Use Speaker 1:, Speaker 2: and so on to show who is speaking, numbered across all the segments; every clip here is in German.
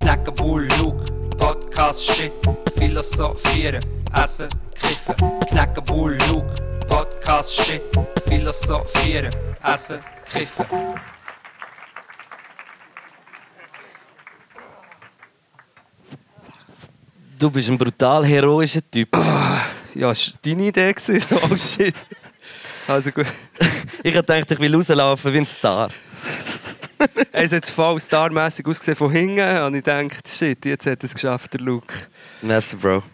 Speaker 1: Hacken, Bull, Luke, Podcast, Shit, Philosophieren, Essen, Kiffen. Knacken, Bull, Luke, Podcast, Shit, Philosophieren, Essen, Kiffen.
Speaker 2: Du bist ein brutal heroischer Typ.
Speaker 3: Ja, das war deine Idee. gewesen. So, Oh shit. Also gut.
Speaker 2: Ich hab gedacht, ich will rauslaufen wie ein Star.
Speaker 3: Es hat voll starmässig ausgesehen von hinten. Und ich dachte, shit, jetzt hat es geschafft, der Luke.
Speaker 2: Merci, Bro.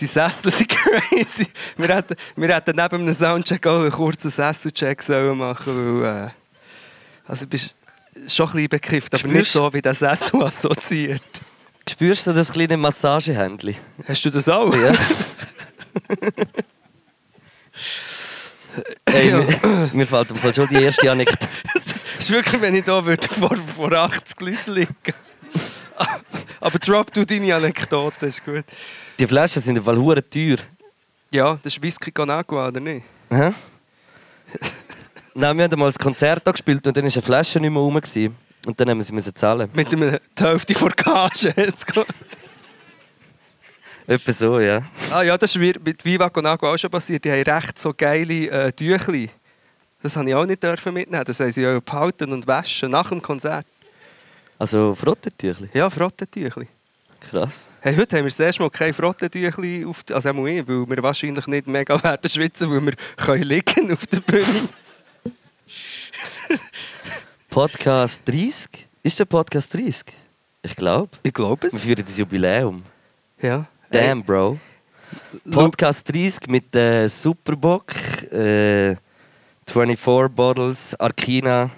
Speaker 3: Die Sessel sind crazy. Wir hätten, wir hätten neben einem Soundcheck auch einen kurzen Sesselcheck sollen machen weil, äh, Also, du bist schon ein bisschen bekifft, aber nicht
Speaker 2: Spürst-
Speaker 3: so, wie der Sessel assoziiert.
Speaker 2: Spürst du das kleine Massagehändchen?
Speaker 3: Hast du das auch?
Speaker 2: Ja. Ey,
Speaker 3: Ja.
Speaker 2: mir, mir fällt im Fall schon die erste Anekdote.
Speaker 3: Das ist wirklich, wenn ich da würde, vor, vor 80 Leuten liegen. Aber drop du deine Anekdote, ist gut.
Speaker 2: Die Flaschen sind im Fall hure teuer.
Speaker 3: Ja, das ist Whisky Conagua, oder nicht?
Speaker 2: Hä? Nein, wir haben mal ein Konzert da gespielt und dann war eine Flasche nicht mehr rum. gewesen. Und dann haben wir sie müssen zahlen.
Speaker 3: Mit einer die Hälfte vor Gage. Jetzt go-
Speaker 2: Etwa so, ja.
Speaker 3: ah ja, das ist mir mit Viva Conagua auch schon passiert. Die haben recht so geile äh, Tüchli. Das habe ich auch nicht dürfen mitnehmen. Das haben sie auch behalten und waschen nach dem Konzert.
Speaker 2: Also Frottentüchli.
Speaker 3: Ja, Frottentüchli.
Speaker 2: Krass.
Speaker 3: Hey, heute haben wir das erste Mal keine Frottentüchli auf die, also auch ich, weil wir wahrscheinlich nicht mega werden schwitzen, weil wir können liegen auf der Bühne.
Speaker 2: Podcast 30? Ist der Podcast 30? Ich glaube.
Speaker 3: Ich glaube
Speaker 2: Wir feiern das Jubiläum.
Speaker 3: Ja.
Speaker 2: Damn, Bro. Podcast 30 mit äh, Superbock, äh, 24 Bottles, Arkina,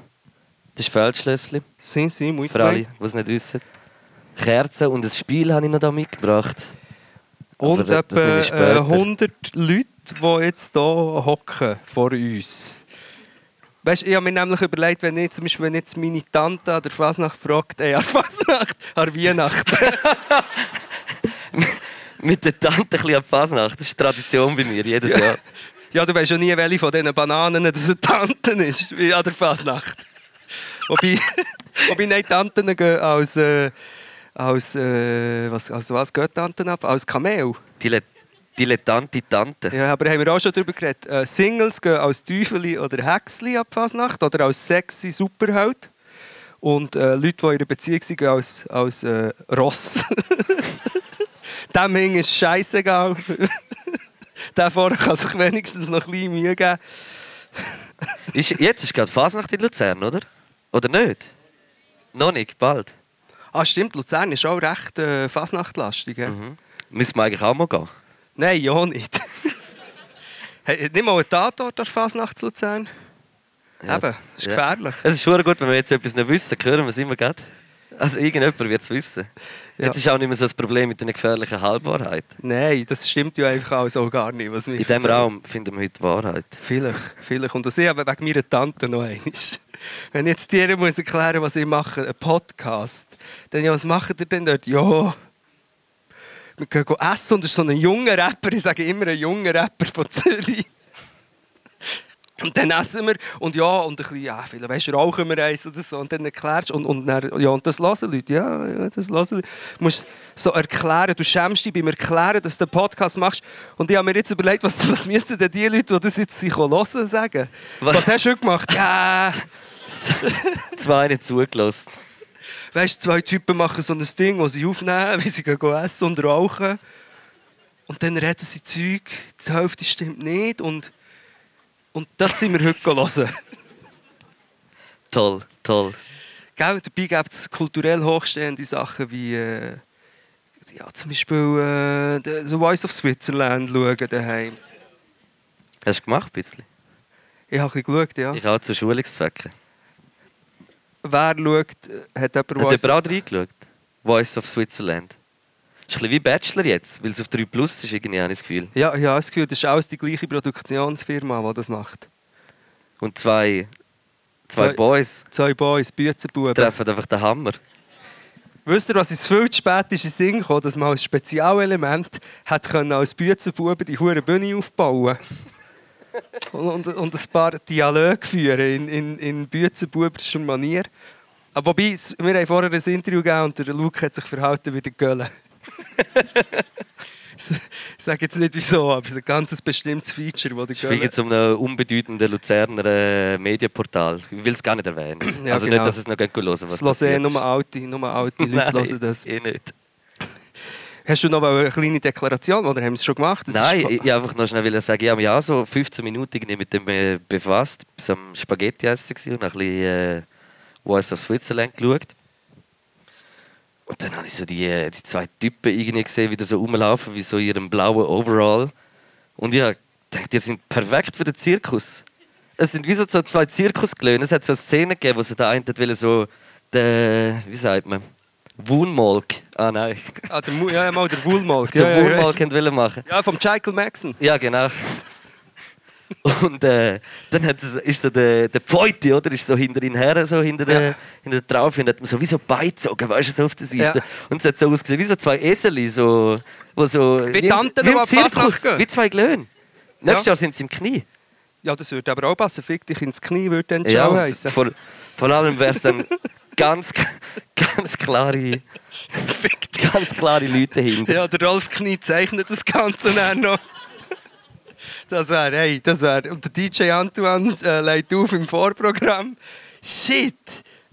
Speaker 2: das ist Feldschlössli,
Speaker 3: Sim, sim, muito
Speaker 2: für alle,
Speaker 3: bem.
Speaker 2: die es nicht wissen. Kerzen und ein Spiel habe ich noch da mitgebracht. Aber
Speaker 3: Und
Speaker 2: das nehme
Speaker 3: etwa
Speaker 2: ich später.
Speaker 3: äh, 100 Leute, die jetzt hier hocken vor uns. Weißt, ich habe mir nämlich überlegt, wenn ich zum Beispiel wenn jetzt meine Tante an der Fasnacht fragt, ey, an der Fasnacht, an der Weihnachten.
Speaker 2: Mit der Tante ein bisschen an die Fasnacht, das ist Tradition bei mir, jedes Jahr.
Speaker 3: ja, du weißt ja nie, welche von diesen Bananen das eine Tante ist, wie an der Fasnacht. Wobei, wobei nein, Tanten gehen als, äh, als, äh, was, als was gehen Tanten ab? Als Kamel.
Speaker 2: Dile Dilettante Tante.
Speaker 3: Ja, aber haben wir auch schon darüber geredet. Äh, Singles gehen als Teufeli oder Hexli ab Fasnacht oder als sexy Superheld. Und äh, Leute, die in einer Beziehung sind, gehen als, als äh, Ross. Dem Hing ist scheißegal. Der vorne kann sich wenigstens noch ein bisschen Mühe geben.
Speaker 2: Ist, jetzt ist gerade Fasnacht in Luzern, oder? Oder nicht? Noch nicht, bald.
Speaker 3: Ah, stimmt, Luzern ist auch recht äh, fasnachtlastig. gell?
Speaker 2: Müssen wir eigentlich auch mal gehen.
Speaker 3: Nein, ja nicht. hey, hat nicht mal einen Tatort an der Fasnacht zu Luzern.
Speaker 2: Ja.
Speaker 3: Eben, ist
Speaker 2: Ja.
Speaker 3: gefährlich.
Speaker 2: Es ist schon gut, wenn wir jetzt etwas nicht wissen, hören wir es immer gerade. Also irgendjemand wird es wissen.
Speaker 3: Ja.
Speaker 2: Jetzt ist auch nicht mehr so das Problem mit den gefährlichen Halbwahrheiten.
Speaker 3: Nein, das stimmt ja einfach alles auch gar nicht. Was mich
Speaker 2: In diesem Raum finden wir heute Wahrheit.
Speaker 3: Vielleicht, vielleicht. Und das ich aber wegen meiner Tante noch einmal. Wenn ich jetzt dir muss erklären muss, was ich mache, einen Podcast, dann ja, was macht ihr denn dort? Ja, wir gehen go essen und es ist so ein junger Rapper, ich sage immer ein junger Rapper von Zürich. Und dann essen wir und ja, und ein bisschen, ja, vielleicht, weißt du, rauchen wir eins oder so. Und dann erklärst du, und, und dann, ja, und das lassen Leute, ja, ja das lassen Leute. Du musst so erklären, du schämst dich beim Erklären, dass du den Podcast machst. Und ich habe mir jetzt überlegt, was, was müssen denn die Leute, die das jetzt sich hören, sagen?
Speaker 2: Was-
Speaker 3: Was, hast du heute gemacht? Ja,
Speaker 2: Zwei nicht zugelassen.
Speaker 3: weißt du, zwei Typen machen so ein Ding, das sie aufnehmen, wie sie gehen essen und rauchen. Und dann reden sie Zeug, die Hälfte stimmt nicht und, und das sind wir heute hören.
Speaker 2: Toll, toll.
Speaker 3: Gell, dabei gibt es kulturell hochstehende Sachen wie äh, ja, zum Beispiel äh, The The Voice of Switzerland schauen daheim.
Speaker 2: Hast du gemacht, bitte?
Speaker 3: Ich habe ein bisschen geschaut, ja.
Speaker 2: Ich auch zu Schulungszwecken.
Speaker 3: Wer schaut, äh, hat jemand
Speaker 2: Hat
Speaker 3: Voice
Speaker 2: jemand auch reingeschaut? Voice of Switzerland. Ist ein bisschen wie Bachelor jetzt, weil es auf 3 Plus ist, irgendwie habe ich das Gefühl.
Speaker 3: Ja, ich habe das Gefühl, das ist alles die gleiche Produktionsfirma, die das macht.
Speaker 2: Und zwei, zwei
Speaker 3: Zwei-
Speaker 2: Boys
Speaker 3: Zwei Boys, Büzenbuben.
Speaker 2: treffen einfach den Hammer.
Speaker 3: Wisst ihr, was uns viel zu spät ist in den Sinn gekommen, dass man als Spezialelement hat können als Büzenbuben die hure Bühne aufbauen und, und, und ein paar Dialoge führen in, in, in Büzenbuberischer Manier. Aber wobei, es- wir haben vorher ein Interview gegeben und der Luke hat sich verhalten wie der Gölle. ich sage jetzt nicht wieso, aber es ist ein ganz bestimmtes Feature, das der
Speaker 2: Ich fliege
Speaker 3: Gölle...
Speaker 2: zu einem unbedeutenden um Luzerner äh, Medienportal. Ich will es gar nicht erwähnen.
Speaker 3: Ja,
Speaker 2: also
Speaker 3: genau.
Speaker 2: nicht, dass es noch gerne hören was
Speaker 3: Das hören eh
Speaker 2: passiert ist.
Speaker 3: nur alte, nur alte Leute
Speaker 2: Nein,
Speaker 3: hören das.
Speaker 2: eh nicht.
Speaker 3: Hast du noch eine kleine Deklaration oder haben wir es schon gemacht? Das ist
Speaker 2: Nein,
Speaker 3: spa-
Speaker 2: ich, ich einfach noch schnell will sagen, ich habe mich auch so 15 Minuten irgendwie mit dem äh, befasst, so am Spaghetti essen gewesen und ein bisschen äh, Voice of Switzerland geschaut. Und dann habe ich so die, äh, die zwei Typen irgendwie gesehen, wieder so rumlaufen, wie so in ihrem blauen Overall. Und ich habe gedacht, die sind perfekt für den Zirkus. Es sind wie so zwei- zwei Zirkusglöhne. Es hat so eine Szene gegeben, wo sie da einen wollte so den, wie sagt man, Wunmolk. Ah nein,
Speaker 3: Ah, der Mu ja, mal der Wulmalk.
Speaker 2: den
Speaker 3: Ja, ja, ja.
Speaker 2: Wunmolk wollte machen.
Speaker 3: ja, vom Michael Maxon.
Speaker 2: Ja, genau. Und äh, dann hat, es- ist so der, der Pfeute, oder? Ist so hinter ihn her, so hinter der,
Speaker 3: Ja.
Speaker 2: hinter der Traufe, und hat mir so wie so beizogen, weißt du, so auf der Seite.
Speaker 3: Ja.
Speaker 2: Und es hat so ausgesehen, wie so zwei Eseli, so, wo so
Speaker 3: Wie Tanten,
Speaker 2: wie
Speaker 3: die
Speaker 2: im
Speaker 3: an die Fasnacht
Speaker 2: Zirkus,
Speaker 3: gehen.
Speaker 2: wie zwei Glöhne. Nächstes
Speaker 3: Ja.
Speaker 2: Jahr sind sie im Knie.
Speaker 3: Ja, das würde aber auch passen. Fick dich ins Knie, würde dann
Speaker 2: Ja,
Speaker 3: Ciao
Speaker 2: und
Speaker 3: heißen.
Speaker 2: vor, vor allem wäre es dann ganz, ganz klare, ganz klare Leute dahinter.
Speaker 3: Ja, der Rolf Knie zeichnet das Ganze dann noch. Das wäre, hey, das wäre. Und der DJ Antoine äh, legt auf im Vorprogramm. Shit,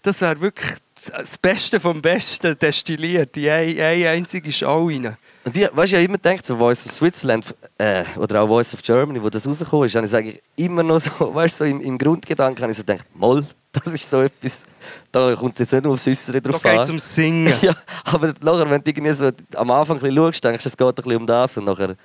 Speaker 3: das wäre wirklich das- das Beste vom Besten destilliert. Die eine, eine einzige Show rein.
Speaker 2: Und ich, weißt, ich habe immer gedacht, so Voice of Switzerland äh, oder auch Voice of Germany, wo das rausgekommen ist, habe ich eigentlich immer noch so, weißt, so im, im Grundgedanken habe ich so gedacht, moll, das ist so etwas, da kommt es jetzt nicht nur aufs Äußere
Speaker 3: Da
Speaker 2: drauf
Speaker 3: geht
Speaker 2: an.
Speaker 3: es um Singen.
Speaker 2: ja, aber nachher, wenn du irgendwie so am Anfang ein bisschen schaust, denkst du, es geht ein bisschen um das und nachher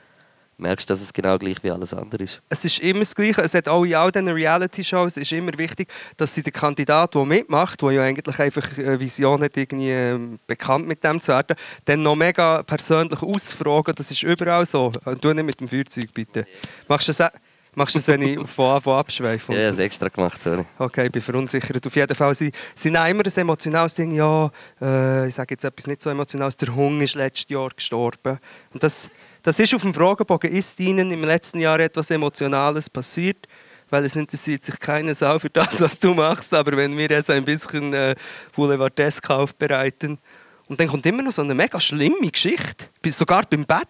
Speaker 2: merkst du, dass es genau gleich wie alles andere ist.
Speaker 3: Es ist immer das Gleiche. Es hat auch in all diesen Reality-Shows ist immer wichtig, dass sie den Kandidat, der mitmacht, der ja eigentlich einfach eine Vision hat, irgendwie ähm, bekannt mit dem zu werden, dann noch mega persönlich ausfragen. Das ist überall so. Und Du nicht mit dem Feuerzeug, bitte. Machst du das, auch- machst du das wenn ich von Anfang an abschweife?
Speaker 2: Ja,
Speaker 3: und
Speaker 2: ich
Speaker 3: so?
Speaker 2: habe es extra gemacht, sorry.
Speaker 3: Okay, ich bin verunsichert. Auf jeden Fall, sie, sie nehmen immer ein emotionales Ding. Ja, äh, ich sage jetzt etwas nicht so emotionales. Der Hunger ist letztes Jahr gestorben. Und das, das ist auf dem Fragebogen. Ist Ihnen im letzten Jahr etwas Emotionales passiert? Weil es interessiert sich keine Sau für das, was du machst. Aber wenn wir jetzt ein bisschen äh, Boulevardesk aufbereiten. Und dann kommt immer noch so eine mega schlimme Geschichte. Bis- Sogar beim Bat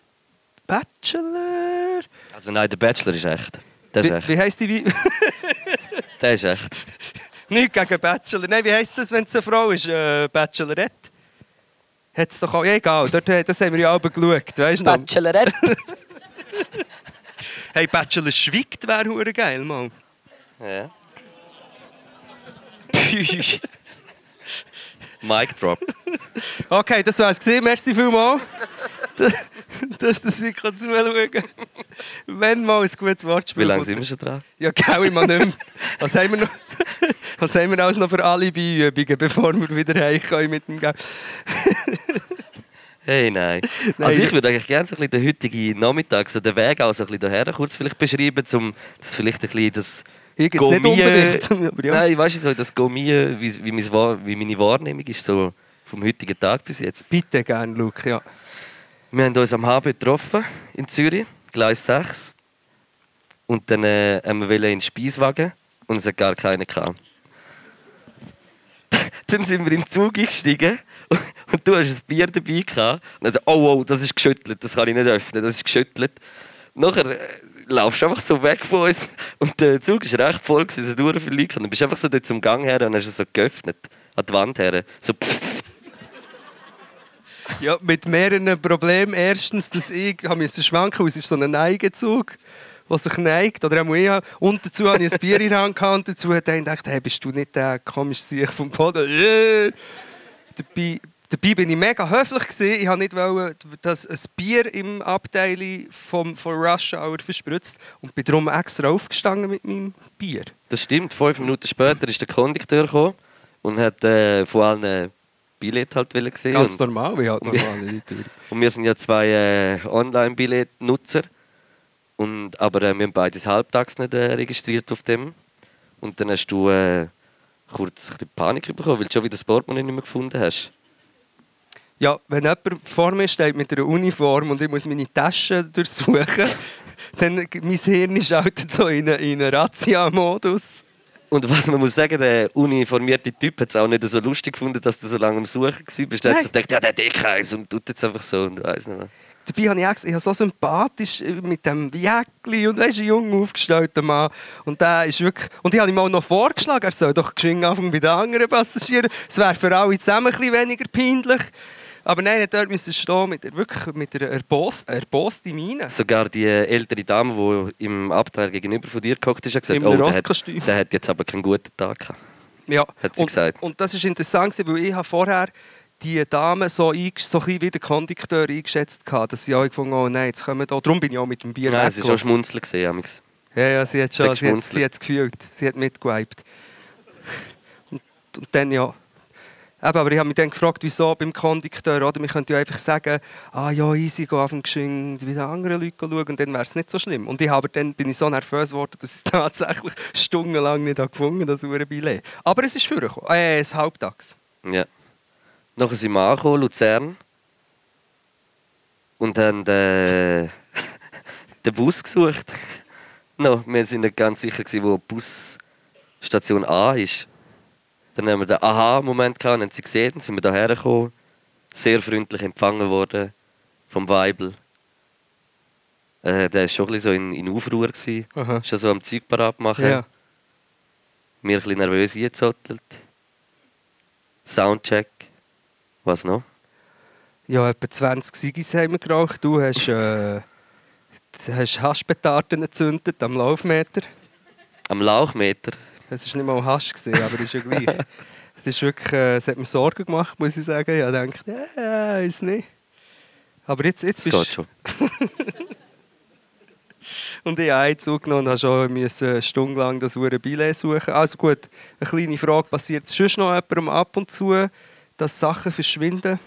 Speaker 3: Bachelor.
Speaker 2: Also nein, der Bachelor ist echt. Der ist
Speaker 3: Wie,
Speaker 2: echt.
Speaker 3: wie heisst die? Wei-
Speaker 2: Der ist echt.
Speaker 3: Nicht gegen Bachelor. Nein, wie heisst das, wenn es eine Frau ist? Äh, Bachelorette? Hat es doch auch. Ja, egal, dort, äh, das haben wir ja auch geschaut. Weißt du noch?
Speaker 2: Bachelorette!
Speaker 3: Hey, Bachelor schweigt wäre hure geil, Mann.
Speaker 2: ja. Mic drop.
Speaker 3: Okay, das war's gesehen. Merci vielmals. D- Dass das ich kann zuschauen. Wenn mal ein gutes Wortspiel.
Speaker 2: Wie lange sind wir schon dran?
Speaker 3: Ja, genau, ich mal nicht mehr. Was haben wir noch? Was haben wir alles noch für Alibi-Übungen, bevor wir wieder heimkommen mit dem Geld?
Speaker 2: Hey, nein.
Speaker 3: Nein,
Speaker 2: Also ich
Speaker 3: ich-
Speaker 2: würde eigentlich gerne so ein bisschen den heutigen Nachmittag, so den Weg auch so ein bisschen daher kurz vielleicht beschreiben, um das vielleicht ein bisschen das
Speaker 3: Ich jetzt nicht unbedingt. Aber ja.
Speaker 2: Nein, weißt du, so das Gomien, wie, wie, mein Wahr- wie meine Wahrnehmung ist so vom heutigen Tag bis jetzt.
Speaker 3: Bitte gerne, Luke. Ja.
Speaker 2: Wir haben uns am HB getroffen in Zürich, Gleis 6. Und dann äh, haben wir wollen in den Speiswagen und es hat gar keinen gehabt. dann sind wir in den Zug eingestiegen und du hast ein Bier dabei gehabt. Und dann so, oh, oh, das ist geschüttelt, das kann ich nicht öffnen, das ist geschüttelt. Nachher äh, laufst du einfach so weg von uns und der Zug ist recht voll, gewesen, es hat verdammt viele Leute. Und dann bist du einfach so dort zum Gang her und hast es so geöffnet, an die Wand her. So, pfff.
Speaker 3: Ja, mit mehreren Problemen. Erstens, dass ich habe müssen schwanken musste. Es ist so ein Neigezug, der sich neigt. Oder auch ich. habe- Und dazu hatte ich ein Bier in der Hand. gehabt Und dazu hat einer gedacht, hey, bist du nicht der komische Sieg vom Boden? Äh. Dabei, dabei bin ich mega höflich. Gewesen. Ich habe nicht, wollen, dass ein Bier im Abteil vom, von Rush Hour verspritzt. Und bin darum extra aufgestanden mit meinem Bier.
Speaker 2: Das stimmt. Fünf Minuten später ist der Kondukteur gekommen und hat äh, vor allen Billett halt wollen sehen.
Speaker 3: Ganz
Speaker 2: und,
Speaker 3: normal, wie halt normale Leute.
Speaker 2: und wir sind ja zwei äh, Online-Billett-Nutzer. Und, aber äh, wir haben beides halbtags nicht äh, registriert auf dem. Und dann hast du äh, kurz ein bisschen Panik bekommen, weil du schon wieder das Portemonnaie nicht mehr gefunden hast.
Speaker 3: Ja, wenn jemand vor mir steht mit einer Uniform und ich muss meine Taschen durchsuchen, dann mein Hirn schaltet so in einen in einen Razzia-Modus.
Speaker 2: Und was man muss sagen, der uniformierte Typ hat es auch nicht so lustig gefunden, dass du so lange am Suchen warst. Der hat
Speaker 3: Nein.
Speaker 2: so gedacht, ja, der Dickheiß und tut jetzt einfach so und weiss nicht mehr.
Speaker 3: Dabei habe ich auch gesehen, ich habe so sympathisch äh, mit dem Jäckli und weißt, jung aufgestellten Mann. Und der ist wirklich... Und ich habe ihm auch noch vorgeschlagen, er soll doch geschwind anfangen bei den anderen Passagieren. Es wäre für alle zusammen ein bisschen weniger peinlich. Aber nein, er hat dort müssen stehen mit der, wirklich mit der erbos, erbosten Miene.
Speaker 2: Sogar die ältere Dame, die im Abteil gegenüber von dir gehockt ist, hat gesagt,
Speaker 3: Im
Speaker 2: oh, der hat,
Speaker 3: Rostkostüm.
Speaker 2: der hat jetzt aber keinen guten Tag gehabt.
Speaker 3: Ja.
Speaker 2: Hat sie
Speaker 3: und,
Speaker 2: gesagt.
Speaker 3: Und das ist interessant, gewesen, weil ich habe vorher die Dame so, eingesch- so ein bisschen wie der Kondukteur eingeschätzt hatte, dass sie auch gefunden habe, oh nein, jetzt kommen da. Darum bin ich auch mit dem Bier
Speaker 2: Nein, es war schon
Speaker 3: weggelaufen.
Speaker 2: schmunzeln. Gewesen, amigs.
Speaker 3: Ja, ja, sie hat
Speaker 2: Sie
Speaker 3: schon,
Speaker 2: hat
Speaker 3: sie hat,
Speaker 2: geschmunzelt.
Speaker 3: sie hat's gefühlt, sie hat mitgeweibt. Und, und dann ja. Eben, aber ich habe mich dann gefragt, wieso beim Kondukteur, oder? Man könnte ja einfach sagen, ah ja, easy, geh auf den Geschenk, wie die anderen Leute schauen, und dann wäre es nicht so schlimm. Und ich habe dann, bin ich so nervös geworden, dass ich es tatsächlich stundenlang nicht habe gefunden habe, das Uhrenbillet. Aber es ist vorgekommen, äh, es ist halbtags.
Speaker 2: Ja. Nachher sind wir angekommen, Luzern. Und haben äh, den Bus gesucht. no, wir sind nicht ganz sicher, gewesen, wo Busstation A ist. Dann haben wir den Aha-Moment gehabt, und haben sie gesehen, dann sind wir hierher gekommen. Sehr freundlich empfangen worden vom Weibel. Äh, der war schon ein bisschen so in, in Aufruhr. Gewesen.
Speaker 3: Aha.
Speaker 2: Schon so am Zeug parat machen.
Speaker 3: Ja.
Speaker 2: Mir ein bisschen nervös eingezottelt. Soundcheck. Was noch?
Speaker 3: ja, etwa 20 Sigis haben wir geraucht. Du hast, äh, du hast Haschpetarden entzündet am Laufmeter.
Speaker 2: Am Lauchmeter.
Speaker 3: Es war nicht mal Hasch, gewesen, aber ist ja gleich. es, ist wirklich, äh, es hat mir Sorgen gemacht, muss ich sagen. Ich dachte, äh, ist nicht. Aber jetzt, jetzt
Speaker 2: Das
Speaker 3: bist
Speaker 2: geht schon.
Speaker 3: Und ich habe einen Zug genommen und habe schon müssen stundenlang das hure Billet suchen. Also gut, eine kleine Frage. Passiert es sonst noch jemandem ab und zu, dass Sachen verschwinden?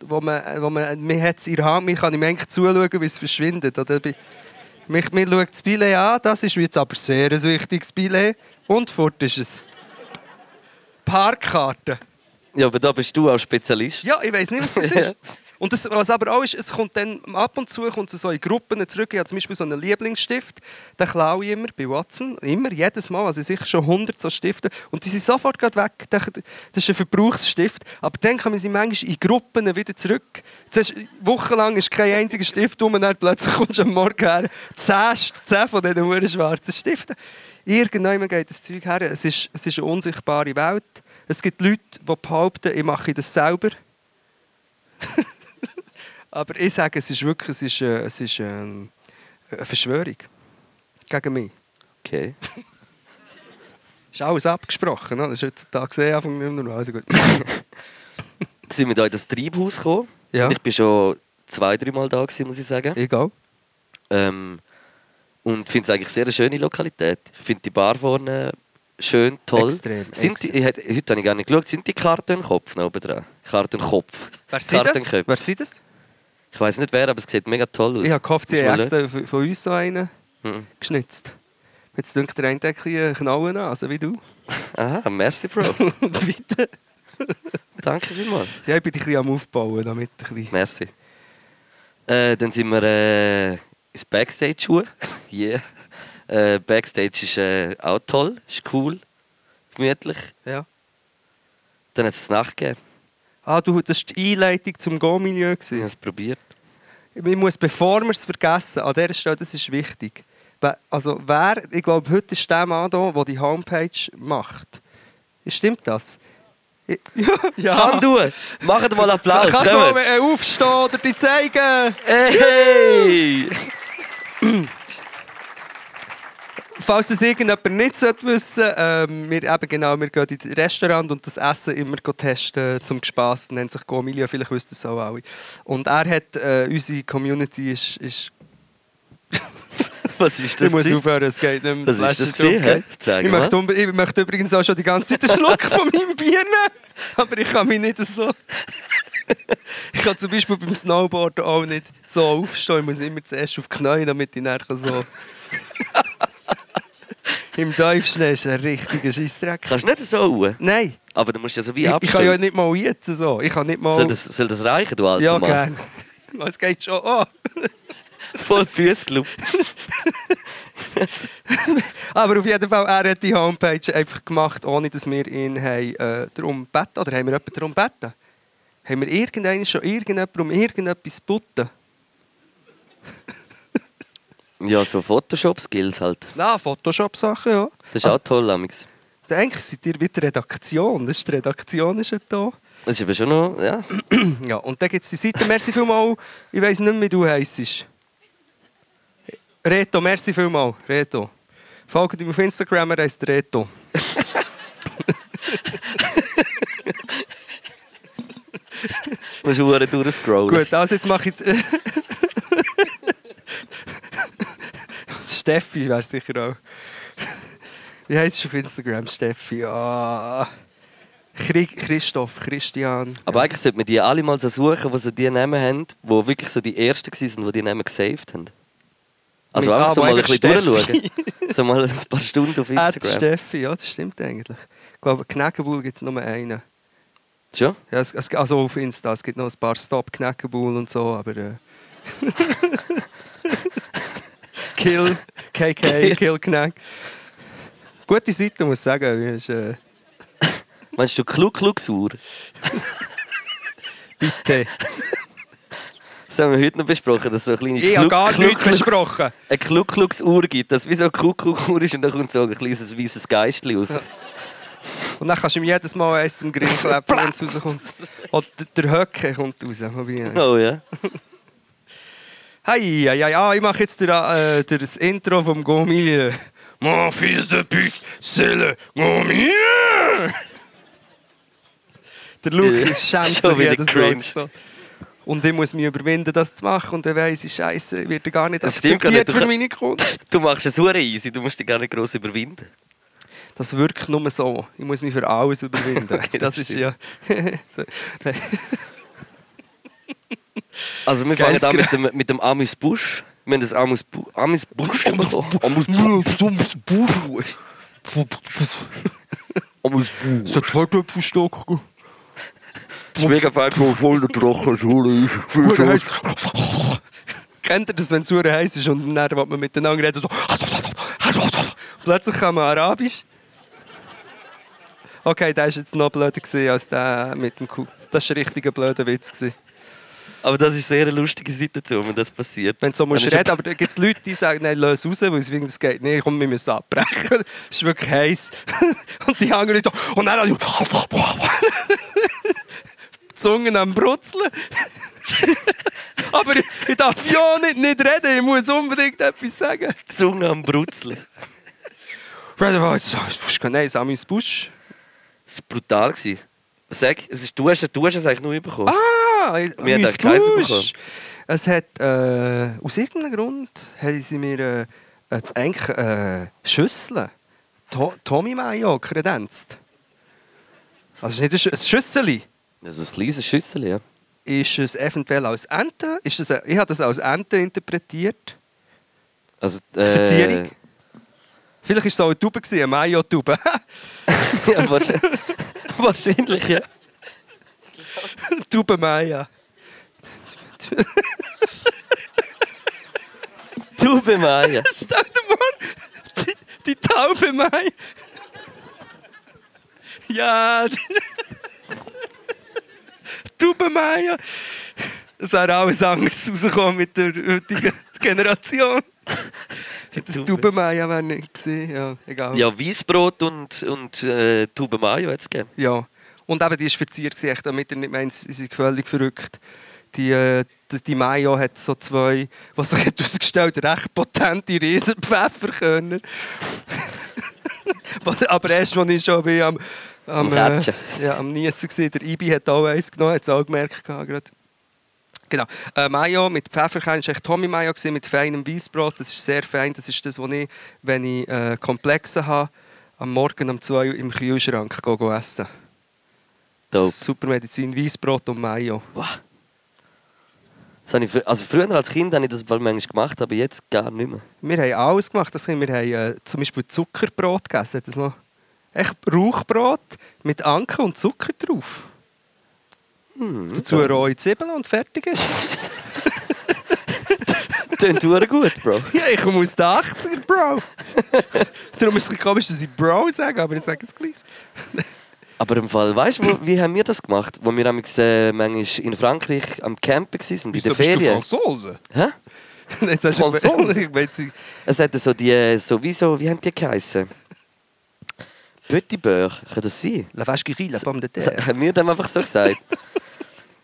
Speaker 3: Wo man, wo man, man hat es in der Hand, man kann ihm eigentlich zuschauen, wie es verschwindet. Oder bei, mich, mir schaut das Billet an, das ist jetzt aber sehr ein wichtiges Billet. Und fort ist es. Parkkarte.
Speaker 2: Ja, aber da bist du auch Spezialist.
Speaker 3: Ja, ich weiß nicht, was das ist. Und das, was aber auch ist, es kommt dann ab und zu kommt es so in Gruppen zurück. Ich habe zum Beispiel so einen Lieblingsstift, den klaue ich immer bei Watson. Immer, jedes Mal. Also sicher schon 100 so Stifte. Und die sind sofort gerade weg. Ich dachte, Das ist ein Verbrauchsstift. Aber dann kommen sie manchmal in Gruppen wieder zurück. Das ist, wochenlang ist kein einziger Stift um und dann plötzlich kommst du am Morgen her. Zehn, St- zehn von diesen huren schwarzen Stiften. Irgendjemand geht das Zeug her. Es ist, es ist eine unsichtbare Welt. Es gibt Leute, die behaupten, ich mache das selber. Aber ich sage, es ist wirklich es ist, äh, es ist, ähm, eine Verschwörung gegen mich.
Speaker 2: Okay.
Speaker 3: Ist alles abgesprochen. Ne? Das ist heutzutage sehr Anfang nicht mehr normal. Also gut.
Speaker 2: Dann sind wir hier in das Treibhaus gekommen.
Speaker 3: Ja.
Speaker 2: Ich war schon zwei, dreimal da, gewesen, muss ich sagen.
Speaker 3: Egal.
Speaker 2: Ähm, und finde es eigentlich sehr eine schöne Lokalität. Ich finde die Bar vorne schön, toll.
Speaker 3: Extrem,
Speaker 2: Sind die, ich, hätte- heute habe ich gar nicht geschaut, sind die Kartonkopf noch oben dran? Kartonkopf.
Speaker 3: Wer sieht das?
Speaker 2: Kartenköpfe.
Speaker 3: Wer sieht das?
Speaker 2: Ich weiß nicht wer, aber es sieht mega toll aus.
Speaker 3: Ich habe gehofft, sie
Speaker 2: Muss
Speaker 3: haben
Speaker 2: man
Speaker 3: extra von von uns so einen
Speaker 2: schauen. Mhm.
Speaker 3: geschnitzt. Jetzt denkt der eine hat ein bisschen Knallen an, also wie du.
Speaker 2: Aha, merci Bro.
Speaker 3: Bitte.
Speaker 2: Danke vielmals.
Speaker 3: Ja, ich bin dich ein bisschen am Aufbauen, damit ein bisschen...
Speaker 2: Merci. Äh, dann sind wir äh, ins Backstage hoch. yeah. Äh, Backstage ist äh, auch toll, ist cool, gemütlich.
Speaker 3: Ja.
Speaker 2: Dann hat es Nacht gegeben.
Speaker 3: Ah, du, das war die Einleitung zum
Speaker 2: Ich
Speaker 3: Go-Milieu.
Speaker 2: habe
Speaker 3: gewesen.
Speaker 2: es probiert.
Speaker 3: Man muss, bevor wir es vergessen, an dieser Stelle, das ist wichtig. Wer- Also wer, ich glaube, heute ist der Mann da, der die Homepage macht. Stimmt das? Ich- Ja, ja.
Speaker 2: Kann du! Macht mal Applaus!
Speaker 3: Kannst du mal
Speaker 2: kommt.
Speaker 3: äh, aufstehen oder die zeigen?
Speaker 2: Hey!
Speaker 3: Falls das irgendjemand nicht sollte wissen sollte, ähm, wir, eben genau, wir gehen in das Restaurant und das Essen immer go testen zum Spass. Nennt sich Gomilia, vielleicht wissen das auch alle. Und er hat, äh, unsere Community ist... ist
Speaker 2: Was ist
Speaker 3: ich
Speaker 2: das?
Speaker 3: muss
Speaker 2: gewesen?
Speaker 3: aufhören, es geht nicht mehr.
Speaker 2: Was
Speaker 3: Die
Speaker 2: ist das
Speaker 3: Flasche ist
Speaker 2: gewesen,
Speaker 3: umgekehrt.
Speaker 2: hä? Zeig
Speaker 3: Ich
Speaker 2: mal.
Speaker 3: möchte, unbe- ich möchte übrigens auch schon die ganze Zeit einen Schluck von meinem Bienen, aber ich kann mich nicht so... Ich kann zum Beispiel beim Snowboarden auch nicht so aufstehen. Ich muss immer zuerst auf die Knie, damit ich nachher so... Im Teufelsschnee ist ein richtiger Scheissdreck.
Speaker 2: Kannst du nicht so ruhen,
Speaker 3: Nein,
Speaker 2: aber du musst ja so
Speaker 3: ich,
Speaker 2: wie
Speaker 3: ich kann
Speaker 2: abstellen.
Speaker 3: ja nicht mal jetzt so. Ich kann nicht mal...
Speaker 2: soll, das, soll das reichen, du alter
Speaker 3: ja,
Speaker 2: Mann?
Speaker 3: gerne. Es geht schon Oh. an.
Speaker 2: Voll Füßclub.
Speaker 3: Aber auf jeden Fall, er hat eh, die Homepage einfach gemacht, Oh, ohne dass wir ihn haben, äh, darum beten. Oder haben wir jemanden darum beten? Haben wir irgendeinen schon irgendjemanden um irgendetwas bitten?
Speaker 2: Ja, so Photoshop-Skills halt.
Speaker 3: Nein, Photoshop-Sachen, ja.
Speaker 2: Das ist
Speaker 3: Also-
Speaker 2: auch toll, Amix.
Speaker 3: Eigentlich seid ihr wieder Redaktion. Das ist die Redaktion ist ja da.
Speaker 2: Das ist aber schon noch, ja.
Speaker 3: Ja, und dann gibt es die Seite. eh, Merci vielmal. Ich weiss nicht mehr, wie du heisst. Reto, merci vielmal. Reto. Folgt ihm auf Instagram, er heisst Reto.
Speaker 2: Musst du verdammt durchscrollen.
Speaker 3: Gut, also jetzt mache ich. Steffi wäre sicher auch. Wie heisst du auf Instagram? Steffi. Ah. Chri- Christoph, Christian.
Speaker 2: Aber eigentlich sollte man die alle mal so suchen, die so die Namen haben, die wirklich so die ersten waren, die die Namen gesaved haben. Also
Speaker 3: Mit-
Speaker 2: einfach so
Speaker 3: ah,
Speaker 2: mal ein
Speaker 3: aber
Speaker 2: bisschen
Speaker 3: eigentlich
Speaker 2: durchschauen. so mal ein paar Stunden auf
Speaker 3: Ad
Speaker 2: Instagram.
Speaker 3: Steffi, ja, das stimmt eigentlich. Ich glaube, Knäckebuhl gibt es nur einen.
Speaker 2: Schon?
Speaker 3: Ja, es, es, also auf Insta, es gibt noch ein paar Stop, Knäckebuhl und so, aber... Äh. Kill, KK, Kill Knack. Gute Seite, muss ich sagen. Ist, äh,
Speaker 2: Meinst du Klug-Klug-Sauer?
Speaker 3: bitte.
Speaker 2: Das haben wir heute noch besprochen, dass es so eine kleine
Speaker 3: Ich habe
Speaker 2: Klug-
Speaker 3: gar nichts
Speaker 2: Klug-Klug-
Speaker 3: besprochen.
Speaker 2: Eine Klug-Klug-Uhr gibt, dass es wie so eine Kuckuck-Uhr ist und dann kommt so ein kleines weißes Geistchen raus.
Speaker 3: Und dann kannst du ihm jedes Mal eins zum Grill kleben, wenn es rauskommt. Oder der, der Höcke kommt raus. Hei,
Speaker 2: Oh ja.
Speaker 3: hei, hei, ah, ich mache jetzt der, äh, der, das Intro vom Gomille. Mon fils de pute, c'est le Gomille! Der
Speaker 2: Ja,
Speaker 3: Lukas schämt
Speaker 2: schon
Speaker 3: sich
Speaker 2: wieder
Speaker 3: jedes
Speaker 2: cringe.
Speaker 3: Mal. zu- Und ich muss mich überwinden, das zu machen. Und dann weiss ich, Scheiße, ich werde gar nicht
Speaker 2: Das stimmt gar nicht.
Speaker 3: akzeptiert
Speaker 2: Du
Speaker 3: für
Speaker 2: kann-
Speaker 3: meine Kunden.
Speaker 2: Du machst es hure easy, du musst dich gar nicht gross überwinden.
Speaker 3: Das wirkt nur so. Ich muss mich für alles überwinden.
Speaker 2: Okay, das
Speaker 3: das ist
Speaker 2: stimmt.
Speaker 3: ja. so.
Speaker 2: Also wir
Speaker 3: Geiles
Speaker 2: fangen an mit
Speaker 3: Gerät.
Speaker 2: dem, mit dem Amis Busch. Wir haben das Amis, Bu Amis Busch bekommen. Amis Busch. Amis Busch.
Speaker 3: hat heute einen Stock.
Speaker 2: Das ist mega fein, schon voll der Drache.
Speaker 3: Kennt ihr das, wenn es sehr heiß ist und dann will man miteinander reden? So. Plötzlich kann man Arabisch. Okay, der war jetzt noch blöder gewesen als der mit dem Kuh. Das war ein richtiger blöder Witz. gewesen.
Speaker 2: Aber das ist eine sehr lustige Situation, wenn das passiert.
Speaker 3: Wenn du so musst
Speaker 2: Dann ist
Speaker 3: reden, aber da gibt es Leute, die sagen, nein, löse raus, weil es wegen das geht nicht, komm, wir müssen abbrechen. Es ist wirklich heiß. Und die anderen Leute so, und dann die Zungen am Brutzeln. aber ich, ich darf ja nicht, nicht reden, ich muss unbedingt etwas sagen.
Speaker 2: die Zunge am Brutzeln.
Speaker 3: Brother, was ist das? Nein, Samis Busch.
Speaker 2: Das war brutal. gewesen. Sag, es ist, du, hast, du hast es eigentlich nur bekommen.
Speaker 3: Ah,
Speaker 2: Wir haben
Speaker 3: mein
Speaker 2: eigentlich keins
Speaker 3: Busch.
Speaker 2: bekommen.
Speaker 3: Es hat äh, aus irgendeinem Grund haben sie mir äh, äh, eigentlich äh, Schüssel, to Tommy Mayo kredenzt. Also es ist nicht ein Schü- ein Schüsseli.
Speaker 2: Also ein kleines Schüssel, ja.
Speaker 3: Ist es eventuell als Ente? Ist es, äh, ich habe das als Ente interpretiert.
Speaker 2: Also,
Speaker 3: Die
Speaker 2: äh,
Speaker 3: Verzierung. Vielleicht war es auch eine Tube, gewesen, eine Mayo-Tube.
Speaker 2: ja, wahrscheinlich, wahrscheinlich, ja.
Speaker 3: Tube Maya.
Speaker 2: Du bemalen.
Speaker 3: Stell dir mal die, die Taube Mai. Ja, die- Taube Mai. ja. Es wäre alles anders rausgekommen mit der heutigen Generation. Das Taube Mai wäre nicht gewesen. Ja, egal.
Speaker 2: Ja, Weißbrot und, und äh, Tube Mayo hat es gegeben.
Speaker 3: Ja. Und eben, die ist verziert, gewesen, echt, damit ihr nicht meint, sie sind völlig verrückt. Die, äh, die, die Mayo hat so zwei, was sich hat herausgestellt recht potente Riesenpfefferkörner. Was- Aber erst, als ich schon bin, am, am,
Speaker 2: Am
Speaker 3: äh,
Speaker 2: Ratschen.
Speaker 3: ja, am Niesen war, der Ibi hat auch eins genommen, hat es auch gemerkt. gehabt gerade. Genau. Äh, Mayo mit Pfefferkörnern war echt Tommy Mayo gewesen, mit feinem Weißbrot. Das ist sehr fein. Das ist das, was ich, wenn ich äh, Komplexe habe, am Morgen um 2 Uhr im Kühlschrank go- go essen.
Speaker 2: Dope.
Speaker 3: Super Medizin, Weißbrot und Mayo.
Speaker 2: Wow. Das habe ich, fr- also früher als Kind habe ich das mal manchmal gemacht, aber jetzt gar nicht mehr.
Speaker 3: Wir haben alles gemacht. Das Kind. Wir haben äh, zum Beispiel Zuckerbrot gegessen. Das mal echt Rauchbrot mit Anke und Zucker drauf.
Speaker 2: Hm,
Speaker 3: Dazu eine rohe Zwiebel und fertig ist.
Speaker 2: Tönt hure gut, Bro.
Speaker 3: Ja, ich komme aus den 80er, Bro. Darum ist es ein bisschen komisch, dass ich Bro sage, aber ich sage es gleich.
Speaker 2: Aber im Fall, weißt du, wo- wie haben wir das gemacht? Wo wir nämlich, äh, manchmal in Frankreich am Campen waren, in
Speaker 3: Wieso
Speaker 2: den
Speaker 3: bist du
Speaker 2: Ferien.
Speaker 3: Franzose?
Speaker 2: Hä?
Speaker 3: Jetzt hast du
Speaker 2: Franzose?
Speaker 3: Ich meine, sie-
Speaker 2: Es hat so die, sowieso, wie haben die geheissen? Petit Beurre, kann das sein?
Speaker 3: La vache qui rit, la pomme de
Speaker 2: Das
Speaker 3: terre.
Speaker 2: haben wir dem einfach so gesagt.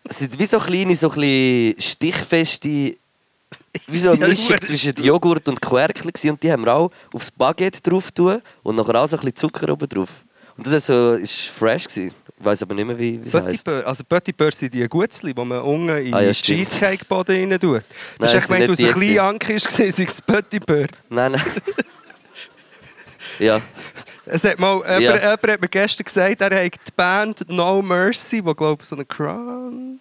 Speaker 2: Es sind wie so kleine, so ein bisschen stichfeste, wie so eine
Speaker 3: Ja,
Speaker 2: Mischung
Speaker 3: gut.
Speaker 2: zwischen Joghurt und Querkel gewesen. und die haben wir auch aufs Baguette drauf tun und nachher auch so ein bisschen Zucker oben drauf. Und das ist so ist fresh gewesen. Ich weiß aber nicht mehr wie wie es
Speaker 3: Petit
Speaker 2: heißt.
Speaker 3: Beurre, also Petit Beurre sind die Gutzli, die man unten in
Speaker 2: Ah, ja, stimmt.
Speaker 3: Cheesecake-Boden rein tut.
Speaker 2: Nein, es
Speaker 3: Das ist echt, wenn
Speaker 2: sind
Speaker 3: du
Speaker 2: nicht
Speaker 3: so ein
Speaker 2: die
Speaker 3: kleiner Anker warst, war es Petit Beurre.
Speaker 2: Nein, nein. ja,
Speaker 3: Es hat mal, jemand,
Speaker 2: Ja.
Speaker 3: jemand hat mir gestern gesagt, er hat die Band No Mercy, die glaube ich so eine Crown...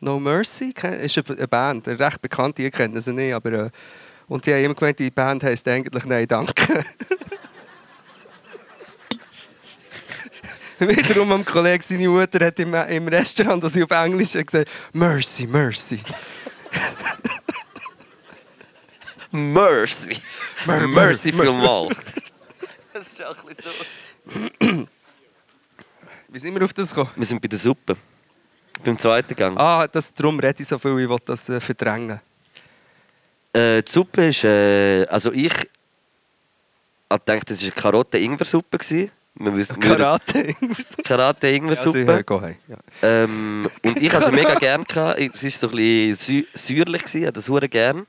Speaker 3: No Mercy ke- ist eine eine Band, eine recht bekannt, ihr kennt sie nicht, aber... äh, Und die haben immer gemeint, die Band heisst eigentlich «Nein, danke». Wiederum am Kollegen, seine Mutter hat im, im Restaurant, das ich auf Englisch hat gesagt «Mercy, Mercy,
Speaker 2: Mercy.
Speaker 3: Mer-
Speaker 2: Mercy
Speaker 3: mer-
Speaker 2: vielmal.
Speaker 3: Wie sind wir auf das gekommen?
Speaker 2: Wir sind bei der Suppe. Beim zweiten Gang.
Speaker 3: Ah, das, darum rede ich so viel, ich will das äh, verdrängen.
Speaker 2: Äh, die Suppe ist. Äh, also ich. Ich dachte, es war eine Karotte-Ingwer-Suppe. gewesen. Wir müssen-
Speaker 3: Karate.
Speaker 2: Karate-Ingwer-Suppe.
Speaker 3: Ja, ja.
Speaker 2: ähm, und ich hatte sie mega gerne. gehabt. Es war so ein bisschen sü- säuerlich, gewesen, ich hatte das sehr gerne.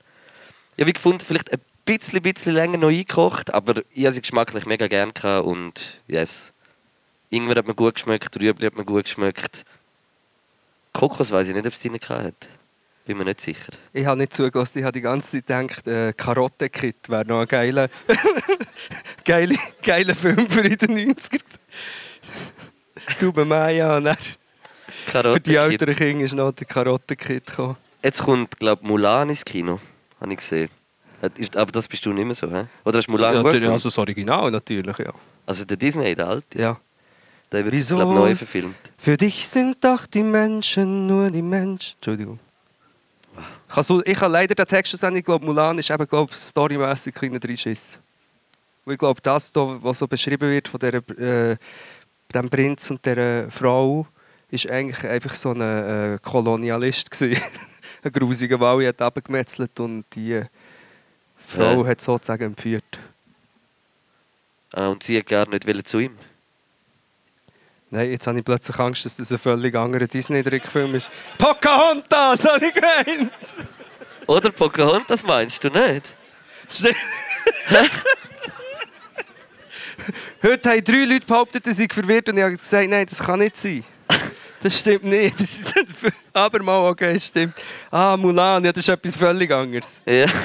Speaker 2: Ich habe gefunden, vielleicht ein bisschen, bisschen länger noch eingekocht, aber ich habe sie geschmacklich mega gerne gehabt und yes. Ingwer hat mir gut geschmeckt, Rüebli hat mir gut geschmeckt. Kokos weiß ich nicht, ob es drin hat. Bin mir nicht sicher.
Speaker 3: Ich habe nicht zugelassen, ich habe die ganze Zeit gedacht, äh, Karotte Kid wäre noch ein geiler, geiler, geiler Film für in den 90er. Tube Maya, und dann für die
Speaker 2: Karotte-Kid.
Speaker 3: älteren Kinder ist noch der Karotte Kid gekommen.
Speaker 2: Jetzt kommt, glaube ich, Mulan ins Kino. Habe ich gesehen. Hat- ist- Aber das bist du nicht mehr so, hä? Oder hast du Mulan gut gefunden?
Speaker 3: also das Original natürlich, ja.
Speaker 2: Also der Disney, der alte.
Speaker 3: ja.
Speaker 2: Der wird,
Speaker 3: Wieso?
Speaker 2: glaube ich, neu verfilmt.
Speaker 3: Für dich sind doch die Menschen nur die Menschen. Entschuldigung. Ich habe, so, ich habe leider den Text schon gesehen. ich glaube, Mulan ist eben, glaube ich, storymässig ein kleiner Dreischiss. Und ich glaube, das, da, was so beschrieben wird von der, äh, dem Prinz und der Frau, ist eigentlich einfach so ein äh, Kolonialist. gewesen. ein grusiger Wall hat abgemetzelt und die Frau
Speaker 2: Ja.
Speaker 3: hat sozusagen entführt.
Speaker 2: Ah, und sie hat gar nicht wollen zu ihm.
Speaker 3: Nein, jetzt habe ich plötzlich Angst, dass das ein völlig anderer Disney-Trickfilm ist. Pocahontas, habe ich gemeint!
Speaker 2: Oder Pocahontas meinst du nicht?
Speaker 3: Schnell. Heute haben drei Leute behauptet, dass ich verwirrt und ich habe gesagt, nein, das kann nicht sein. Das stimmt nicht. Das ist Aber mal, okay, es stimmt. Ah, Mulan, ja, das ist etwas völlig anderes.
Speaker 2: Ja.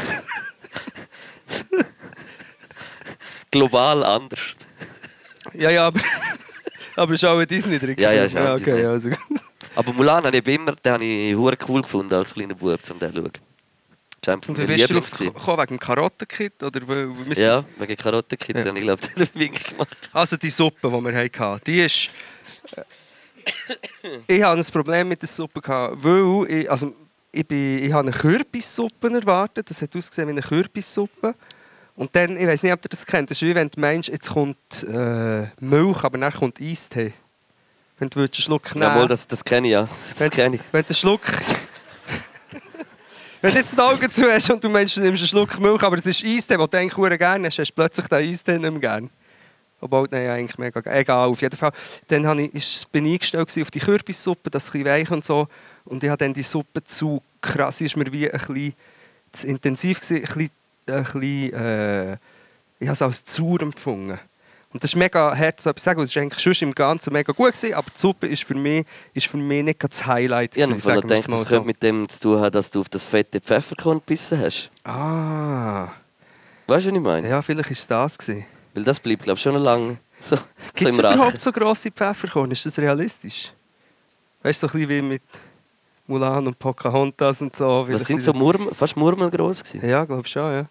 Speaker 2: Global anders.
Speaker 3: Ja, ja, aber, aber es ist auch ein Disney-Trick.
Speaker 2: Ja, ja, es ist auch ein
Speaker 3: okay,
Speaker 2: Disney.
Speaker 3: ja, also gut.
Speaker 2: Aber Mulan habe ich immer den habe ich hure cool gefunden als kleiner Bub, um den zu schauen. Das ist einfach
Speaker 3: Und
Speaker 2: mein
Speaker 3: wie bist du
Speaker 2: Lieblings-
Speaker 3: drauf gekommen? Wegen dem Karottenkit? Oder weil- weil wir sind-
Speaker 2: Ja, wegen Karotte-Kid,
Speaker 3: Ja.
Speaker 2: ja. ich glaube, den habe ich wirklich gemacht.
Speaker 3: Also die Suppe, die wir hatten, die ist... äh, ich hatte ein Problem mit der Suppe, gehabt, weil ich, also, ich, bin, ich habe eine Kürbissuppe erwartet. Das hat ausgesehen wie eine Kürbissuppe. Und dann, ich weiß nicht, ob ihr das kennt, das ist wie wenn du meinst, jetzt kommt äh, Milch, aber dann kommt Eistee. Wenn du willst, einen Schluck nehmen
Speaker 2: Jawohl, das, das kenne ich ja. Das, das
Speaker 3: wenn,
Speaker 2: kenne ich.
Speaker 3: wenn du einen Schluck... wenn du jetzt die Augen zu hast und du meinst, du nimmst einen Schluck Milch, aber es ist Eistee, den du eigentlich verdammt gerne hast, hast du plötzlich den Eistee nicht mehr gerne. Obwohl, nein, eigentlich mega geil. Egal, auf jeden Fall. Dann habe ich, ist, bin ich eingestellt gewesen auf die Kürbissuppe, das ein bisschen weich und so. Und ich habe dann die Suppe zu krass, sie ist mir wie ein bisschen zu intensiv gewesen, ein bisschen, ein bisschen äh, ich habe es als zu empfunden. Und das ist mega hart, so etwas zu sagen, weil es ist eigentlich schon im Ganzen mega gut gewesen, aber die Suppe ist für mich, ist für mich nicht gerade das Highlight
Speaker 2: Ich habe
Speaker 3: gewesen,
Speaker 2: gedacht,
Speaker 3: sagen wir es
Speaker 2: das
Speaker 3: mal
Speaker 2: könnte
Speaker 3: so.
Speaker 2: mit dem zu tun haben, dass du auf das fette Pfefferkorn gebissen hast.
Speaker 3: Ah,
Speaker 2: Weißt du, was ich meine?
Speaker 3: ja, vielleicht war es das. Gewesen.
Speaker 2: Weil das bleibt, glaube ich, schon lange so, so
Speaker 3: Gibt es
Speaker 2: im Rachen.
Speaker 3: überhaupt so grosse Pfefferkorn? Ist das realistisch? Weißt du, so ein bisschen wie mit Mulan und Pocahontas und so.
Speaker 2: Was
Speaker 3: vielleicht
Speaker 2: sind so Murmel, fast murmelgroß gewesen?
Speaker 3: Ja, glaube schon, ja.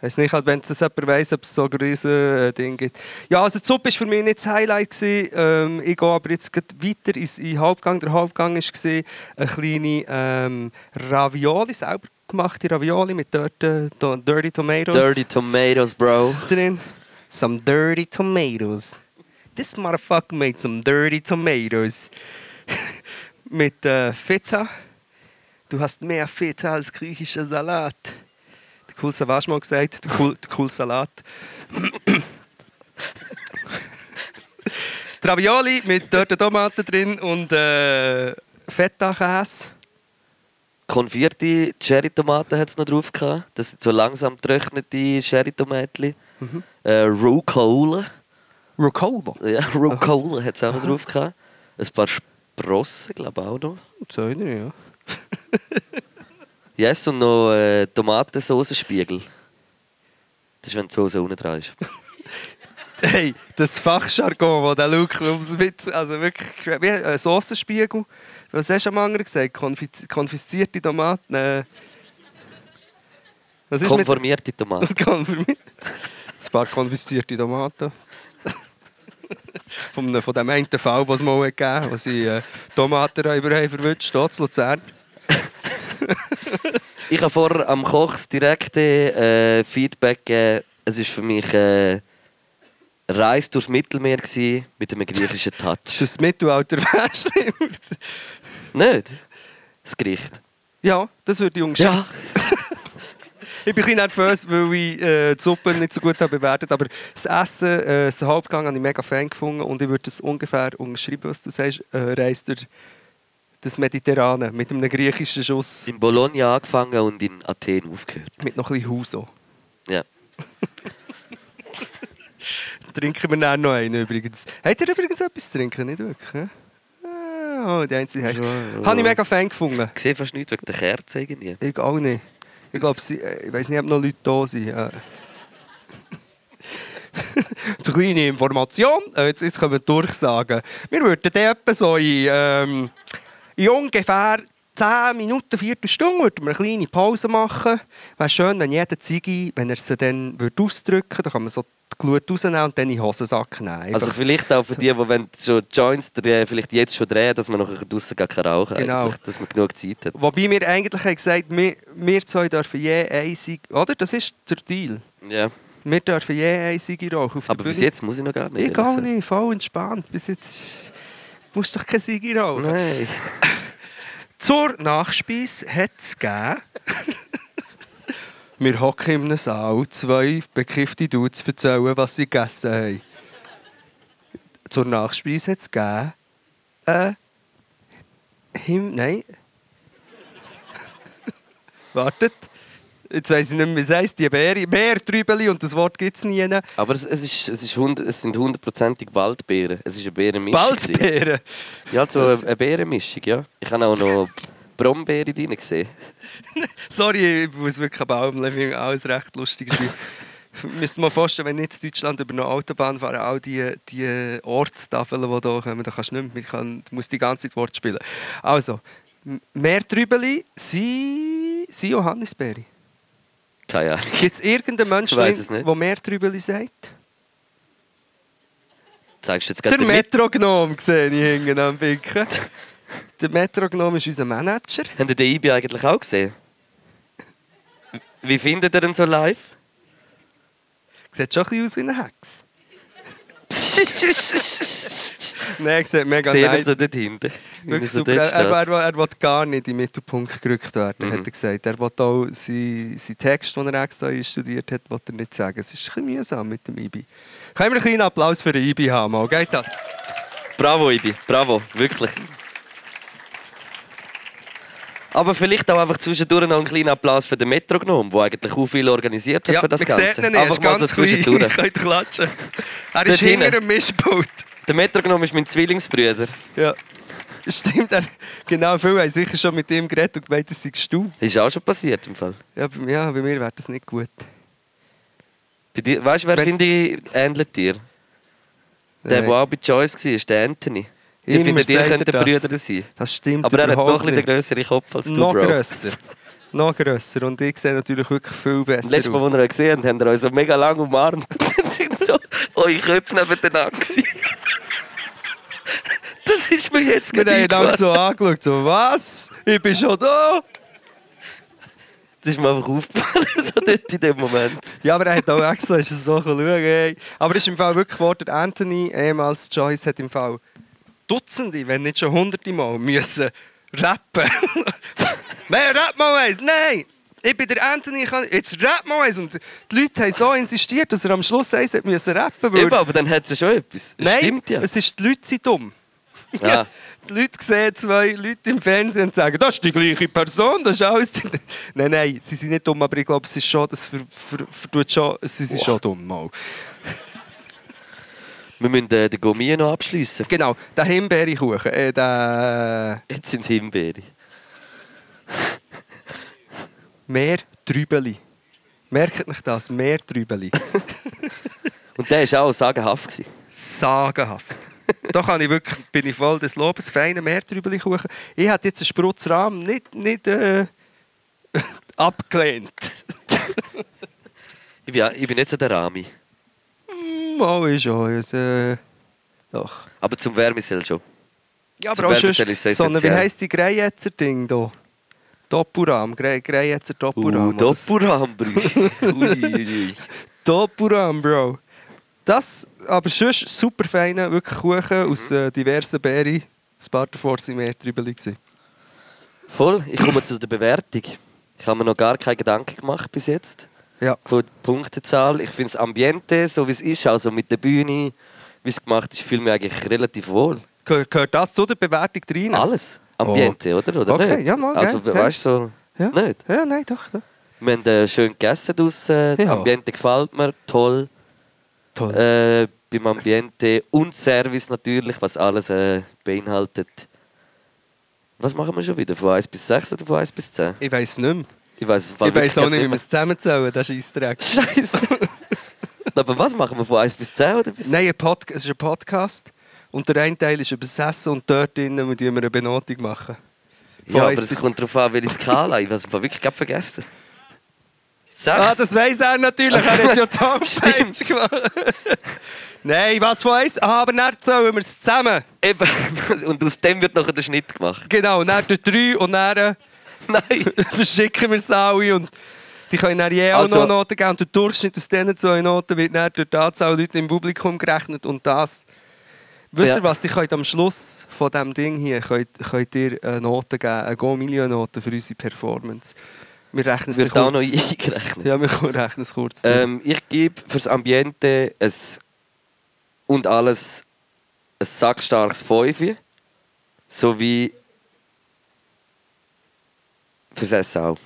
Speaker 3: Weiß nicht, halt, wenn das jemand weiss, ob es so ein riesiges Ding gibt. Ja, also die Suppe war für mich nicht das Highlight. Gewesen. Ähm, ich gehe aber jetzt grad weiter ins in den Hauptgang. Der Hauptgang war eine kleine ähm, Ravioli selber selbstgemachte Ravioli mit dort, äh, to- Dirty Tomatoes
Speaker 2: Dirty Tomatoes, Bro.
Speaker 3: drin. Some dirty tomatoes. This motherfucker made some dirty tomatoes. mit äh, Feta. Du hast mehr Feta als griechischer Salat. Der cool Savage mal gesagt, der cool, der cool Salat. Die Ravioli mit dort Tomaten drin und äh, Feta-Käse.
Speaker 2: Konfierte Cherry-Tomaten hat es noch drauf gehabt. Das sind so langsam getrocknete Cherry-Tomaten.
Speaker 3: Mhm.
Speaker 2: Äh, Rucola.
Speaker 3: Rocola.
Speaker 2: Ja, Rucola hat es auch noch drauf gehabt. Ein paar Sprossen, glaube ich, auch noch.
Speaker 3: So einer, ja.
Speaker 2: Yes, und noch äh, Tomatensoßenspiegel. Das ist, wenn die Soße unten dran ist.
Speaker 3: Hey, das Fachjargon, das der Luke ums Witz, also wirklich, wie ein Sossenspiegel. Was hast du am anderen gesagt? Konfiz konfiszierte Tomaten. Äh. Was ist mit
Speaker 2: Konformierte Tomaten.
Speaker 3: Konformiert. Ein paar konfiszierte Tomaten. Von, einem- von dem einen Fall, den es mal gegeben hat, wo sie äh, Tomatenräuber haben verwünscht, hier in Luzern.
Speaker 2: Ich habe vorher am Kochs direkte äh, Feedback gegeben. Es war für mich äh, Reis durchs Mittelmeer gewesen, mit einem griechischen Touch.
Speaker 3: Das Mittelalter wäre schlimmer.
Speaker 2: Nicht? Das Gericht.
Speaker 3: Ja, das würde ich unterschätzen.
Speaker 2: Ja.
Speaker 3: Ich bin ein bisschen nervös, weil ich äh, die Suppe nicht so gut habe bewertet habe. Aber das Essen, äh, das Hauptgang, habe ich mega Fan gefunden. Und ich würde es ungefähr unterschreiben, was du sagst. Äh, reist durch das Mediterrane mit einem griechischen Schuss.
Speaker 2: In Bologna angefangen und in Athen aufgehört.
Speaker 3: Mit noch ein bisschen Huso.
Speaker 2: Ja.
Speaker 3: Trinken wir dann noch einen übrigens. Habt ihr übrigens etwas zu trinken? Nicht wirklich? hä? Ah, Oh, die einzige.
Speaker 2: Ja.
Speaker 3: Habe ich mega Fan gefunden.
Speaker 2: Ich sehe fast nichts wegen der Kerze irgendwie.
Speaker 3: Ich auch nicht. Ich glaube, sie- äh, ich weiß nicht, ob noch Leute da sind. Äh. Zur kleine Information, äh, jetzt, jetzt können wir durchsagen. Wir würden dann etwa so in, ähm, in ungefähr 10 Minuten, Viertelstunde würden wir eine kleine Pause machen. Wäre schön, wenn jeder Ziggy, wenn er sie dann würde ausdrücken würde, dann kann man so die Glut rausnehmen und dann in den Hosensack nehmen. Einfach-
Speaker 2: Also vielleicht auch für die, die wenn die schon Joints drehen, vielleicht jetzt schon drehen, dass man nachher draußen gar kein rauchen kann.
Speaker 3: Genau.
Speaker 2: eigentlich, Dass man genug Zeit hat.
Speaker 3: Wobei wir eigentlich haben gesagt wir, wir zwei dürfen je ein Ziggy, oder? Das ist der Deal.
Speaker 2: Ja.
Speaker 3: Wir dürfen je ein Ziggy rauchen auf der
Speaker 2: Aber bis
Speaker 3: Bühne.
Speaker 2: jetzt muss ich noch gar nicht.
Speaker 3: Ich
Speaker 2: ehrlich
Speaker 3: gar
Speaker 2: gesagt.
Speaker 3: nicht, voll entspannt. Bis jetzt musst du doch keine Sigi rauchen.
Speaker 2: Nein.
Speaker 3: Zur Nachspeise hat es gegeben. Wir hocken in einem Saal, zwei bekiffte Dudes erzählen, was sie gegessen haben. Zur Nachspeise hat es gegeben. Äh. Him. Nein. Wartet. Jetzt weiss ich nicht mehr, wie es heisst. Die Beere. Beertrübeli und das Wort gibt es nie.
Speaker 2: Aber es, es, ist, es, ist hund, es sind hundertprozentig Waldbeeren. Es ist eine Beerenmischung. gewesen.
Speaker 3: Baldbeere.
Speaker 2: Ja, also eine, eine Beerenmischung, ja. Ich habe auch noch Brombeere drin gesehen.
Speaker 3: Sorry, ich muss wirklich baumeln, weil alles recht lustig ist. Müsste man vorstellen, wenn ich jetzt in Deutschland über eine Autobahn fahre, all die, die Ortstafeln, die hier kommen, da kannst du nicht mehr, ich kann, du musst die ganze Zeit Wort spielen. Also, m- mehr Trübeli sind sind Johannisbeere.
Speaker 2: Keine Ahnung.
Speaker 3: Gibt es irgendeinen Menschen,
Speaker 2: Ich weiss es nicht.
Speaker 3: der mehr Trübeli sagt?
Speaker 2: Zeigst du jetzt
Speaker 3: Der
Speaker 2: gerade den Mit?
Speaker 3: Metrognom sehe ich hinten am Winken. Der Metrognom ist unser Manager.
Speaker 2: Habt ihr den IB eigentlich auch gesehen? Wie findet ihr ihn so live?
Speaker 3: Sieht schon ein bisschen aus wie eine Hex. Nein, sieht mega
Speaker 2: Sehen
Speaker 3: nice
Speaker 2: ihn so dort hinten. Wie er
Speaker 3: Wirklich
Speaker 2: so
Speaker 3: super.
Speaker 2: dort
Speaker 3: Er,
Speaker 2: steht.
Speaker 3: er, er, er will gar nicht in den Mittelpunkt gerückt werden,
Speaker 2: Mhm.
Speaker 3: hat er gesagt. Er will auch seinen sein Text, den er extra studiert hat, will er nicht sagen. Es ist ein bisschen mühsam mit dem IBI. Können wir einen kleinen Applaus für den IBI haben? Mal? Geht das?
Speaker 2: Bravo, Ibi, bravo, wirklich. Aber vielleicht auch einfach zwischendurch noch einen kleinen Applaus für den Metronom, der eigentlich auch viel organisiert hat für das
Speaker 3: man
Speaker 2: Ganze.
Speaker 3: sieht ihn nicht, er
Speaker 2: einfach
Speaker 3: ist
Speaker 2: mal so
Speaker 3: ganz klein.
Speaker 2: zwischendurch.
Speaker 3: Könnt ihr klatschen. Er ist
Speaker 2: hinten.
Speaker 3: hinter dem Mischpult.
Speaker 2: Der Metronom ist mein Zwillingsbruder.
Speaker 3: Ja. Stimmt, er, genau, viele haben sicher schon mit ihm geredet und gemeint, es sei du.
Speaker 2: Ist auch schon passiert im Fall.
Speaker 3: Ja, bei- ja, bei mir wäre das nicht gut.
Speaker 2: Bei dir, weißt du, wer
Speaker 3: Wenn-
Speaker 2: finde ich ähnelt dir? Der,
Speaker 3: Nein.
Speaker 2: der auch bei Joyce war, ist der Anthony. Ich
Speaker 3: Immer
Speaker 2: finde,
Speaker 3: sagt
Speaker 2: ihr
Speaker 3: er
Speaker 2: könnt
Speaker 3: das.
Speaker 2: Brüder sein.
Speaker 3: Das stimmt
Speaker 2: Aber er hat
Speaker 3: überhaupt
Speaker 2: noch ein bisschen den
Speaker 3: nicht.
Speaker 2: grösseren Kopf als du,
Speaker 3: noch
Speaker 2: Bro.
Speaker 3: grösser. Noch grösser. Und ich sehe natürlich wirklich viel besser
Speaker 2: Letztes Mal,
Speaker 3: aus.
Speaker 2: als wir ihn gesehen haben, haben wir uns so mega lang umarmt. Dann sind so eure Köpfe nebeneinander. gewesen. Das ist mir jetzt
Speaker 3: Wir
Speaker 2: gerade
Speaker 3: haben ihn auch
Speaker 2: eingefallen.
Speaker 3: so angeschaut, so was? Ich bin schon da!
Speaker 2: Das ist mir einfach aufgefallen, so dort in dem Moment.
Speaker 3: Ja, aber er hat auch extra ist es so schauen. Ey. Aber es ist im Fall wirklich geworden, Anthony, ehemals Joyce, hat im Fall Dutzende, wenn nicht schon hunderte Mal müssen rappen. Wer rappt mal eins? Nein! Ich bin der Anthony, ich kann... jetzt rapp mal eins. Und die Leute haben so insistiert, dass er am Schluss eins hat müssen rappen
Speaker 2: Eben,
Speaker 3: musste.
Speaker 2: aber dann hat es ja schon etwas. Es
Speaker 3: Nein,
Speaker 2: Stimmt ja.
Speaker 3: es ist, die Leute sind dumm.
Speaker 2: Ja.
Speaker 3: Die Leute sehen zwei Leute im Fernsehen und sagen, das ist die gleiche Person, das ist alles. die-" nein, nein, sie sind nicht dumm, aber ich glaube, es ist schon, das ver, ver, verdut schon, sie sind schon dumm. Mal.
Speaker 2: Wir müssen äh, den Gourmet noch abschliessen.
Speaker 3: Genau, der Himbeerkuchen, äh, der
Speaker 2: Jetzt sind es Himbeere.
Speaker 3: Meertrübeli. Merkt euch das, Meertrübeli.
Speaker 2: Und der war auch sagenhaft. gewesen.
Speaker 3: Sagenhaft. da kann ich wirklich, bin ich voll des Lobes, feiner Meertrübeli-Kuchen. Ich hätte jetzt einen Sprutzrahm nicht, nicht äh, abgelehnt.
Speaker 2: Ich bin, ich bin nicht so der Rami.
Speaker 3: Mal ist schon, jetzt, äh, doch.
Speaker 2: Aber zum Wärmesel schon.
Speaker 3: Ja,
Speaker 2: Zum
Speaker 3: aber auch
Speaker 2: Beispiel
Speaker 3: schon.
Speaker 2: ist es
Speaker 3: So eine, wie
Speaker 2: essentiell.
Speaker 3: heisst die Greijetzer-Ding hier? Topuram, Gre- Greijetzer
Speaker 2: Uh,
Speaker 3: Topuram. oder so.
Speaker 2: Dopuram, Uiuiui.
Speaker 3: Topuram, Bro. Das, aber sonst super feine, wirklich Kuchen aus äh, diversen Beeren. Ein paar davor waren mehr drüber.
Speaker 2: Voll, ich komme zu der Bewertung. Ich habe mir noch gar keine Gedanken gemacht bis jetzt.
Speaker 3: Ja.
Speaker 2: Von der Punktezahl. Ich finde das Ambiente, so wie es ist, also mit der Bühne, wie es gemacht ist, fühle ich mich eigentlich relativ wohl.
Speaker 3: Gehör, gehört das zu der Bewertung rein?
Speaker 2: Alles. Ambiente, oder? oder
Speaker 3: Oh. Okay,
Speaker 2: nicht?
Speaker 3: ja, mal,
Speaker 2: Also,
Speaker 3: gell,
Speaker 2: weißt du, so,
Speaker 3: Ja.
Speaker 2: nicht.
Speaker 3: Ja, nein, doch. doch.
Speaker 2: Wir haben äh, schön gegessen draussen, das
Speaker 3: Ja.
Speaker 2: Ambiente gefällt mir, toll.
Speaker 3: Toll.
Speaker 2: Äh, beim Ambiente und Service natürlich, was alles äh, beinhaltet. Was machen wir schon wieder? Von 1 bis 6 oder von 1 bis 10?
Speaker 3: Ich weiß nicht mehr.
Speaker 2: Ich weiß es
Speaker 3: ich weiß auch nicht, wie wir es zusammenzählen, das ist Dreck.
Speaker 2: Scheiße. Aber was machen wir von 1 bis 10 oder bis
Speaker 3: Nein, ein Pod es ist ein Podcast. Und der eine Teil ist über das Essen und dort drinnen müssen wir eine Benotung machen.
Speaker 2: Ja, aber
Speaker 3: eins
Speaker 2: es
Speaker 3: bis-
Speaker 2: kommt darauf an, welche Skala. Ich habe es wirklich gerade vergessen. 6?
Speaker 3: Ah, das weiss er natürlich, er hat ja Tom
Speaker 2: Stimmt.
Speaker 3: Page gemacht. Nein, was von uns? Ah, aber dann zählen wir es zusammen.
Speaker 2: Eben. Und aus dem wird nachher der Schnitt gemacht.
Speaker 3: Genau, dann der 3 und dann
Speaker 2: Nein.
Speaker 3: äh, verschicken wir es alle und die können dann je auch
Speaker 2: Also-
Speaker 3: noch Noten geben. Und der Durchschnitt aus diesen zwei Noten wird dann durch die Anzahl Leute im Publikum gerechnet und das. Wisst ihr
Speaker 2: Ja.
Speaker 3: was, die könnt am Schluss von diesem Ding hier könnt, könnt ihr eine Note geben, eine Go-Million-Note für unsere Performance. Wir rechnen es
Speaker 2: wird
Speaker 3: dann
Speaker 2: auch noch
Speaker 3: kurz.
Speaker 2: eingerechnet.
Speaker 3: Ja, wir rechnen es kurz. durch.
Speaker 2: Ähm, ich gebe fürs Ambiente ein und alles ein sackstarkes 5. Sowie fürs Essen auch.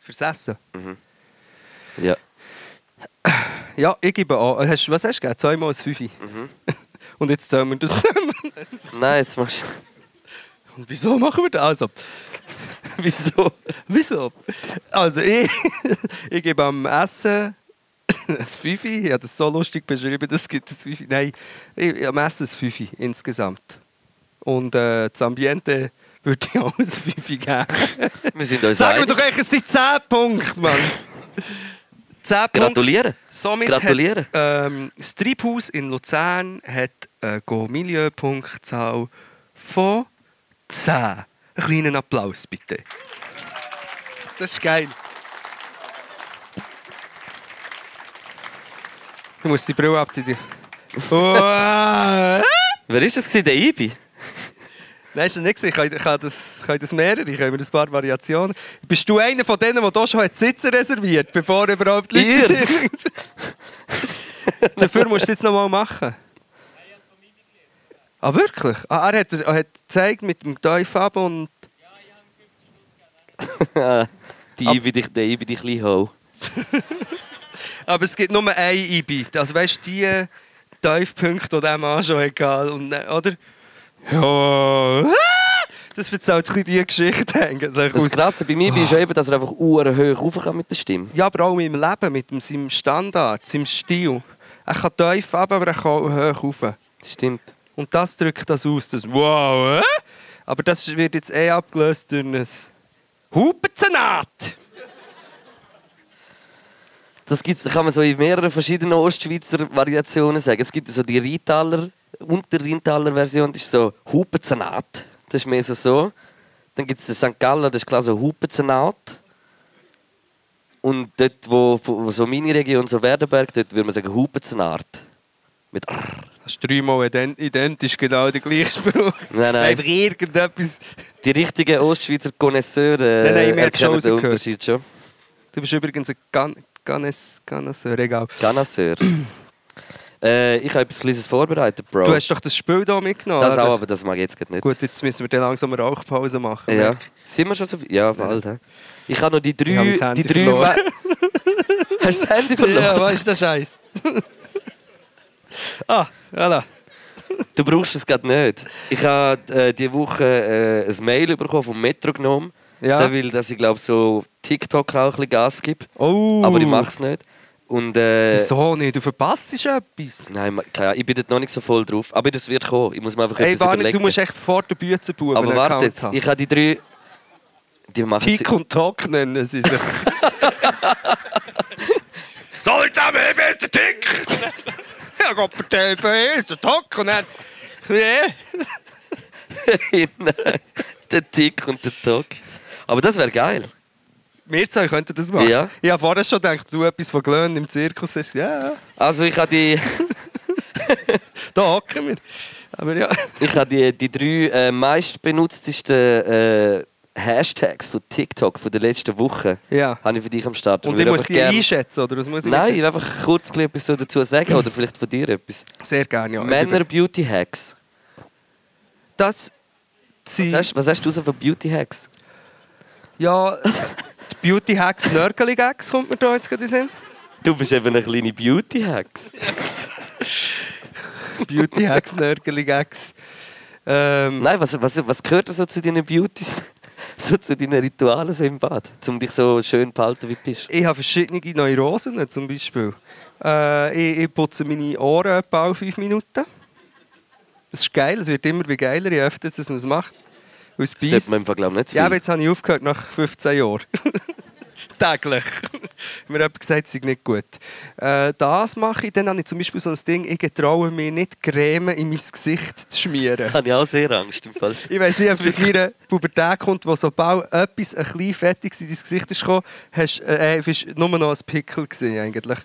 Speaker 3: Fürs Essen.
Speaker 2: Ja.
Speaker 3: Ja, ich gebe an. Äh, Hast, was hast du gegeben? Zweimal ein Fünfi.
Speaker 2: Mhm.
Speaker 3: Und jetzt zählen wir das zusammen.
Speaker 2: Nein, jetzt machst du.
Speaker 3: Und wieso machen wir das? Also,
Speaker 2: Wieso?
Speaker 3: wieso? Also, ich, ich gebe am Essen ein Fünfi. Ich habe das so lustig beschrieben, das gibt ein Fünfi. Nein, ich, am Essen ein Fünfi insgesamt. Und äh, das Ambiente würde ich auch ein Fünfi geben.
Speaker 2: Wir sind uns
Speaker 3: Sag mir
Speaker 2: einig.
Speaker 3: doch eigentlich, es sind 10 Punkte, Mann. 10 Punkte.
Speaker 2: Gratulieren.
Speaker 3: Somit
Speaker 2: Gratuliere.
Speaker 3: Hat, ähm, das Treibhaus in Luzern hat eine Go-Milieu-Punktzahl von 10. Einen kleinen Applaus bitte. Das ist geil. Ich muss die Brille abziehen. Uah.
Speaker 2: Wer ist das? gewesen? Der Ibi?
Speaker 3: Nein, ist das nicht. gewesen. Ich kann, ich kann, das, ich kann das mehrere, ich habe mir ein paar Variationen. Bist du einer von denen, der hier schon hat Sitze reserviert bevor überhaupt Leute
Speaker 2: Ihr?
Speaker 3: sind? Dafür musst du es jetzt nochmal machen. Ah, wirklich? Ah, er hat, er hat gezeigt mit dem Teufel ab und...
Speaker 2: Die Ibi, die, der Ibi, die kleine Ho.
Speaker 3: Aber es gibt nur eine Ibi. Also weißt du, die Teufpunkte, die der Mann schon hatte, und, dann- oder? Ja... Das erzählt ein bisschen die Geschichte eigentlich.
Speaker 2: Das
Speaker 3: aus.
Speaker 2: Krasse bei mir ist ja eben, dass er einfach urenhoch rauf kann mit der Stimme.
Speaker 3: Ja, aber auch im Leben, mit dem, seinem Standard, seinem Stil. Er kann tief ab, aber er kann auch hoch rauf.
Speaker 2: Das stimmt.
Speaker 3: Und das drückt das aus, das Wow, äh? Aber das wird jetzt eh abgelöst durch ein Hupenzenat!
Speaker 2: Das gibt, kann man so in mehreren verschiedenen Ostschweizer Variationen sagen. Es gibt so die Rheintaler und die Rheintaler Version, das ist so Hupenzenat. Das ist mehr so so. Dann gibt es den St. Gallen, das ist klar so Hupenzenat. Und dort, wo, wo so meine Region, so Werdenberg, dort würde man sagen Hupenzenart. Mit Arr.
Speaker 3: Das ist dreimal ident- identisch, genau der gleiche Spruch.
Speaker 2: Nein, nein.
Speaker 3: Einfach irgendetwas.
Speaker 2: Die richtigen Ostschweizer Connoisseure äh,
Speaker 3: Nein, nein, ich merke schon,
Speaker 2: erkennen den
Speaker 3: rausgehört.
Speaker 2: Unterschied schon.
Speaker 3: Du bist übrigens ein Gan Ganes, Ganesseur, egal.
Speaker 2: Connoisseur. äh, ich habe etwas Kleines vorbereitet, Bro.
Speaker 3: Du hast doch das Spiel da mitgenommen.
Speaker 2: das
Speaker 3: oder?
Speaker 2: auch, aber das mag ich jetzt gerade nicht.
Speaker 3: Gut, jetzt müssen wir dann langsam eine Rauchpause machen.
Speaker 2: Ja. Sind wir schon so viel? Ja, bald. hä? Ich habe noch die
Speaker 3: Ich habe
Speaker 2: drei...
Speaker 3: mein Handy
Speaker 2: die drei
Speaker 3: verloren.
Speaker 2: Me- Hast du das Handy verloren?
Speaker 3: ja was ist der Scheiß? ah, voilà.
Speaker 2: Du brauchst es gerade nicht. Ich habe äh, diese Woche äh, ein Mail bekommen vom Metro genommen,
Speaker 3: Ja.
Speaker 2: der will, dass ich glaube so TikTok auch ein bisschen Gas gebe,
Speaker 3: Oh.
Speaker 2: aber ich mache es nicht. Und äh,
Speaker 3: Wieso nicht? Du verpasst etwas.
Speaker 2: nein, ma- keine Ahnung, ich bin dort noch nicht so voll drauf, aber das wird kommen. Ich muss mir einfach
Speaker 3: Ey,
Speaker 2: etwas
Speaker 3: Barney, du
Speaker 2: überlegen.
Speaker 3: musst echt vor der Büzenbuben
Speaker 2: aber warte jetzt, ich habe die drei. Die machen
Speaker 3: Tick und Tock nennen sie sich. Soll ich sagen,
Speaker 2: E
Speaker 3: ich bin der Tick? ja, Gott, E vertell mir, ist der Tock. Und dann... Yeah.
Speaker 2: sie- Nein, der Tick und der Tock. Aber das wäre geil.
Speaker 3: Wir zwei könnten das machen.
Speaker 2: Ja.
Speaker 3: Ich habe vorher schon gedacht, du etwas von Glöhn im Zirkus hast. Ja, ja.
Speaker 2: Also ich habe die,
Speaker 3: da hocken wir. Aber ja.
Speaker 2: ich habe die, die drei äh, meistbenutztesten äh, Hashtags von TikTok von der letzten Woche.
Speaker 3: ja.
Speaker 2: habe ich für dich am Start.
Speaker 3: Und
Speaker 2: Weil
Speaker 3: ich muss
Speaker 2: einfach
Speaker 3: die
Speaker 2: gern-
Speaker 3: einschätzen, oder? Was muss ich
Speaker 2: Nein, ich will einfach kurz etwas dazu sagen oder vielleicht von dir etwas.
Speaker 3: Sehr gerne, ja.
Speaker 2: Männer Beauty Hacks.
Speaker 3: das
Speaker 2: Was
Speaker 3: sind...
Speaker 2: hast, was hast du so für Beauty Hacks?
Speaker 3: Ja, äh, die Beauty Hacks, Nörgelig Hacks kommt mir da jetzt gerade in den
Speaker 2: Du bist eben eine kleine Beauty Hacks.
Speaker 3: Sinn. Beauty Hacks, Nörgelig Hacks. Ähm,
Speaker 2: Nein, was, was, was gehört so zu deinen Beauties? So zu deinen Ritualen so im Bad, um dich so schön zu behalten, wie du bist.
Speaker 3: ich habe verschiedene Neurosen zum Beispiel. Äh, ich, ich putze meine Ohren etwa alle fünf Minuten. Das ist geil, es wird immer wie geiler, je öfter dass man es macht. Weil es
Speaker 2: Das
Speaker 3: beißt.
Speaker 2: sollte man im Vergleich nicht zu
Speaker 3: Ja, aber
Speaker 2: viel.
Speaker 3: jetzt habe ich aufgehört nach 15 Jahren. Täglich. Mir hat jemand gesagt, es sei nicht gut. Äh, das mache ich, dann habe ich zum Beispiel so ein Ding, ich traue mich nicht, Creme in mein Gesicht zu schmieren.
Speaker 2: habe ich auch sehr Angst im Fall.
Speaker 3: Ich weiß nicht, ob es aus meiner Pubertät kommt, wo sobald etwas ein bisschen fettig in dein Gesicht ist gekommen, hast, äh, äh, bist nur noch ein Pickel gesehen eigentlich.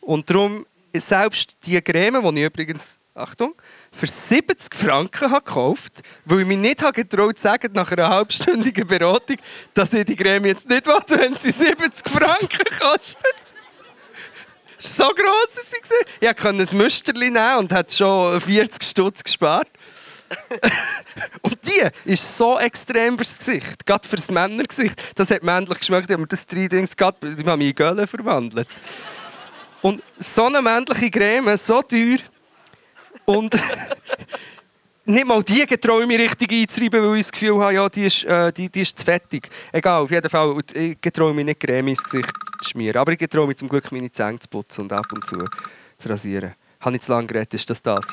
Speaker 3: Und darum, selbst die Creme, die ich übrigens, Achtung, für 70 Franken habe gekauft weil ich mich nicht habe getraut zu sagen, nach einer halbstündigen Beratung, dass ich die Creme jetzt nicht will, wenn sie 70 Franken kostet. Das war so gross war sie. gewesen. Ich konnte ein Müsterli nehmen und hat schon 40 Stutz gespart. Und die ist so extrem fürs Gesicht, gerade fürs Männergesicht. Das hat männlich geschmeckt, aber das drei Dings gerade die haben mich in Gölle verwandelt. Und so eine männliche Creme, so teuer. Und nicht mal die getraue ich mich richtig einzureiben, weil ich das Gefühl habe, ja, die ist, äh, die, die ist zu fettig. Egal, auf jeden Fall, und ich getraue mich nicht, Creme ins Gesicht zu schmieren. Aber ich getraue mich zum Glück, meine Zähne zu putzen und ab und zu zu rasieren. Habe ich zu lange geredet, ist das das?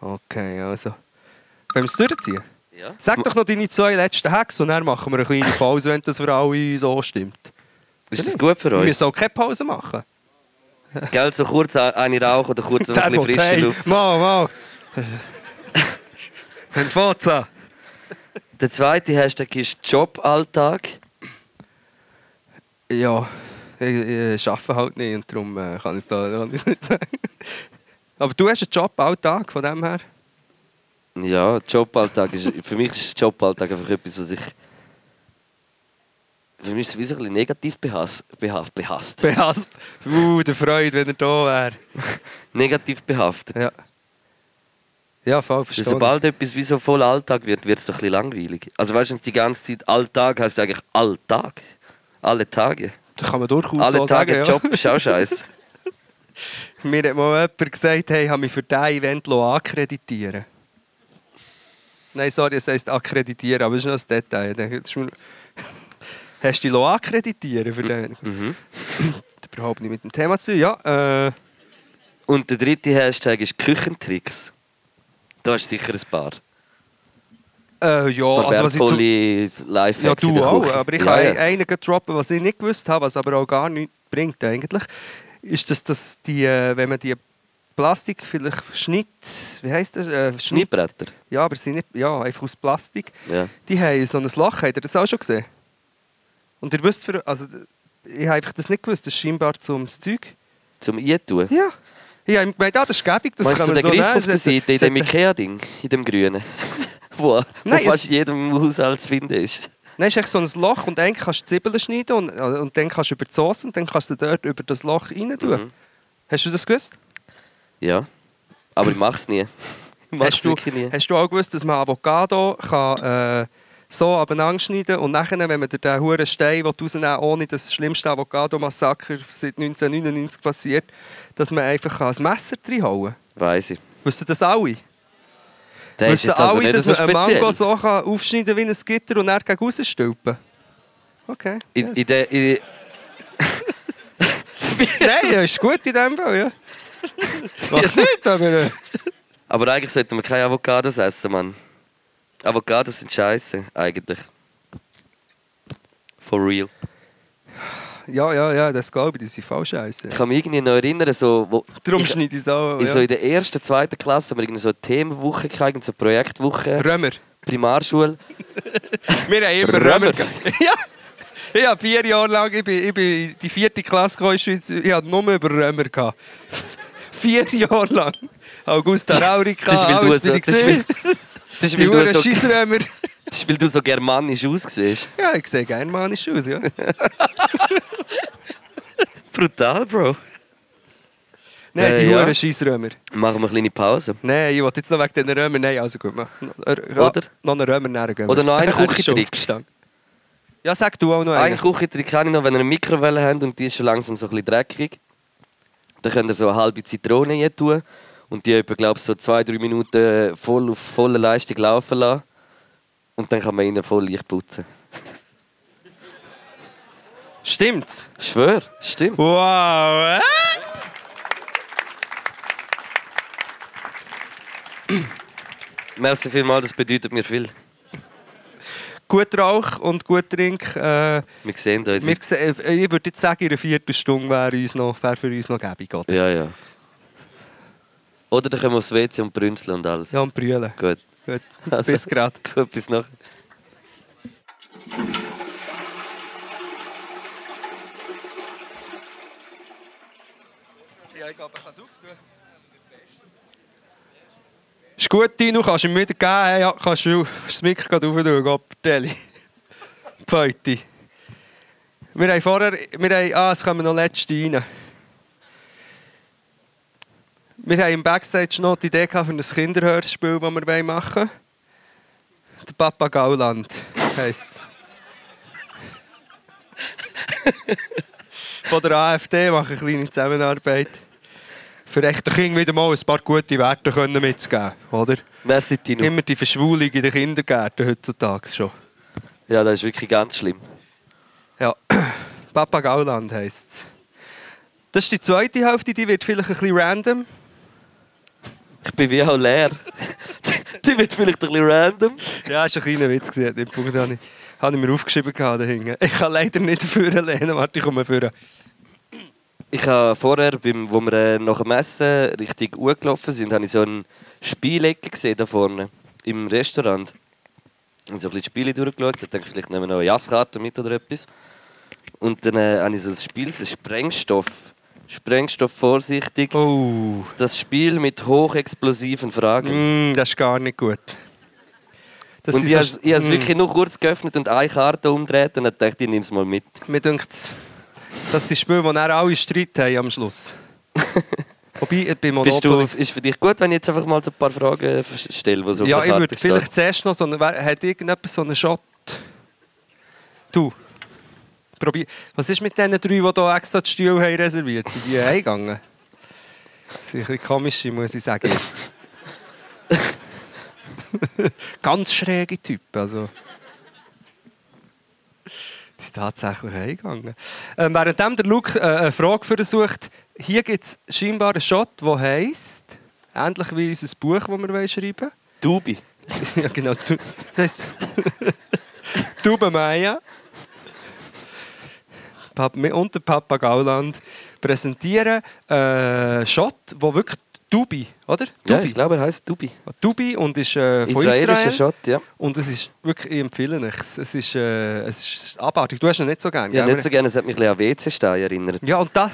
Speaker 3: Okay, also... Wollen wir es durchziehen?
Speaker 2: Ja.
Speaker 3: Sag doch noch deine zwei letzten Hacks und dann machen wir eine kleine Pause, wenn das für alle so stimmt.
Speaker 2: Ist das gut für
Speaker 3: Wir
Speaker 2: euch?
Speaker 3: müssen auch keine Pause machen.
Speaker 2: Gell, so kurz eine rauchen oder kurz ein bisschen
Speaker 3: will-
Speaker 2: frische Luft.
Speaker 3: Mal, mal. Wenn Forza.
Speaker 2: Der zweite Hashtag ist Joballtag.
Speaker 3: Ja, ich, ich arbeite halt nicht und darum äh, kann ich es da kann ich's nicht sagen. Aber du hast einen Job alltag von dem her.
Speaker 2: Ja, Joballtag ist. Für mich ist Joballtag einfach etwas, was ich. Für mich ist es wie so ein bisschen negativ behas, behaf, behasst.
Speaker 3: Behast. Uh, der Freude, wenn er da wäre.
Speaker 2: negativ behaftet.
Speaker 3: Ja. Ja, voll,
Speaker 2: Weil
Speaker 3: verstehe.
Speaker 2: Sobald etwas wie so voll Alltag wird, wird es doch ein bisschen langweilig. Also weißt du, die ganze Zeit Alltag heißt eigentlich Alltag. Alle Tage.
Speaker 3: ich. Das kann man durchaus
Speaker 2: Alle
Speaker 3: so
Speaker 2: Tage
Speaker 3: sagen. ja.
Speaker 2: Job ist auch scheiße.
Speaker 3: Mir hat mal jemand gesagt, hey, ich habe mich für diesen Event ankreditieren lassen. Nein, sorry, es heisst akkreditieren, aber es ist noch ein Detail. Ich denke, jetzt ist mir- Hast du dich ankreditieren für den?
Speaker 2: mhm.
Speaker 3: Hat Überhaupt nicht mit dem Thema zu tun. Ja, äh,
Speaker 2: Und der dritte Hashtag ist Küchentricks. Da hast du sicher ein paar.
Speaker 3: äh, ja
Speaker 2: Ein paar
Speaker 3: also was ich zu,
Speaker 2: wertvolle Lifehacks
Speaker 3: Ja,
Speaker 2: in
Speaker 3: du
Speaker 2: der
Speaker 3: auch,
Speaker 2: Küche.
Speaker 3: aber ich
Speaker 2: Ja,
Speaker 3: habe
Speaker 2: ja.
Speaker 3: einen gedroppt, was ich nicht gewusst habe, was aber auch gar nichts bringt eigentlich, ist, dass, dass die, äh, wenn man die Plastik, vielleicht Schnitt, wie heisst das? Äh, Schnitt,
Speaker 2: Schneidbretter.
Speaker 3: ja, aber sie sind nicht, ja, einfach aus Plastik.
Speaker 2: Ja.
Speaker 3: Die haben so ein Loch, habt ihr das auch schon gesehen? Und ihr wisst, für, also, ich habe einfach das nicht gewusst. Das ist scheinbar zum das Zeug.
Speaker 2: Zum Eintun.
Speaker 3: Ja. Ich habe gemeint, ah, das ist gäbig, das
Speaker 2: Meinst
Speaker 3: kann
Speaker 2: du den
Speaker 3: man so
Speaker 2: Griff
Speaker 3: nehmen.
Speaker 2: auf der
Speaker 3: Es- es-
Speaker 2: Seite, in
Speaker 3: es-
Speaker 2: dem Ikea-Ding, in dem grünen? wo, wo
Speaker 3: Nein,
Speaker 2: fast
Speaker 3: es-
Speaker 2: jedem Haushalt zu finden ist.
Speaker 3: Nein, es ist echt so ein Loch und eigentlich kannst du Zwiebeln schneiden und, äh, und dann kannst du über die Soße und dann kannst du dort über das Loch rein tun.
Speaker 2: Mhm.
Speaker 3: Hast du das gewusst?
Speaker 2: Ja. Aber ich mach's nie. Ich mach's
Speaker 3: Hast du,
Speaker 2: wirklich nie.
Speaker 3: hast du auch gewusst, dass man Avocado kann, äh, so abeinander schneiden und nachher, wenn man dir den hohen Stein will rausnehmen will, ohne das schlimmste Avocado-Massaker seit 1999 passiert, dass man einfach kann ein Messer reinhauen kann?
Speaker 2: Weiss ich.
Speaker 3: Wissen das alle?
Speaker 2: Der ist
Speaker 3: Wissen
Speaker 2: jetzt also
Speaker 3: alle,
Speaker 2: nicht
Speaker 3: dass
Speaker 2: so
Speaker 3: man einen Mango
Speaker 2: speziell.
Speaker 3: so kann aufschneiden wie ein Gitter und dann gegen rausstülpen? Okay.
Speaker 2: In, in der, in,
Speaker 3: Nein, ja, ist gut in dem Fall, ja. Mach's nicht, aber... äh,
Speaker 2: aber eigentlich sollten wir keine Avocados essen, Mann. Avocados sind scheiße, eigentlich. For real.
Speaker 3: Ja, ja, ja, das glaube ich, das sind falsch Scheisse.
Speaker 2: Ich kann mich irgendwie noch erinnern, so, wo
Speaker 3: Darum
Speaker 2: ich,
Speaker 3: schneide ich es auch.
Speaker 2: in, so
Speaker 3: Ja.
Speaker 2: in der ersten, zweiten Klasse haben wir irgendwie so eine Themenwoche, gehabt, irgend so eine Projektwoche,
Speaker 3: Römer.
Speaker 2: Primarschule.
Speaker 3: Wir haben immer
Speaker 2: Römer.
Speaker 3: Römer. ge- ja. Ich habe vier Jahre lang, ich bin, ich bin in die vierte Klasse gekommen in der Schweiz, ich habe nur über Römer gehabt. vier Jahre lang. Augusta Raurica,
Speaker 2: Das ist, weil du
Speaker 3: alles
Speaker 2: so-
Speaker 3: bin ich
Speaker 2: das ist,
Speaker 3: gesehen.
Speaker 2: Das ist,
Speaker 3: Die
Speaker 2: weil du
Speaker 3: Uhren
Speaker 2: so,
Speaker 3: Scheissrömer.
Speaker 2: das ist, weil du so germanisch aussiehst.
Speaker 3: Ja, ich sehe gerne manisch aus, ja.
Speaker 2: Brutal, Bro.
Speaker 3: Nein,
Speaker 2: Äh,
Speaker 3: die
Speaker 2: ja.
Speaker 3: Uhren Scheissrömer.
Speaker 2: Machen wir eine kleine Pause.
Speaker 3: Nein, ich wollte jetzt noch wegen den Römern. Nein, also gut. Noch,
Speaker 2: Oder?
Speaker 3: Noch einen Römer näher gehen. wir.
Speaker 2: Oder noch einen
Speaker 3: Er ist schon
Speaker 2: Küchentrick.
Speaker 3: aufgestanden. Ja, sag du auch noch einen.
Speaker 2: Einen Küchentrick kann ich noch, wenn ihr eine Mikrowelle habt und die ist schon langsam so ein bisschen dreckig, dann könnt ihr so eine halbe Zitrone rein tun und die etwa, glaube ich, so zwei, drei Minuten voll auf voller Leistung laufen lassen. Und dann kann man ihnen voll leicht putzen.
Speaker 3: Stimmt.
Speaker 2: Ich schwör, stimmt.
Speaker 3: Wow, äh?
Speaker 2: Merci vielmals, das bedeutet mir viel.
Speaker 3: Gut Rauch und gut Trink. Äh,
Speaker 2: Wir sehen uns.
Speaker 3: wir se- äh, ich würde jetzt sagen, in einer Viertelstunde wäre uns noch, wär für uns noch gäbig, oder?
Speaker 2: Ja, ja. Oder dann können wir aufs WC und brünzeln und alles.
Speaker 3: Ja, und brüllen.
Speaker 2: Gut.
Speaker 3: Gut.
Speaker 2: Also.
Speaker 3: Bis gerade.
Speaker 2: Gut, bis nachher.
Speaker 3: Ja, ich glaube, ich kann es auftun. Ist gut, Dino, kannst du ihm wieder geben? Hey, Ja, kannst du das Mic gerade aufschauen, Gottelli. Pfeute. Wir haben vorher... Wir haben, ah, es kommen noch letzte rein. Wir haben im Backstage noch die Idee gehabt für ein Kinderhörspiel, das wir machen wollen. Der Papagauland heisst Von der AfD mache ich eine kleine Zusammenarbeit. Für echte Kinder wieder mal ein paar gute Werte können mitzugeben, oder?
Speaker 2: Merci, Tino.
Speaker 3: Immer die Verschwulung in den Kindergärten heutzutage schon.
Speaker 2: Ja, das ist wirklich ganz schlimm.
Speaker 3: Ja, Papagauland heisst es. Das ist die zweite Hälfte, die wird vielleicht ein bisschen random.
Speaker 2: Ich bin wie auch leer. die wird vielleicht ein bisschen random.
Speaker 3: Ja, ist ein kleiner Witz gewesen. Den Punkt habe ich, habe ich mir aufgeschrieben gehabt, da hinten. Ich kann leider nicht führen lehnen. Warte, ich komme führen.
Speaker 2: Ich habe vorher, beim, wo wir äh, nach dem Essen richtig hochgelaufen sind, habe ich so eine Spielecke gesehen da vorne im Restaurant. Und so ein bisschen die Spiele durchgeschaut. Da dachte ich, vielleicht nehmen wir noch eine Jasskarte mit oder etwas. Und dann äh, habe ich so ein Spiel gesehen, Sprengstoff. Sprengstoff vorsichtig.
Speaker 3: Oh,
Speaker 2: Das Spiel mit hochexplosiven Fragen.
Speaker 3: mm, das ist gar nicht gut. Das
Speaker 2: und
Speaker 3: sind
Speaker 2: ich
Speaker 3: so-
Speaker 2: habe es ich habe es
Speaker 3: Mm.
Speaker 2: wirklich nur kurz geöffnet und eine Karte umgedreht und dann dachte ich, ich nehme es mal mit.
Speaker 3: Mir denkt, das sind Spiele, wo dann alle Streit haben am Schluss. Wobei, ich bin
Speaker 2: Bist du,
Speaker 3: Monopoly...
Speaker 2: ist für dich gut, wenn ich jetzt einfach mal so ein paar Fragen äh, stelle, die so auf
Speaker 3: ja,
Speaker 2: der
Speaker 3: ich
Speaker 2: Karte
Speaker 3: würde
Speaker 2: stehen?
Speaker 3: vielleicht zuerst noch so einen... Wer- Hat irgendjemand so einen Shot? Du. Probier. Was ist mit diesen drei, die hier extra die Stühle haben reserviert? Sind die eingegangen? Das sind ein bisschen komische, muss ich sagen. Ganz schräge Typen, also... Die sind tatsächlich eingegangen. Ähm, währenddem der Luke äh, eine Frage für ihn sucht, hier gibt es scheinbar einen Shot, der heisst, ähnlich wie unser Buch, das wir wollen schreiben
Speaker 2: Dubi.
Speaker 3: ja, genau. Du, das Tubenmeier und der Papagauland präsentieren äh, Shot, wo wirklich Dubi, oder?
Speaker 2: Ja,
Speaker 3: Dubi.
Speaker 2: ich glaube, er heißt Dubi.
Speaker 3: Dubi und ist äh, von Israel.
Speaker 2: Israelischer Schott, ja.
Speaker 3: Und es ist wirklich, ich empfehle es. Es ist, äh, es ist abartig. Du hast ihn nicht so gern.
Speaker 2: Ja,
Speaker 3: gell?
Speaker 2: nicht so gerne, es hat mich ein bisschen an WC-Stein erinnert.
Speaker 3: ja und, das,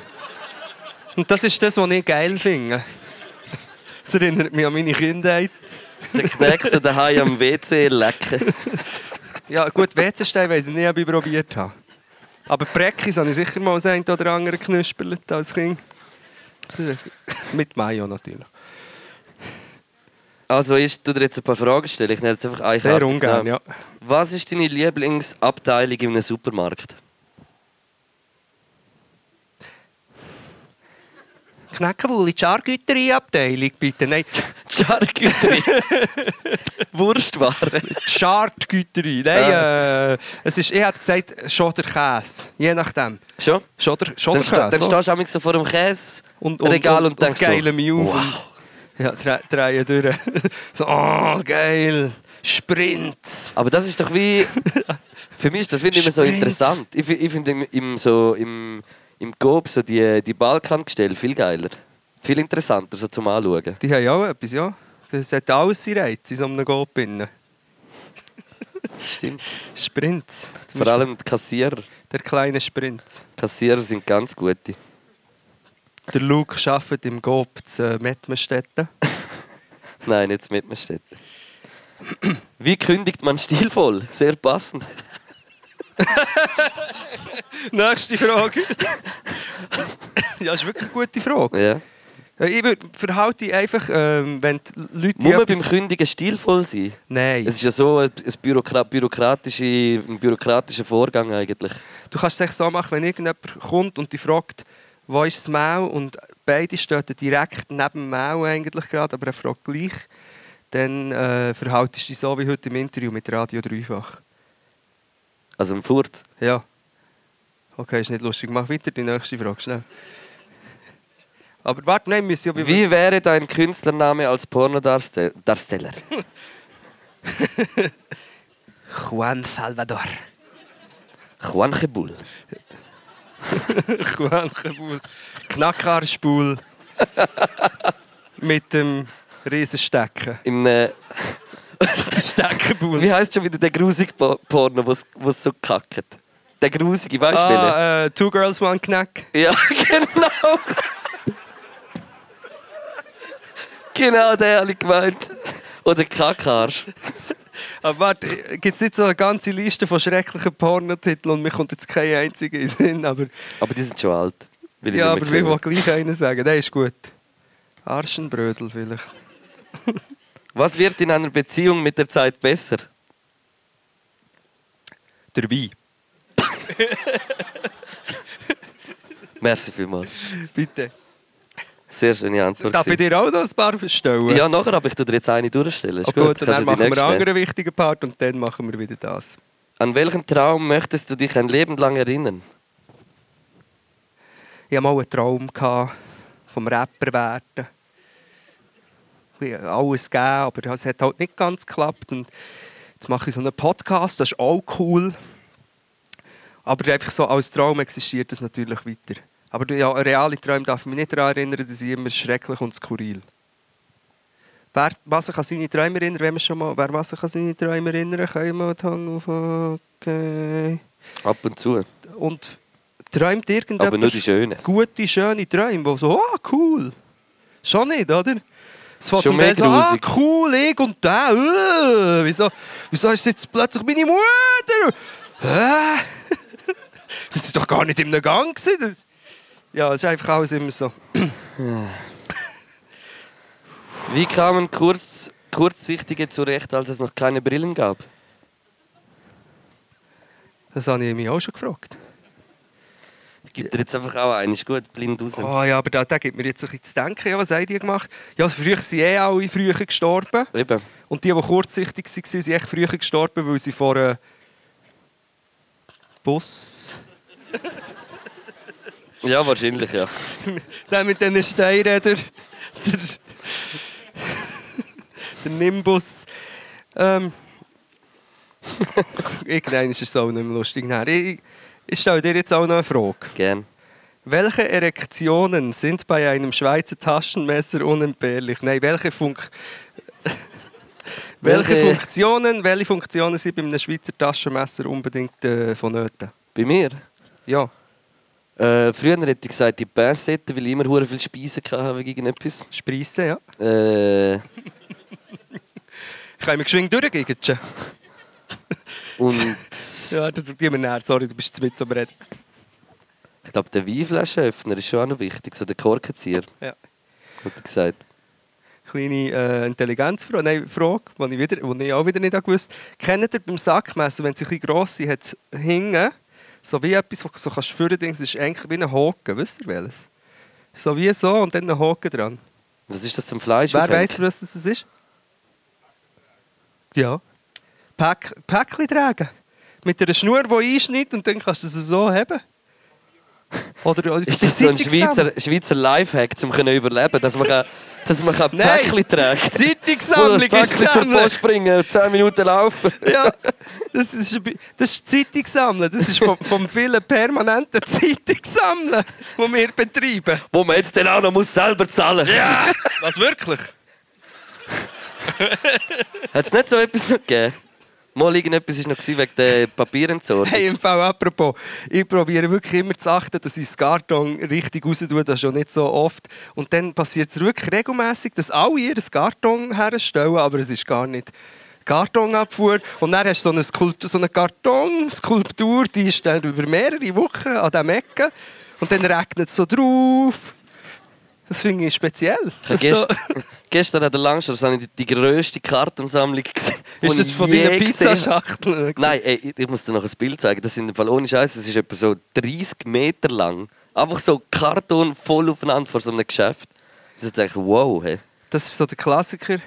Speaker 3: und das ist das, was ich geil finde. Das erinnert mich an meine Kindheit.
Speaker 2: Der Knäckse daheim am WC lecken.
Speaker 3: Ja, gut, WC-Stein weiss ich nicht, ob ich probiert habe. Aber Präckis habe ich sicher mal das eine oder andere geknüspelt als Kind. Mit Mayo natürlich.
Speaker 2: Also, ich tu dir jetzt ein paar Fragen stellen. Ich nehme jetzt einfach eine
Speaker 3: Sehr
Speaker 2: Karte.
Speaker 3: ungern,
Speaker 2: Genau.
Speaker 3: ja.
Speaker 2: Was ist deine Lieblingsabteilung in einem Supermarkt?
Speaker 3: Knäckewohl in die Schargüterei-Abteilung, bitte. Nein,
Speaker 2: Charcuterie. Wurstware.
Speaker 3: die Schartgüterei. Nein, äh, es ist, ich hätte gesagt, schon der Käse. Je nachdem.
Speaker 2: Schon?
Speaker 3: Schon der, schon
Speaker 2: Dann,
Speaker 3: der
Speaker 2: sta dann
Speaker 3: Käse. oder?
Speaker 2: stehst du manchmal so vor dem Käse.
Speaker 3: und,
Speaker 2: Regal und denkst so,
Speaker 3: geile Mule.
Speaker 2: wow.
Speaker 3: Ja, dre drehen durch. so, oh, geil. Sprint.
Speaker 2: Aber das ist doch wie. Für mich ist das wie nicht mehr so
Speaker 3: Sprint.
Speaker 2: interessant. Ich, fi- ich finde im, im, so, im, im Gob so die, die Balkangestelle viel geiler. Viel interessanter so zum Anschauen.
Speaker 3: Die haben ja auch etwas, ja. Das hat alles seinen Reiz in so einem Goldbinnen.
Speaker 2: Stimmt.
Speaker 3: Sprint. Zum
Speaker 2: Vor
Speaker 3: Beispiel
Speaker 2: allem die Kassierer.
Speaker 3: Der kleine Sprint.
Speaker 2: Kassierer sind ganz gute.
Speaker 3: Der Luke arbeitet im Gob zu äh, Mettmerstetten.
Speaker 2: Nein, jetzt mit mir steht. Wie kündigt man stilvoll? Sehr passend.
Speaker 3: Nächste Frage. ja, ist wirklich eine gute Frage.
Speaker 2: Ja.
Speaker 3: Ich würde verhalte dich einfach, ähm, wenn die Leute...
Speaker 2: Muss man
Speaker 3: etwas-
Speaker 2: beim Kündigen stilvoll sein?
Speaker 3: Nein.
Speaker 2: Es ist ja so ein, ein, Bürokra bürokratische, ein bürokratischer Vorgang eigentlich.
Speaker 3: Du kannst es echt so machen, wenn irgendjemand kommt und dich fragt, wo ist das Mau und beide stehen direkt neben dem Mau eigentlich gerade, aber er fragt gleich, dann äh, verhaltest du dich so wie heute im Interview mit Radio Dreifach.
Speaker 2: Also ein Furz.
Speaker 3: Ja. Okay, ist nicht lustig. Mach weiter die nächste Frage, schnell. Aber warte, nein, wir müssen ja...
Speaker 2: Wie wäre dein Künstlername als Pornodarsteller?
Speaker 3: Juan Salvador.
Speaker 2: Juan Gebul.
Speaker 3: Juan Kabul. Knackarspul. mit dem Riesenstecken.
Speaker 2: Im, äh,
Speaker 3: Steckenbuhl.
Speaker 2: wie heißt schon wieder der grusige Po- Porno, der so kackt? Der grusige, weißt du? welchen?
Speaker 3: Ah, äh, Two Girls, One Knack.
Speaker 2: Ja, genau. genau der habe ich gemeint. Oder Kackarsch.
Speaker 3: Aber Ah, warte, gibt es nicht so eine ganze Liste von schrecklichen Pornotiteln und mir kommt jetzt kein einziger in den Sinn, aber,
Speaker 2: Aber die sind schon alt. Will ich
Speaker 3: ja,
Speaker 2: nicht
Speaker 3: aber
Speaker 2: mehr
Speaker 3: wir wollen
Speaker 2: hören.
Speaker 3: gleich einen sagen, der ist gut. Arschenbrödel vielleicht.
Speaker 2: Was wird in einer Beziehung mit der Zeit besser?
Speaker 3: Der Wein.
Speaker 2: Merci vielmals.
Speaker 3: Bitte.
Speaker 2: Sehr schöne Antwort.
Speaker 3: Darf ich dir auch noch ein paar stellen?
Speaker 2: ja, nachher, aber ich tu dir jetzt eine durchstellen. Ist
Speaker 3: oh, gut, und
Speaker 2: Kannst
Speaker 3: dann
Speaker 2: du die
Speaker 3: machen wir einen
Speaker 2: nächste nehmen.
Speaker 3: anderen wichtigen Part und dann machen wir wieder das.
Speaker 2: An welchen Traum möchtest du dich ein Leben lang erinnern?
Speaker 3: Ich hatte mal einen Traum gehabt, vom Rapper werden. Ich habe alles gegeben, aber es hat halt nicht ganz geklappt. Und jetzt mache ich so einen Podcast, das ist auch cool. Aber einfach so als Traum existiert das natürlich weiter. Aber ja, reale Träume darf ich mich nicht daran erinnern, die sind immer schrecklich und skurril. Wer was sich an seine Träume erinnern, wenn wir schon mal, wer was sich an seine Träume erinnern, kann immer die Hand auf, okay.
Speaker 2: Ab und zu.
Speaker 3: Und träumt irgendjemand
Speaker 2: Aber nur die schönen.
Speaker 3: gute, schöne Träume, die so, ah, cool. Schon nicht, oder? Es
Speaker 2: Schon
Speaker 3: fängt zum
Speaker 2: mehr
Speaker 3: Teil so, ah,
Speaker 2: grusig.
Speaker 3: cool, ich und der, äh, wieso, wieso ist jetzt plötzlich meine Mutter? Hä? Wir sind doch gar nicht im Gang gewesen. Das- Ja, es ist einfach alles immer so.
Speaker 2: Wie kamen Kurz Kurzsichtige zurecht, als es noch keine Brillen gab?
Speaker 3: Das habe ich mich auch schon gefragt.
Speaker 2: Ich gebe dir jetzt einfach auch einen. Ist gut, blind raus.
Speaker 3: Oh ja, aber der, der gibt mir jetzt ein bisschen zu denken. Ja, was haben die gemacht? Ja, früher sind eh alle früher gestorben.
Speaker 2: Eben.
Speaker 3: Und die, die kurzsichtig waren, sind echt früher gestorben, weil sie vor einem Bus.
Speaker 2: Ja, wahrscheinlich, ja.
Speaker 3: Der mit diesen Steinrädern. Der, der Nimbus. Ähm. Irgendwann ist es auch nicht mehr lustig. Nein, ich, ich stelle dir jetzt auch noch eine Frage.
Speaker 2: Gern.
Speaker 3: Welche Erektionen sind bei einem Schweizer Taschenmesser unentbehrlich? Nein, welche Funk... welche
Speaker 2: Welche-
Speaker 3: Funktionen, welche Funktionen sind bei einem Schweizer Taschenmesser unbedingt äh, vonnöten?
Speaker 2: Bei mir?
Speaker 3: Ja,
Speaker 2: Äh, früher hätte ich gesagt, die Bassette, weil ich immer hure viel Speisen hatte wegen irgendetwas.
Speaker 3: Spreissen, ja.
Speaker 2: Äh,
Speaker 3: Ich kann mir geschwind durchgehen.
Speaker 2: und
Speaker 3: Ja, das tut immer näher. Sorry, du bist zu mit am Reden.
Speaker 2: ich glaube, der Weinflaschenöffner ist schon auch noch wichtig, so der Korkenzieher,
Speaker 3: Ja.
Speaker 2: hat er gesagt.
Speaker 3: Kleine äh, Intelligenzfrage, nein, Frage, die ich, wieder, die ich auch wieder nicht gewusst habe. Kennt ihr beim Sackmesser, wenn es ein bisschen gross sind, hat es hinten, so wie etwas, was du so kannst führen kannst, ist eigentlich wie ein Haken, wisst ihr welches? So wie so und dann ein Haken dran.
Speaker 2: Was ist das zum Fleisch?
Speaker 3: Wer
Speaker 2: aufhängen?
Speaker 3: weiß, was das ist? Ja. Päck, Päckchen tragen. Mit einer Schnur, die einschneidet und dann kannst du es so haben. Oder, oder
Speaker 2: Ist das so ein Schweizer, Schweizer Lifehack, um zu überleben, dass man, kann, dass man kann
Speaker 3: Nein.
Speaker 2: Päckchen tragen kann?
Speaker 3: Zeitungssammlung
Speaker 2: Oder das
Speaker 3: ist
Speaker 2: Päckchen zur
Speaker 3: nämlich-
Speaker 2: Post bringen und 10 Minuten laufen.
Speaker 3: Ja, das ist, ein bi- das ist Zeitung sammeln. Das ist vom, vom vielen permanenten Zeitung sammeln, die wir betreiben.
Speaker 2: Wo man jetzt dann auch noch muss selber zahlen muss.
Speaker 3: Was wirklich?
Speaker 2: Hat es nicht so etwas noch gegeben? Mal irgendetwas war noch gewesen wegen der Papierentsorgung.
Speaker 3: Hey, im Fall apropos, ich probiere wirklich immer zu achten, dass ich das Karton richtig raus tue, das schon nicht so oft. Und dann passiert es wirklich regelmäßig, dass alle ihr das Karton herstellen, aber es ist gar nicht Kartonabfuhr. Und dann hast du so eine, Skulptur, so eine Kartonskulptur, die ist dann über mehrere Wochen an diesem Ecken und dann regnet es so drauf. Das finde ich speziell.
Speaker 2: Ich habe
Speaker 3: Dass so-
Speaker 2: gestern, gestern an der Langstrasse habe ich die, die grösste Kartonsammlung gesehen.
Speaker 3: ist
Speaker 2: die
Speaker 3: das
Speaker 2: ich
Speaker 3: von
Speaker 2: je
Speaker 3: deinen
Speaker 2: gesehen habe.
Speaker 3: Pizzaschachteln?
Speaker 2: Nein, ey, ich- ich muss dir noch ein Bild zeigen. Das sind im Fall ohne Scheiß. Das ist etwa so 30 Meter lang. Einfach so Karton voll aufeinander vor so einem Geschäft. Ich dachte, wow. Hey.
Speaker 3: Das ist so der Klassiker.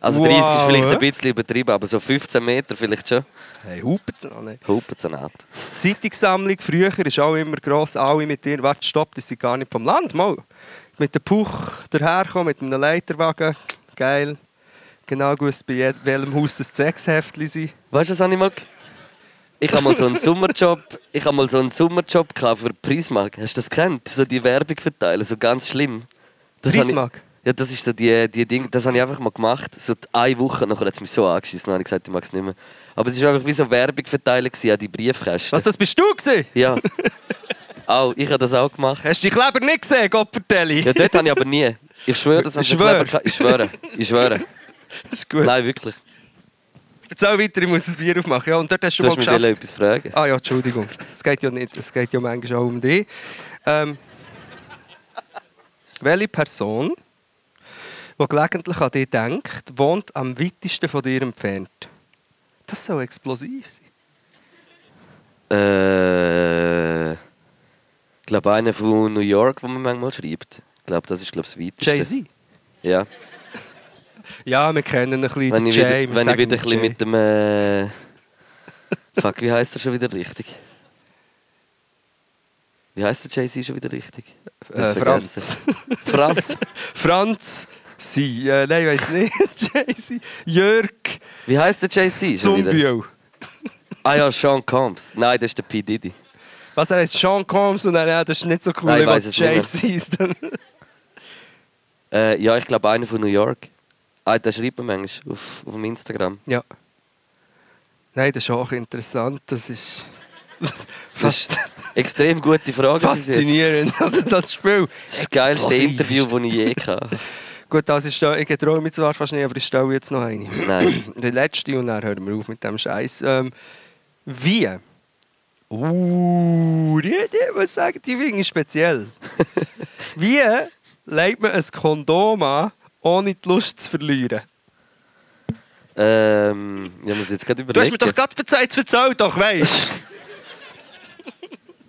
Speaker 2: Also 30 ist
Speaker 3: Wow,
Speaker 2: vielleicht ein
Speaker 3: hä?
Speaker 2: bisschen übertrieben, aber so 15 Meter vielleicht schon.
Speaker 3: Hey, Hupet's noch nicht.
Speaker 2: Hupenzanat.
Speaker 3: Zeitungssammlung früher ist auch immer gross, alle mit dir. Warte, stopp, die sind gar nicht vom Land. Mal. Mit dem Puch daherkommen, mit einem Leiterwagen. Geil. Genau gewusst, bei jed- welchem Haus das Sechshäftli sind.
Speaker 2: Weißt du, was habe ich mal... g- Ich habe mal so einen Sommerjob, ich habe mal so einen Sommerjob gehabt für Prismag. Hast du das kennt? So die Werbung verteilen, so ganz schlimm. Das habe ich-
Speaker 3: Prismag?
Speaker 2: Ja, das ist so die, die Ding, das habe ich einfach mal gemacht. So die eine Woche, nachher hat es mich so angeschissen, dann habe ich gesagt, ich mag es nicht mehr. Aber es war einfach wie so Werbung verteilen gewesen an die Briefkästen.
Speaker 3: Was, das bist du gewesen?
Speaker 2: Ja. auch, ich habe das auch gemacht.
Speaker 3: Hast du dich Kleber nicht gesehen, Gott vertelle
Speaker 2: Ja, dort habe ich aber nie. Ich schwöre, das habe ich
Speaker 3: Schwör.
Speaker 2: Kleber- Ich schwöre, ich schwöre.
Speaker 3: Das ist gut.
Speaker 2: Nein, wirklich.
Speaker 3: Erzähl weiter, ich muss das Bier aufmachen. Ja, und dort hast du,
Speaker 2: Du hast
Speaker 3: mal
Speaker 2: mich
Speaker 3: geschafft.
Speaker 2: wollen etwas fragen.
Speaker 3: Ah ja, Entschuldigung. Es geht ja nicht, es geht ja manchmal auch um dich. Ähm, welche Person, die gelegentlich an dich denkt, wohnt am weitesten von dir entfernt? Das soll explosiv sein.
Speaker 2: Äh, ich glaube, einer von New York, wo man manchmal schreibt. Ich glaube, das ist glaub, das weiteste.
Speaker 3: Jay-Z?
Speaker 2: Ja.
Speaker 3: Ja, wir kennen ein bisschen
Speaker 2: Wenn
Speaker 3: den
Speaker 2: ich
Speaker 3: Jay.
Speaker 2: wieder,
Speaker 3: wir
Speaker 2: wenn ich
Speaker 3: sagen
Speaker 2: wieder ein
Speaker 3: ihm
Speaker 2: bisschen
Speaker 3: Jay.
Speaker 2: mit dem. Äh, fuck, wie heißt er schon wieder richtig? Wie heißt der Jay-Z schon wieder richtig?
Speaker 3: Äh,
Speaker 2: Hab's
Speaker 3: Franz.
Speaker 2: vergessen. Franz.
Speaker 3: Franz Sie. Äh, nein, ich weiß nicht. Jay-Z. Jörg
Speaker 2: Wie heißt der Jay-Z schon wieder?
Speaker 3: Zumbio.
Speaker 2: Ah ja, Sean Combs. Nein, das ist der P. Diddy.
Speaker 3: Was er heißt, Sean Combs und dann, ja, das ist nicht so cool,
Speaker 2: Nein, ich
Speaker 3: weil
Speaker 2: weiss es nicht
Speaker 3: Jay-Z ist. dann-
Speaker 2: Äh, ja, ich glaube, einer von New York. Ah, der schreibt man manchmal auf, auf dem Instagram.
Speaker 3: Ja. Nein, das ist auch interessant. Das ist
Speaker 2: Das ist extrem gute Frage. bis jetzt.
Speaker 3: faszinierend. Also das Spiel.
Speaker 2: Das ist das geilste
Speaker 3: Explosiv.
Speaker 2: Interview, das ich je hatte.
Speaker 3: Gut, das ist, ich traue mich zwar fast nicht, aber ich stelle jetzt noch eine.
Speaker 2: Nein.
Speaker 3: Die letzte und dann hören wir auf mit dem Scheiß. Ähm, wie? Uh, die, die muss sagen, die finde ich speziell. wie legt man ein Kondom an, ohne die Lust zu verlieren?
Speaker 2: Ähm, ich muss jetzt gerade
Speaker 3: Du hast
Speaker 2: überlegen.
Speaker 3: mir doch gerade verzeiht, verzeih doch, weißt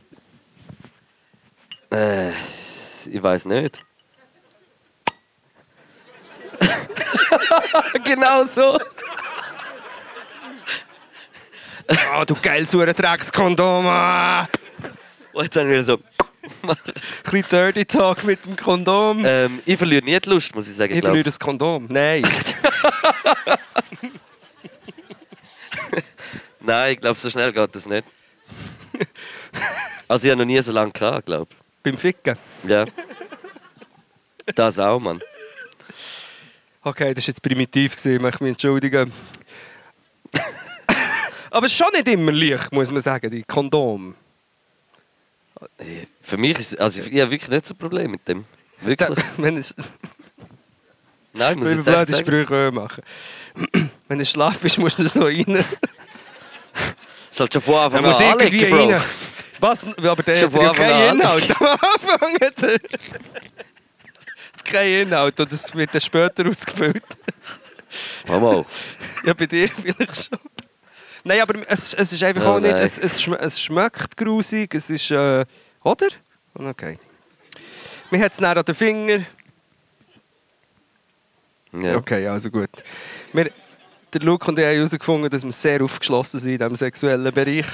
Speaker 2: äh, ich weiß nicht. genau so.
Speaker 3: Ah, du geiles Uhrentrags-Kondom! ah.
Speaker 2: Und Oh, jetzt haben wir so.
Speaker 3: Ein bisschen Dirty Talk mit dem Kondom.
Speaker 2: Ähm, ich verliere nie die Lust, muss ich sagen.
Speaker 3: ich
Speaker 2: glaub.
Speaker 3: verliere das Kondom. Nein.
Speaker 2: Nein, ich glaube, so schnell geht das nicht. also ich habe noch nie so lange gehabt, glaube ich.
Speaker 3: beim Ficken.
Speaker 2: Ja. Das auch, Mann.
Speaker 3: Okay, das war jetzt primitiv, gewesen, ich möchte mich entschuldigen. Aber es ist schon nicht immer leicht, muss man sagen, die Kondom.
Speaker 2: Für mich ist also ich habe wirklich nicht so ein Problem mit dem.
Speaker 3: Da,
Speaker 2: Wirklich.
Speaker 3: wenn es,
Speaker 2: Nein, muss
Speaker 3: wenn wir
Speaker 2: ich jetzt echt sagen.
Speaker 3: blöde Sprüche auch machen. wenn es schlaff ist, musst du so rein.
Speaker 2: Ist halt schon von Anfang
Speaker 3: Dann
Speaker 2: an
Speaker 3: musst du irgendwie
Speaker 2: anlegen, Bro.
Speaker 3: rein. Was? Aber der
Speaker 2: Schon
Speaker 3: hat
Speaker 2: von
Speaker 3: ja
Speaker 2: Anfang
Speaker 3: keinen
Speaker 2: an
Speaker 3: Inhalt am Anfang. hat er- Kein Inhalt und das wird dann später ausgefüllt.
Speaker 2: Mal, mal.
Speaker 3: Ja, bei dir vielleicht schon. Nein, aber es, es ist einfach
Speaker 2: Oh,
Speaker 3: auch nicht.
Speaker 2: nein.
Speaker 3: Es, es, schm es schmeckt grusig, es ist. Äh, oder? Okay. Mir hat es näher an den Finger.
Speaker 2: Ja.
Speaker 3: Okay, also gut. Wir, der Luke und ich haben herausgefunden, dass wir sehr aufgeschlossen sind in diesem sexuellen Bereich.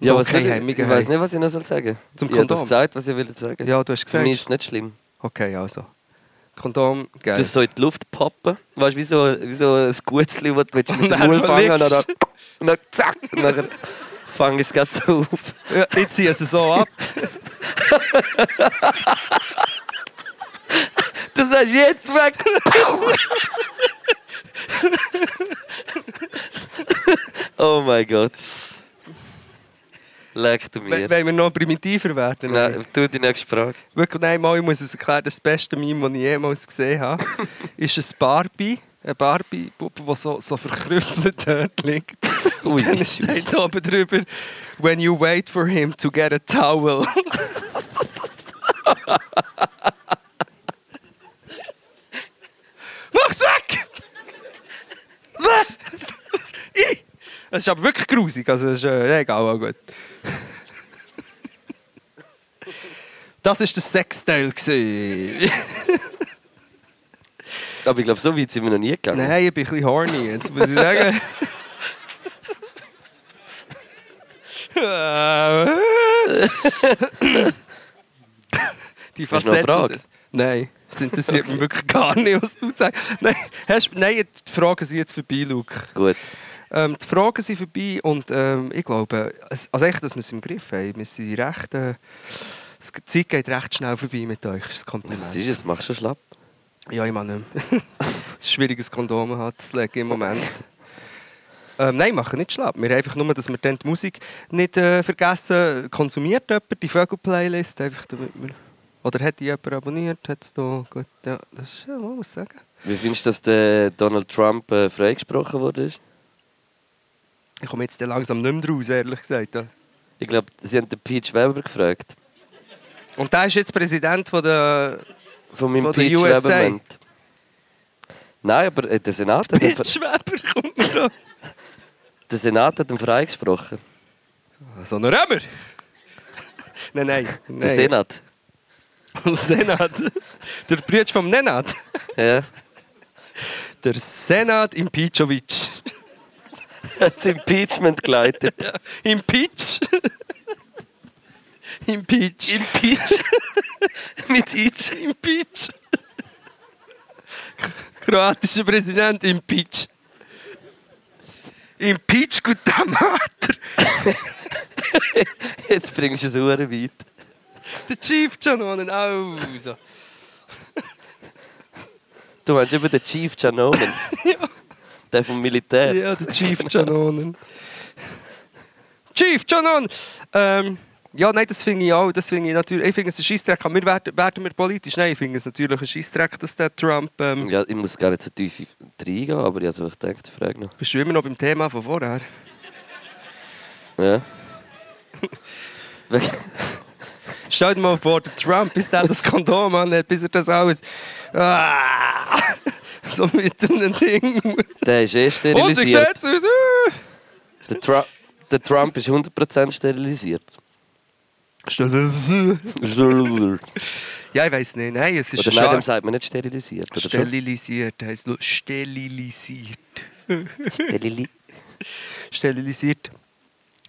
Speaker 3: Und
Speaker 2: Ja,
Speaker 3: auch
Speaker 2: was
Speaker 3: keine
Speaker 2: soll ich,
Speaker 3: Hemmungen
Speaker 2: ich weiß
Speaker 3: haben.
Speaker 2: nicht, was ich noch soll sagen soll.
Speaker 3: Zum
Speaker 2: ich habe das
Speaker 3: Kondom.
Speaker 2: gesagt, was ich will sagen.
Speaker 3: Ja, du hast
Speaker 2: Für
Speaker 3: gesagt.
Speaker 2: mich ist es nicht schlimm.
Speaker 3: Okay, also. Kondom, geil.
Speaker 2: Du so in die Luft poppen. Weißt du, wie so, wie so ein Gutzli, das du mit
Speaker 3: Und
Speaker 2: dem
Speaker 3: dann
Speaker 2: Maul fangen und
Speaker 3: verliebst.
Speaker 2: dann, und dann zack. Und dann fange ich es gerade so auf.
Speaker 3: Ja, ich ziehe es so ab.
Speaker 2: Du sagst jetzt weg. oh mein Gott. Leck du
Speaker 3: Wenn
Speaker 2: mir.
Speaker 3: wir noch primitiver werden.
Speaker 2: Nein, tu die nächste Frage.
Speaker 3: Wirklich, nein, mal, ich muss es erklären, das beste Meme, das ich jemals gesehen habe, ist ein Barbie. Eine Barbie-Puppe, die so, so verkrüppelt dort liegt.
Speaker 2: Ui.
Speaker 3: Und dann halt- steht oben drüber, «When you wait for him to get a towel.» Mach's weg! Weg! Ih! Es ist aber wirklich grusig, also es ist äh, egal, auch gut. Das war der Sexteil. gewesen.
Speaker 2: Aber ich glaube, so weit sind wir noch nie gegangen.
Speaker 3: Nein, ich bin ein bisschen horny, jetzt muss ich sagen. Die
Speaker 2: Hast du noch eine Frage?
Speaker 3: Nein, das interessiert mich wirklich gar nicht, was du sagst. Nein, hast, nein die Fragen sind jetzt vorbei, Luke.
Speaker 2: Gut.
Speaker 3: Ähm, die Fragen sind vorbei und ähm, ich glaube, es- also echt, dass wir es im Griff haben. Wir sind recht, äh, es- die Zeit geht recht schnell vorbei mit euch. Das ist ein Kompliment.
Speaker 2: Was ist jetzt? Machst du schlapp?
Speaker 3: Ja, ich meine nicht mehr. es ist schwierig, ein Kondom hat zu legen im Moment. Ähm, nein, machen nicht schlapp. Wir haben einfach nur, dass wir dann die Musik nicht äh, vergessen. Konsumiert jemand die Vögel-Playlist? Einfach damit wir... Oder hat die jemand abonniert? Hat es da... Gut, ja, das ist... Ja, man muss sagen.
Speaker 2: Wie findest du, dass der Donald Trump äh, freigesprochen wurde?
Speaker 3: Ich komme jetzt dann langsam nicht mehr raus, ehrlich gesagt. ja.
Speaker 2: Ich glaube, sie haben den Peach Weber gefragt.
Speaker 3: Und der ist jetzt Präsident von der...
Speaker 2: Von meinem
Speaker 3: Von der
Speaker 2: Peach
Speaker 3: USA.
Speaker 2: Weber. Nein, aber äh, der Senat hat ihn,
Speaker 3: Schweber kommt mir da.
Speaker 2: der Senat hat ihn freigesprochen.
Speaker 3: So ein Römer! Nein, nein. nein.
Speaker 2: Der Senat.
Speaker 3: Der Senat. Der Brütsch vom Nenad.
Speaker 2: Ja.
Speaker 3: Der Senat Impeachovic.
Speaker 2: hat das Impeachment geleitet.
Speaker 3: Impeach? Impeach.
Speaker 2: Impeach. Mit Itch.
Speaker 3: Impeach. Kroatischer Präsident Impeach. Impeach Gutamater.
Speaker 2: Jetzt bringst du es Uhren weit.
Speaker 3: Der Chief John Onen aus.
Speaker 2: Du meinst über den Chief Janomen?
Speaker 3: Ja.
Speaker 2: Der vom Militär.
Speaker 3: Ja, der Chief John Onen. Chief John Onen. Ähm, ja, nein, das finde ich auch. Das finde ich natürlich. Ich finde es ein Scheissdreck. Aber wir werden, werden wir politisch. Nein, ich finde es natürlich ein Scheissdreck, dass der Trump. Ähm,
Speaker 2: Ja, ich muss gar nicht so tief reingehen, aber ich habe gedacht, ich frage noch.
Speaker 3: Bist du immer noch beim Thema von vorher?
Speaker 2: Ja. Wegen-
Speaker 3: Stell dir mal vor, der Trump, bis der das Kondom anhat, bis er das alles. Ah, so mit einem Ding.
Speaker 2: der ist eh
Speaker 3: Und sie
Speaker 2: sterilisiert.
Speaker 3: sieht es. äh.
Speaker 2: Der, Tru der Trump ist 100% sterilisiert. Oder
Speaker 3: Ja, ich weiß nicht. Nein, es
Speaker 2: nein,
Speaker 3: ist
Speaker 2: dem
Speaker 3: scharf.
Speaker 2: sagt man nicht sterilisiert. Oder schon?
Speaker 3: Sterilisiert heißt nur sterilisiert.
Speaker 2: Sterili
Speaker 3: Sterilisiert.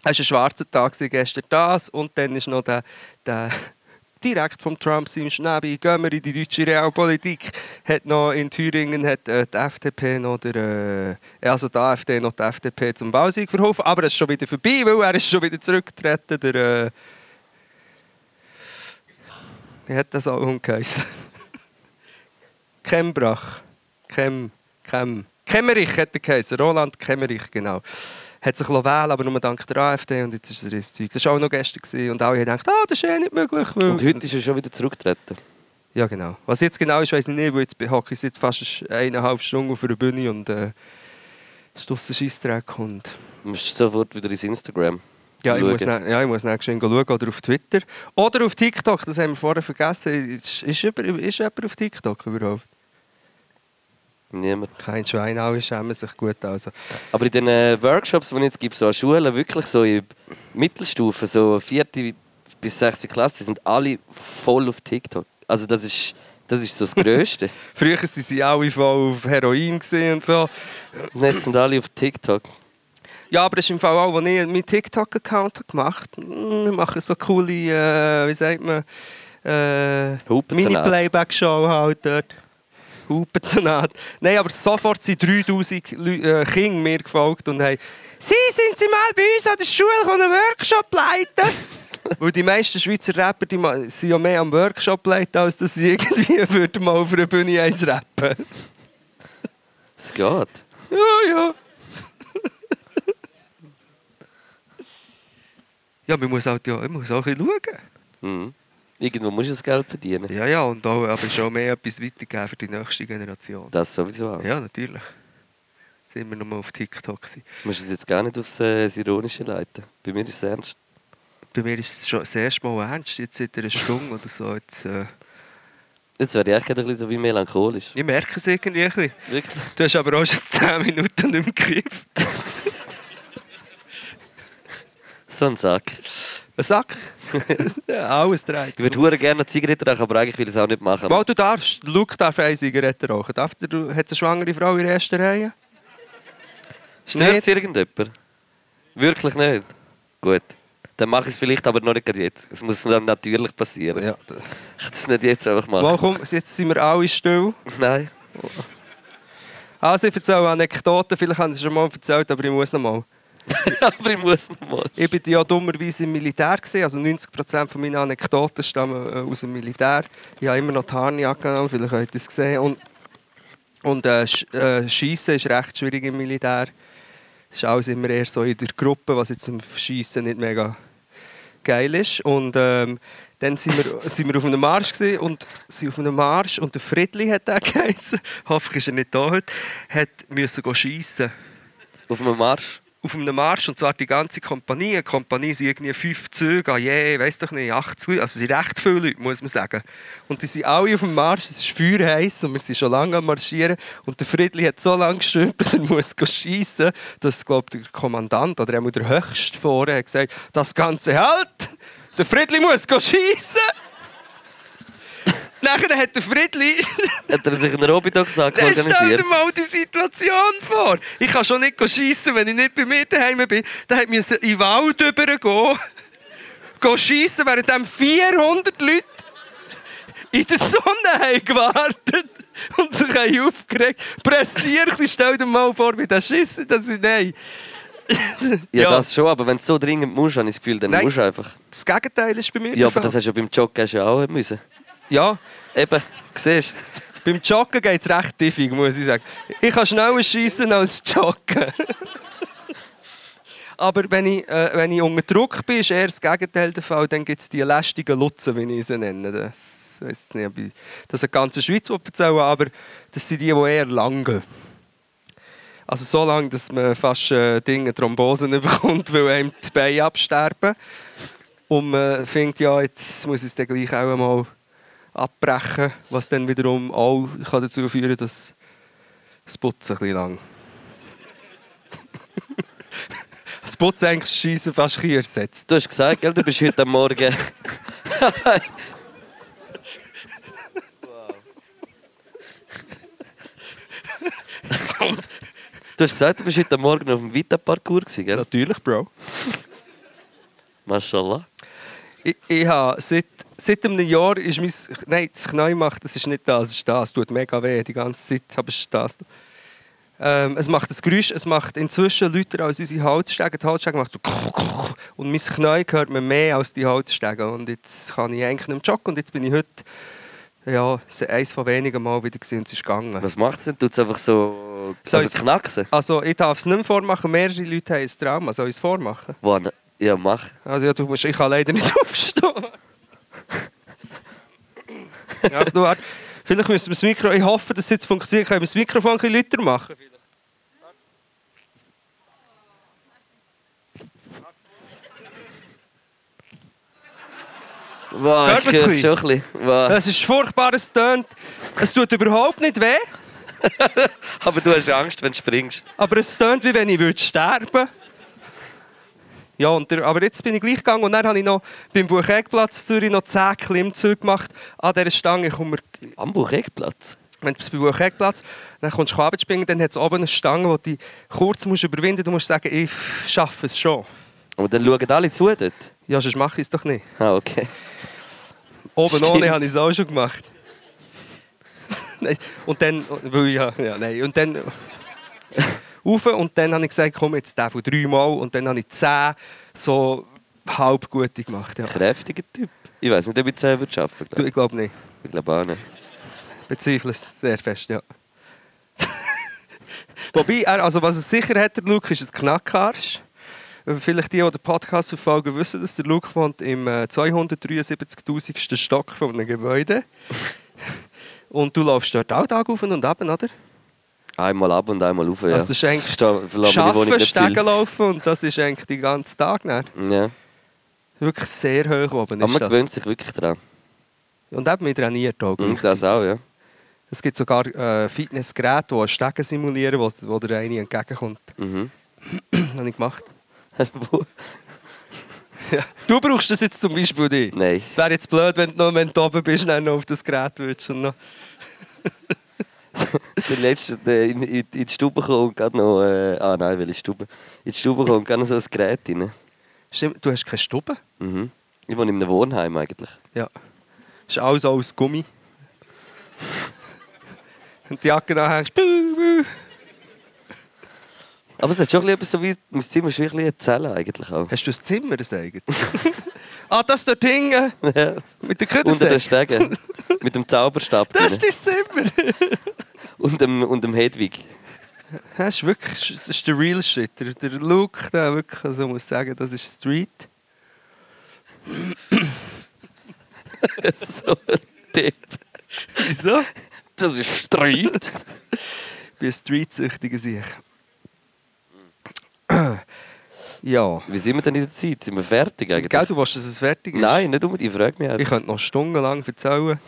Speaker 3: Es war ein schwarzer Tag, gewesen, gestern das und dann ist noch der, der direkt vom Trump im Schnäbi, gehen wir in die deutsche Realpolitik, hat noch in Thüringen hat, äh, die FDP noch der, äh, also die AfD noch die FDP zum Wahlsieg verholfen, aber es ist schon wieder vorbei, weil er ist schon wieder zurückgetreten, der, äh, Wie hat das Album geheißen? Kembrach. Kem. Kem. Kemmerich hat er geheißen. Roland Kemmerich, genau. Hat sich wählen lassen, aber nur dank der AfD und jetzt ist er ins Zeug. Das war auch noch gestern gewesen und alle haben gedacht, ah, das ist eh nicht möglich. weil-
Speaker 2: Und heute ist er schon wieder zurückgetreten.
Speaker 3: Ja, genau. Was jetzt genau ist, weiß ich nicht, weil jetzt hocke ich jetzt fast eineinhalb Stunden auf einer Bühne und äh, stusse Scheissdreck und...
Speaker 2: Du musst sofort wieder ins Instagram.
Speaker 3: Ja, ich
Speaker 2: schauen.
Speaker 3: muss, nach, ja, ich muss nachher schön schauen. Oder auf Twitter. Oder auf TikTok, das haben wir vorher vergessen. Ist, ist, über, ist jemand auf TikTok überhaupt?
Speaker 2: Niemand.
Speaker 3: Kein Schwein, alle schämen sich gut. Also.
Speaker 2: Aber in den äh, Workshops, die ich jetzt gebe, so an Schulen, wirklich so in Mittelstufe, so vierte bis sechste Klasse, sind alle voll auf TikTok. Also das ist, das ist so das Größte.
Speaker 3: Früher waren sie alle voll auf Heroin gewesen und so.
Speaker 2: Und jetzt sind alle auf TikTok.
Speaker 3: Ja, aber das ist im Fall auch, als ich meinen TikTok-Account habe gemacht habe. Wir machen so coole, äh, wie sagt man, äh,
Speaker 2: Hupenzenat.
Speaker 3: Mini-Playback-Show halt dort. Hupenzenat. Nein, aber sofort sind 3000 Leu- äh, Kinder mir gefolgt und haben «Sie, sind Sie mal bei uns an der Schule, können einen Workshop leiten?» Weil die meisten Schweizer Rapper die ma- sind ja mehr am Workshop leiten, als dass sie irgendwie würden mal auf einer Bühne eins rappen.
Speaker 2: Es geht.
Speaker 3: Ja, ja. ja, man muss halt ja, man muss auch ein bisschen schauen.
Speaker 2: Mhm. Irgendwo musst du das Geld verdienen.
Speaker 3: Ja, ja, und auch, aber schon mehr etwas weitergeben für die nächste Generation.
Speaker 2: Das sowieso auch.
Speaker 3: Ja, natürlich. Sind wir nochmal auf TikTok. gewesen.
Speaker 2: Du musst es jetzt gar nicht aufs äh, das Ironische leiten. Bei mir ist es ernst.
Speaker 3: Bei mir ist es schon das erste Mal ernst, jetzt seit einer Stunde oder so. Jetzt, äh,
Speaker 2: Jetzt werde ich echt gerade ein bisschen so wie melancholisch.
Speaker 3: ich merke es irgendwie ein bisschen.
Speaker 2: Wirklich.
Speaker 3: Du hast aber auch schon 10 Minuten nicht mehr gekifft.
Speaker 2: So ein Sack.
Speaker 3: Ein Sack. ja, alles dreht. um.
Speaker 2: Ich würde hure gerne eine Zigarette rauchen, aber eigentlich will ich es auch nicht machen.
Speaker 3: Mal, du darfst, Luke darf eine Zigarette rauchen. Darf der, hat eine schwangere Frau in der ersten Reihe?
Speaker 2: Stört es
Speaker 3: Nicht?
Speaker 2: irgendjemand? Wirklich nicht? Gut. Dann mache ich es vielleicht, aber noch nicht gerade jetzt. Es muss dann natürlich passieren.
Speaker 3: Ja.
Speaker 2: Ich kann es nicht jetzt einfach machen.
Speaker 3: Mal, komm, jetzt sind wir alle still.
Speaker 2: Nein.
Speaker 3: Also, ich erzähle Anekdoten. Vielleicht haben sie schon mal erzählt, aber ich muss noch mal.
Speaker 2: aber ich muss nochmal.
Speaker 3: Ich war ja dummerweise im Militär. Gewesen. Also 90% von meinen Anekdoten stammen äh, aus dem Militär. Ich habe immer noch die Harnjacke an, vielleicht habt ihr es gesehen. Und, und äh, Sch äh, Schiessen ist recht schwierig im Militär. Es ist alles immer eher so in der Gruppe, was jetzt im Schiessen nicht mega geil ist. Und ähm, dann sind wir, sind wir auf einem Marsch gewesen und sind auf einem Marsch und der Friedli hat auch geheißen, hoffentlich ist er nicht da heute, hat müssen go schiessen
Speaker 2: Auf einem Marsch.
Speaker 3: auf einem Marsch, und zwar die ganze Kompanie. Eine Kompanie sind irgendwie fünf Züge, ah je, weiß doch nicht, 80 Leute, also es sind recht viele Leute, muss man sagen. Und die sind alle auf dem Marsch, es ist feuerheiß und wir sind schon lange am Marschieren. Und der Friedli hat so lange gestimmt, dass er muss schiessen dass, glaube der Kommandant oder einmal der Höchste vorne hat gesagt, das Ganze halt, der Friedli muss schiessen. Nachher hat der Friedli...
Speaker 2: Hat er sich einen Robidox-Sack
Speaker 3: Dann stell dir
Speaker 2: organisiert?
Speaker 3: mal die Situation vor. Ich kann schon nicht schiessen, wenn ich nicht bei mir daheim bin. Dann hat müssen in den Wald übergehen. Gehen schiessen, während dem 400 Leute in der Sonne haben gewartet und sich haben aufgeregt. Pressier dich, stell dir mal vor, wie der schissen, dass ich nein.
Speaker 2: Ja,
Speaker 3: Ja.
Speaker 2: das schon, aber wenn du so dringend musst, habe ich das Gefühl, dann
Speaker 3: Nein.
Speaker 2: musst du einfach.
Speaker 3: Das Gegenteil ist bei mir.
Speaker 2: Ja,
Speaker 3: der
Speaker 2: aber das
Speaker 3: Fall.
Speaker 2: hast du ja beim Joggen schon auch müssen.
Speaker 3: ja,
Speaker 2: Eben, siehst du?
Speaker 3: beim Joggen geht es recht tiefig, muss ich sagen. Ich kann schneller schiessen als joggen. Aber wenn ich, äh, wenn ich unter Druck bin, ist eher das Gegenteil der Fall. Dann gibt es die lästigen Lutzen, wie ich sie nenne. Das weiß nicht, ob ich das der ganzen Schweiz erzählen will, aber das sind die, die eher lang gehen. Also so lange, dass man fast äh, Dinge, Thrombosen bekommt, weil einem die Beine absterben. Und man findet, ja, jetzt muss ich es dann gleich auch einmal abbrechen, was dann wiederum auch kann dazu führen kann, dass das Putzen ein bisschen lang Das Putzen eigentlich das Schiessen fast ein bisschen ersetzt.
Speaker 2: Du hast gesagt, gell, du bist heute am Morgen. Du hast gesagt, du bist heute am Morgen auf dem Vita-Parkour gewesen, gell?
Speaker 3: Natürlich, Bro.
Speaker 2: Mashallah.
Speaker 3: Ich, ich habe seit, seit einem Jahr ist mein... Nein, das Knie macht, das ist nicht das, das ist das. Tut mega weh die ganze Zeit, aber es ist das. Ähm, es macht das Geräusch, es macht inzwischen lauter als unsere Halsstege. Die Halsstege macht so und mein Knie hört man mehr als die Halsstege. Und jetzt kann ich eigentlich nicht mehr joggen und jetzt bin ich heute ja, eins von wenigen Mal wieder gesehen und es ist gegangen.
Speaker 2: Was macht es denn? Tut es einfach so also
Speaker 3: Soll ich's-
Speaker 2: knacksen?
Speaker 3: Also ich darf es nicht mehr vormachen, mehrere Leute haben ein Trauma, soll ich es vormachen?
Speaker 2: Wo an- Ja, mach.
Speaker 3: Also ja, du musst, ich kann leider nicht aufstehen. ja, du, warte. Vielleicht müssen wir das Mikro, ich hoffe, dass es jetzt funktioniert, können wir das Mikrofon ein bisschen lauter machen?
Speaker 2: Wow,
Speaker 3: Hört
Speaker 2: ich
Speaker 3: man's
Speaker 2: höre
Speaker 3: ein
Speaker 2: es schon ein bisschen. Wow.
Speaker 3: Es ist furchtbar, es tönt. Es tut überhaupt nicht weh,
Speaker 2: Aber du hast Angst, wenn du springst.
Speaker 3: aber es tönt, wie wenn ich würde sterben ja, und der, aber jetzt bin ich gleich gegangen und dann habe ich noch beim Bucheckplatz Zürich noch 10 Klimmzüge gemacht. An dieser Stange kommt man
Speaker 2: Am Bucheckplatz?
Speaker 3: wenn du beim Buchhegplatz dann kommst du Kabel springen, dann hat es oben eine Stange, die du kurz musst überwinden musst. Du musst sagen, ich schaffe es schon.
Speaker 2: Aber dann schauen alle zu dort.
Speaker 3: Ja, sonst mache ich es doch nicht.
Speaker 2: Ah, okay.
Speaker 3: Oben
Speaker 2: Stimmt.
Speaker 3: ohne habe ich es auch schon gemacht. Nein, und dann, weil ich, ja, ja, nein, und dann, rauf und dann habe ich gesagt, komm jetzt den von dreimal und dann habe ich zehn so halb gute gemacht. Ja.
Speaker 2: Kräftiger Typ. Ich weiß nicht, ob ich 10 würde arbeiten
Speaker 3: Du,
Speaker 2: würde.
Speaker 3: Ich glaube nicht.
Speaker 2: Ich glaube auch nicht.
Speaker 3: bezweifle es sehr fest, ja. Wobei, er, also was es sicher hat, der Luke, ist ein Knackarsch. Vielleicht die, die den Podcast verfolgen, wissen, dass der Luke wohnt im äh, 273'000. Stock von einem Gebäude. Und du läufst dort auch Tag auf und ab, oder?
Speaker 2: Einmal ab und einmal rauf, ja.
Speaker 3: Also das ist eigentlich
Speaker 2: Verstehe- verlassen wir die Wohnung
Speaker 3: Schaffen,
Speaker 2: nicht viel.
Speaker 3: Stegen laufen und das ist eigentlich den ganzen Tag. Dann.
Speaker 2: Ja.
Speaker 3: Wirklich sehr hoch
Speaker 2: Aber
Speaker 3: oben ist
Speaker 2: man
Speaker 3: das.
Speaker 2: gewöhnt sich wirklich daran.
Speaker 3: Und eben, wir trainiert auch.
Speaker 2: Und Mhm, das auch, ja.
Speaker 3: Es gibt sogar äh, Fitnessgeräte, die einen Stegen simulieren, wo, wo der eine entgegenkommt.
Speaker 2: Mhm.
Speaker 3: habe ich gemacht.
Speaker 2: Wo-
Speaker 3: Du brauchst das jetzt zum Beispiel nicht.
Speaker 2: Nein.
Speaker 3: Wäre jetzt blöd, wenn du, noch, wenn du oben bist, dann noch auf das Gerät würdest. Und noch.
Speaker 2: Der letzte der in, in, in die Stube kommt und gerade noch. Äh, ah nein, weil ich Stube. In die Stube kommt und gerade noch so ein Gerät rein.
Speaker 3: Stimmt, du hast keine Stube?
Speaker 2: Mhm. Ich wohne in einem Wohnheim eigentlich.
Speaker 3: Ja. Ist alles aus Gummi. Und die Jacke nachhängst. Bü, bü.
Speaker 2: Aber es hat schon ein bisschen etwas so wie. Mein Zimmer ist wie ein bisschen eine Zelle eigentlich auch.
Speaker 3: Hast du ein Zimmer, das eigentlich? ah, das dort hinten mit der
Speaker 2: Unter den
Speaker 3: Küttersäge.
Speaker 2: Stegen. Mit dem Zauberstab
Speaker 3: Das
Speaker 2: drin.
Speaker 3: ist dein Zimmer.
Speaker 2: Und dem, und dem Hedwig.
Speaker 3: Das ist wirklich das ist der real shit. Der, der Look, der wirklich, also ich muss sagen, das ist Street.
Speaker 2: so ein Tipp.
Speaker 3: Wieso?
Speaker 2: Das ist Streit.
Speaker 3: Ich bin ein streetsüchtiger Sieg. ja.
Speaker 2: Wie sind wir denn in der Zeit? Sind wir fertig eigentlich?
Speaker 3: Gell, du willst, dass es fertig ist?
Speaker 2: Nein, nicht unbedingt. Ich frage mich
Speaker 3: Ich
Speaker 2: einfach.
Speaker 3: könnte noch stundenlang erzählen.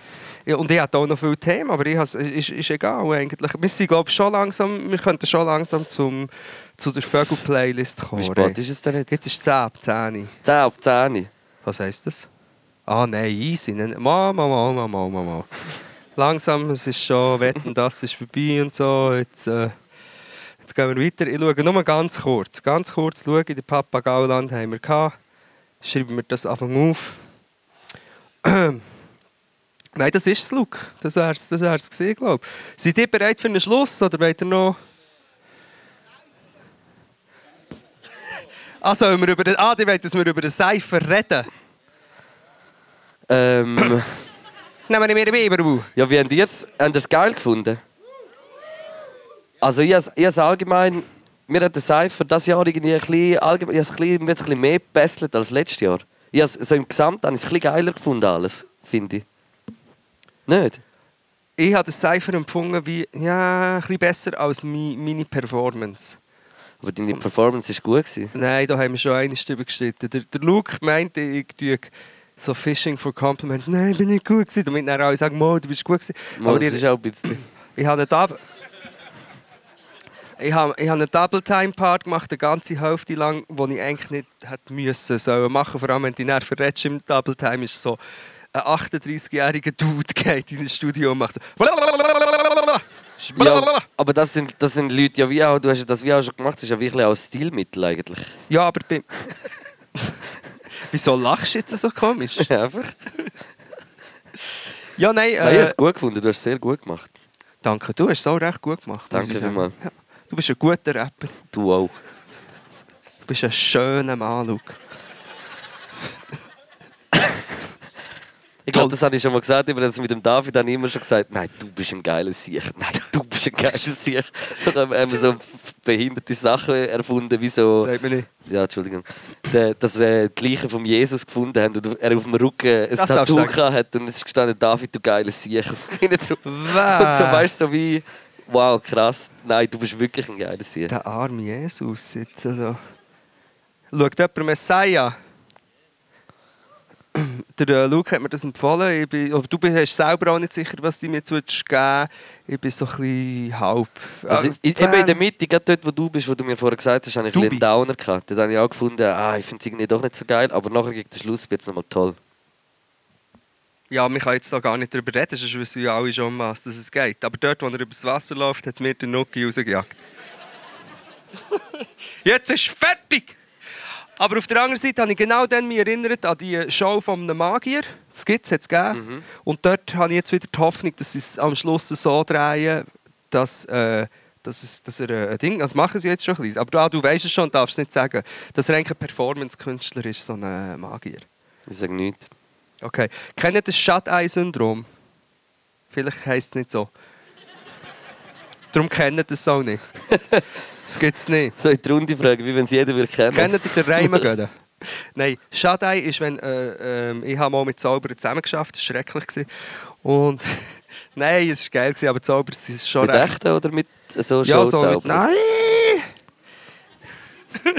Speaker 3: Ja, und ich hatte auch noch viele Themen, aber ich has, ist, ist egal eigentlich. Wir sind, glaube ich, schon langsam, wir könnten schon langsam zum, zu der Vögel-Playlist kommen.
Speaker 2: Wie spät ist es denn jetzt?
Speaker 3: Jetzt ist es 10 ab 10.
Speaker 2: 10 auf 10.
Speaker 3: Was heisst das? Ah, nein, easy. Nein, Mal, mal, mal, mal, mal, mal, mal. Langsam, es ist schon, wetten, das ist vorbei und so. Jetzt, äh, jetzt gehen wir weiter. Ich schaue nur ganz kurz. Ganz kurz schaue ich, den Papagauland haben wir gehabt. Schreiben wir das einfach auf. nein, das ist es, Luke. Das wäre es das wär's gewesen, glaube ich. Seid ihr bereit für einen Schluss oder wollt ihr noch... Ah, sollen wir über den... Ah, die wollt, dass wir über den Seifer reden.
Speaker 2: Ähm,
Speaker 3: Nehmen wir mir den Biberbau.
Speaker 2: ja, wie habt ihr es habt ihr's geil gefunden? Also ich has- ich has allgemein... Mir hat der Cypher dieses Jahr irgendwie ein bisschen, allgemein, ich has ein bisschen, mir hat's ein bisschen mehr gebesselt als letztes Jahr. Ich has, so im Gesamt habe ich es ein bisschen geiler gefunden alles, finde ich. Nicht?
Speaker 3: Ich habe das Cypher empfunden wie ja, ein bisschen besser als mi- meine Performance.
Speaker 2: Aber deine Performance war gut. Gewesen.
Speaker 3: Nein, da haben wir schon einiges drüber gestritten. Der, der Luke meinte, ich tue so Fishing for Compliments. Nein, ich bin nicht gut gewesen. Damit dann alle sagen, Mo, du bist gut gewesen.
Speaker 2: Aber
Speaker 3: Aber
Speaker 2: das
Speaker 3: ich,
Speaker 2: ist auch ein bisschen...
Speaker 3: ich habe einen Double... Ich habe, ich habe einen Double-Time-Part gemacht, eine ganze Hälfte lang, den ich eigentlich nicht hätte müssen sollen machen. Vor allem, wenn die Nerven verrätst im Double-Time, ist so ein 38-jähriger Dude geht in ein Studio und macht so...
Speaker 2: Ja, aber das sind, das sind Leute, ja, wie auch, du hast ja das wie auch schon gemacht, das ist ja wirklich auch ein Stilmittel eigentlich.
Speaker 3: Ja, aber bei... Wieso lachst du jetzt so komisch?
Speaker 2: Einfach.
Speaker 3: Ja, nein,
Speaker 2: Nein, ich habe
Speaker 3: äh,
Speaker 2: es gut gefunden, du hast es sehr gut gemacht.
Speaker 3: danke. Du hast es auch recht gut gemacht. muss
Speaker 2: Danke
Speaker 3: ich sagen.
Speaker 2: vielmals.
Speaker 3: Ja. Du bist ein guter Rapper.
Speaker 2: Du auch.
Speaker 3: Du bist ein schöner Mann, Luke.
Speaker 2: Ich glaube, das habe ich schon mal gesagt, aber das mit dem David habe ich immer schon gesagt, nein, du bist ein geiler Sieg. Nein, du bist ein geiler Sieg. Da haben wir so behinderte Sachen erfunden, wie so...
Speaker 3: Sagt mir nicht.
Speaker 2: Ja, Entschuldigung. Der- Dass äh, die Leiche von Jesus gefunden haben und er auf dem Rücken ein
Speaker 3: Das darfst
Speaker 2: Tattoo
Speaker 3: du sagen.
Speaker 2: gehabt hat und es ist gestanden, David, du geiler Sieg. auf ihnen drauf.
Speaker 3: Wow.
Speaker 2: Und so weißt du, so wie, wow, krass, nein, du bist wirklich ein geiler Sieg.
Speaker 3: Der arme Jesus. Jetzt, also. Schaut jemand Messiah? Der äh, Luke hat mir das empfohlen. Ich bin, aber du bist hast selber auch nicht sicher, was du mir jetzt würdest geben Ich bin so ein bisschen halb.
Speaker 2: Also,
Speaker 3: Ah,
Speaker 2: ich, eben in der Mitte, gerade dort, wo du bist, wo du mir vorher gesagt hast, habe ich ein
Speaker 3: Dubai.
Speaker 2: bisschen Downer gehabt. Dort habe ich auch gefunden, ah, ich finde es irgendwie doch nicht so geil, aber nachher gegen den Schluss wird es nochmal toll.
Speaker 3: Ja, wir können jetzt da gar nicht drüber reden, sonst wissen ja alle schon, um was dass es geht. Aber dort, wo er übers Wasser läuft, hat es mir den Nuki rausgejagt. jetzt ist fertig! Aber auf der anderen Seite habe ich genau dann mich erinnert an die Show von einem Magier. Das gibt's, hat's gegeben. Und dort habe ich jetzt wieder die Hoffnung, dass sie es am Schluss so drehen, dass, äh, dass, es, dass er äh, ein Ding... Das machen sie jetzt schon ein bisschen. Aber ah, du weißt es schon, darfst es nicht sagen. Dass er eigentlich ein Performance-Künstler ist, so ein äh, Magier.
Speaker 2: Ich sage nichts.
Speaker 3: Okay. Kennt ihr das Shut-Eye-Syndrom? Vielleicht heisst es nicht so. Darum kennt ihr das auch nicht. Das gibt es nicht.
Speaker 2: So in die Runde fragen, wie wenn es jeder würde kennen.
Speaker 3: Kennt ihr den Reimengöden? Nein, Shut-Eye ist, wenn... Äh, ähm, ich habe mal mit Zauberern zusammengeschafft, das war schrecklich. Gewesen. Und... Nein, es war geil, gewesen, aber Zauber es ist schon
Speaker 2: Mit echten oder mit so
Speaker 3: Ja, so
Speaker 2: Showzaubern?
Speaker 3: mit, Nein!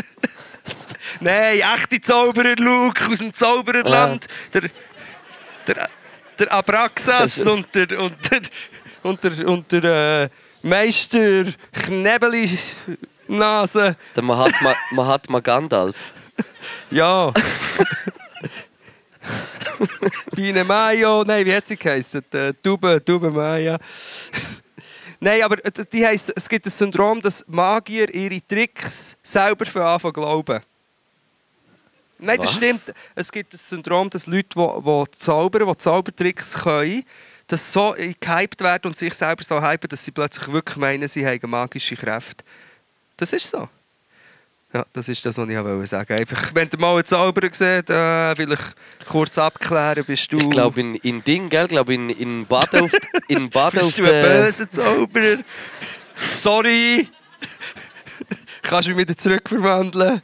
Speaker 3: Nein, echte Zauberer, Luke, aus dem Zaubererland. Der, der, der Abraxas
Speaker 2: Das ist-
Speaker 3: und der, und der, und der, und der äh, Meister Knebeli Nase.
Speaker 2: Der Mahatma, Mahatma Gandalf.
Speaker 3: Ja. Biene Mayo, nein, wie hat sie geheißen? Äh, Tube, Tube Maya. nein, aber äh, die heisst, es gibt ein Syndrom, dass Magier ihre Tricks selber von Anfang glauben. Nein, das
Speaker 2: Was?
Speaker 3: stimmt. Es gibt ein Syndrom, dass Leute, die, die zaubern, die Zaubertricks können, dass so gehypt werden und sich selber so hypen, dass sie plötzlich wirklich meinen, sie haben magische Kräfte. Das ist so. Ja, das ist das, was ich auch wollte sagen Einfach, wenn ihr mal einen Zauberer seht, äh, vielleicht kurz abklären, bist du...
Speaker 2: Ich glaube in, in Ding, gell? Ich glaube in, in Baden auf, in Baden auf
Speaker 3: bist du ein
Speaker 2: der...
Speaker 3: böser Zauberer. Sorry. Kannst du mich wieder zurückverwandeln?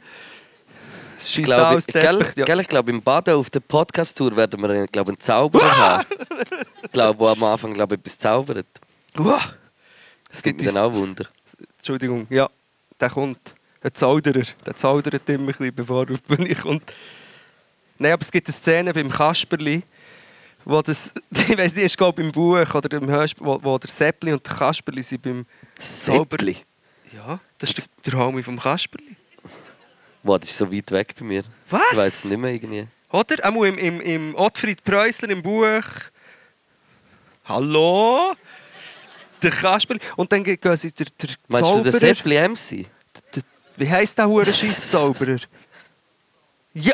Speaker 3: Es
Speaker 2: Ich
Speaker 3: scheisst
Speaker 2: glaube,
Speaker 3: alles
Speaker 2: ich, gell,
Speaker 3: Teppich. Ja.
Speaker 2: gell, ich glaube, im Baden auf der Podcast-Tour werden wir äh, glaub, einen Zauberer haben. Ich glaube, der am Anfang glaub, etwas zaubert.
Speaker 3: Uah. Es
Speaker 2: Das
Speaker 3: gibt
Speaker 2: gibt
Speaker 3: uns,
Speaker 2: mir dann auch Wunder.
Speaker 3: Entschuldigung, ja, der kommt. Ein Zauderer. Der zaudert immer ein bisschen, bevor er auf die Bühne kommt. Nein, aber es gibt eine Szene beim Kasperli, wo das, ich weiß nicht, ist glaube im Buch oder im Hörspiel, wo, wo der Seppli und der Kasperli sind beim... Zauber-
Speaker 2: Seppli.
Speaker 3: Ja, das ist der, der Homie vom Kasperli.
Speaker 2: Boah, das ist so weit weg bei mir.
Speaker 3: Was?
Speaker 2: Ich weiß es nicht mehr irgendwie.
Speaker 3: Oder? Auch im, im, im Ottfried Preußler im Buch. Hallo? Der Kasperli. Und dann ge- gehen sie der, der
Speaker 2: Meinst
Speaker 3: Zauberer.
Speaker 2: du den Seppli MC?
Speaker 3: der, wie heisst der hure Scheiss-Zauberer? ja.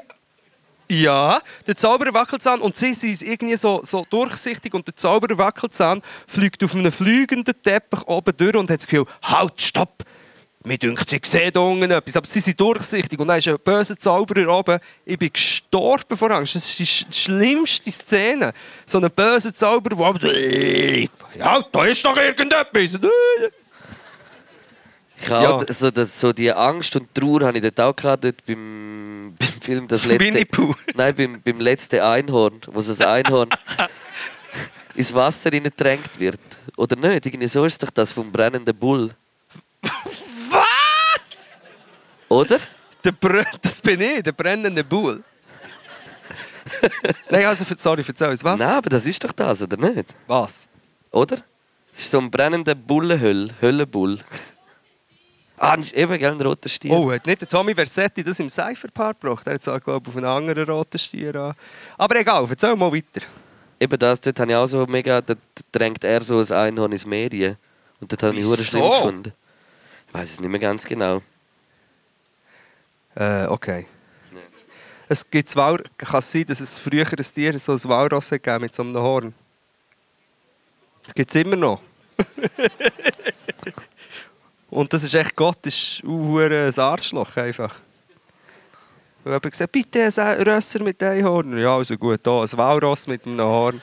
Speaker 3: Ja, der Zauberer Wackelzahn und sie sind irgendwie so, so durchsichtig und der Zauberer Wackelzahn fliegt auf einem fliegenden Teppich oben durch und hat das Gefühl, halt, stopp! Mir dünkt, sie sehen da unten etwas, aber sie sind durchsichtig und dann ist ein böser Zauberer oben. Ich bin gestorben vor Angst. Das ist die sch schlimmste Szene. So ein böser Zauberer, der oben... Halt, da ist doch irgendetwas!
Speaker 2: Ich habe
Speaker 3: Ja.
Speaker 2: auch d- so, das, so die Angst und Trauer habe ich dort auch gehabt, dort beim, beim Film das letzte...
Speaker 3: Winnie Pooh.
Speaker 2: Nein, beim, beim letzten Einhorn, wo so ein Einhorn ins Wasser gedrängt wird. Oder nicht? Irgendwie so ist doch das vom brennenden Bull.
Speaker 3: Was?
Speaker 2: Oder?
Speaker 3: Der Br das bin ich, der brennende Bull. Nein, also, ver- sorry, erzähl uns, was?
Speaker 2: Nein, aber das ist doch das, oder nicht?
Speaker 3: Was?
Speaker 2: Oder? Es ist so ein brennender Bullenhöll, Höllenbull. Ah, das ist eben gell, ein roter Stier.
Speaker 3: Oh, hat nicht der Tommy Versetti das im Cypher-Part gebracht? Er hat es, glaube ich, auf einen anderen roten Stier an. Aber egal, erzähl mal weiter.
Speaker 2: Eben das, dort habe ich auch so mega, da drängt er so ein Einhorn ins Medien. Und dort habe ich
Speaker 3: Wieso?
Speaker 2: hure schlimm gefunden. Ich weiß es nicht mehr ganz genau.
Speaker 3: Äh, okay. Es gibt Wal kann es sein, dass es früher ein Tier, so ein Walross hat gegeben mit so einem Horn. Das gibt es immer noch. Und das ist echt Gott, ist auch ein Arschloch einfach. Und ich habe gesagt, bitte ein Sa- Rösser mit einem Horn. Ja, also gut, da ein Walross mit einem Horn.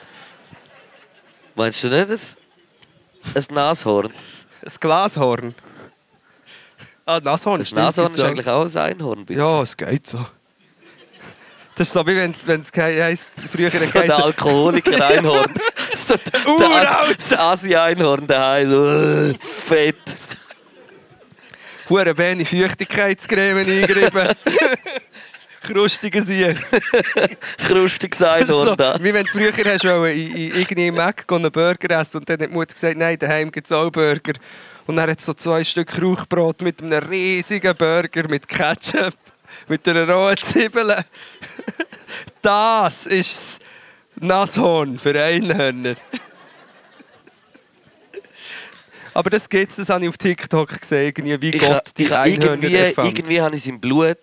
Speaker 2: Meinst du nicht das? Ein Nashorn.
Speaker 3: Ein Glashorn. Ah, Nashorn.
Speaker 2: Ein
Speaker 3: stimmt,
Speaker 2: Nashorn
Speaker 3: gibt's
Speaker 2: ist
Speaker 3: auch.
Speaker 2: eigentlich auch ein Einhorn. bisschen.
Speaker 3: Ja, es geht so. Das ist so, wie wenn es heisst, früher
Speaker 2: so der
Speaker 3: heisst,
Speaker 2: Alkoholiker Einhorn. so der, der, As-
Speaker 3: Uralt!
Speaker 2: das Asi Einhorn daheim. So, äh, fett.
Speaker 3: «Hure Bene, Feuchtigkeitscreme eingerieben.» Krustiger Sieg.
Speaker 2: Krustiges
Speaker 3: So,
Speaker 2: Einhorn da.
Speaker 3: wie wenn du früher hast wollen, in, in irgendeinem Mac gehen, einen Burger essen und dann hat die Mutter gesagt, nein, daheim gibt es auch Burger. Und dann hat es so zwei Stück Rauchbrot mit einem riesigen Burger mit Ketchup, mit einer rohen Zwiebel. Das ist das Nashorn für Einhörner. Aber das gibt's, das habe ich auf TikTok gesehen, irgendwie, wie
Speaker 2: Ich, ha-
Speaker 3: Gott
Speaker 2: ich,
Speaker 3: die
Speaker 2: ha-
Speaker 3: Einhörner
Speaker 2: irgendwie,
Speaker 3: erfand.
Speaker 2: irgendwie habe ich es im Blut,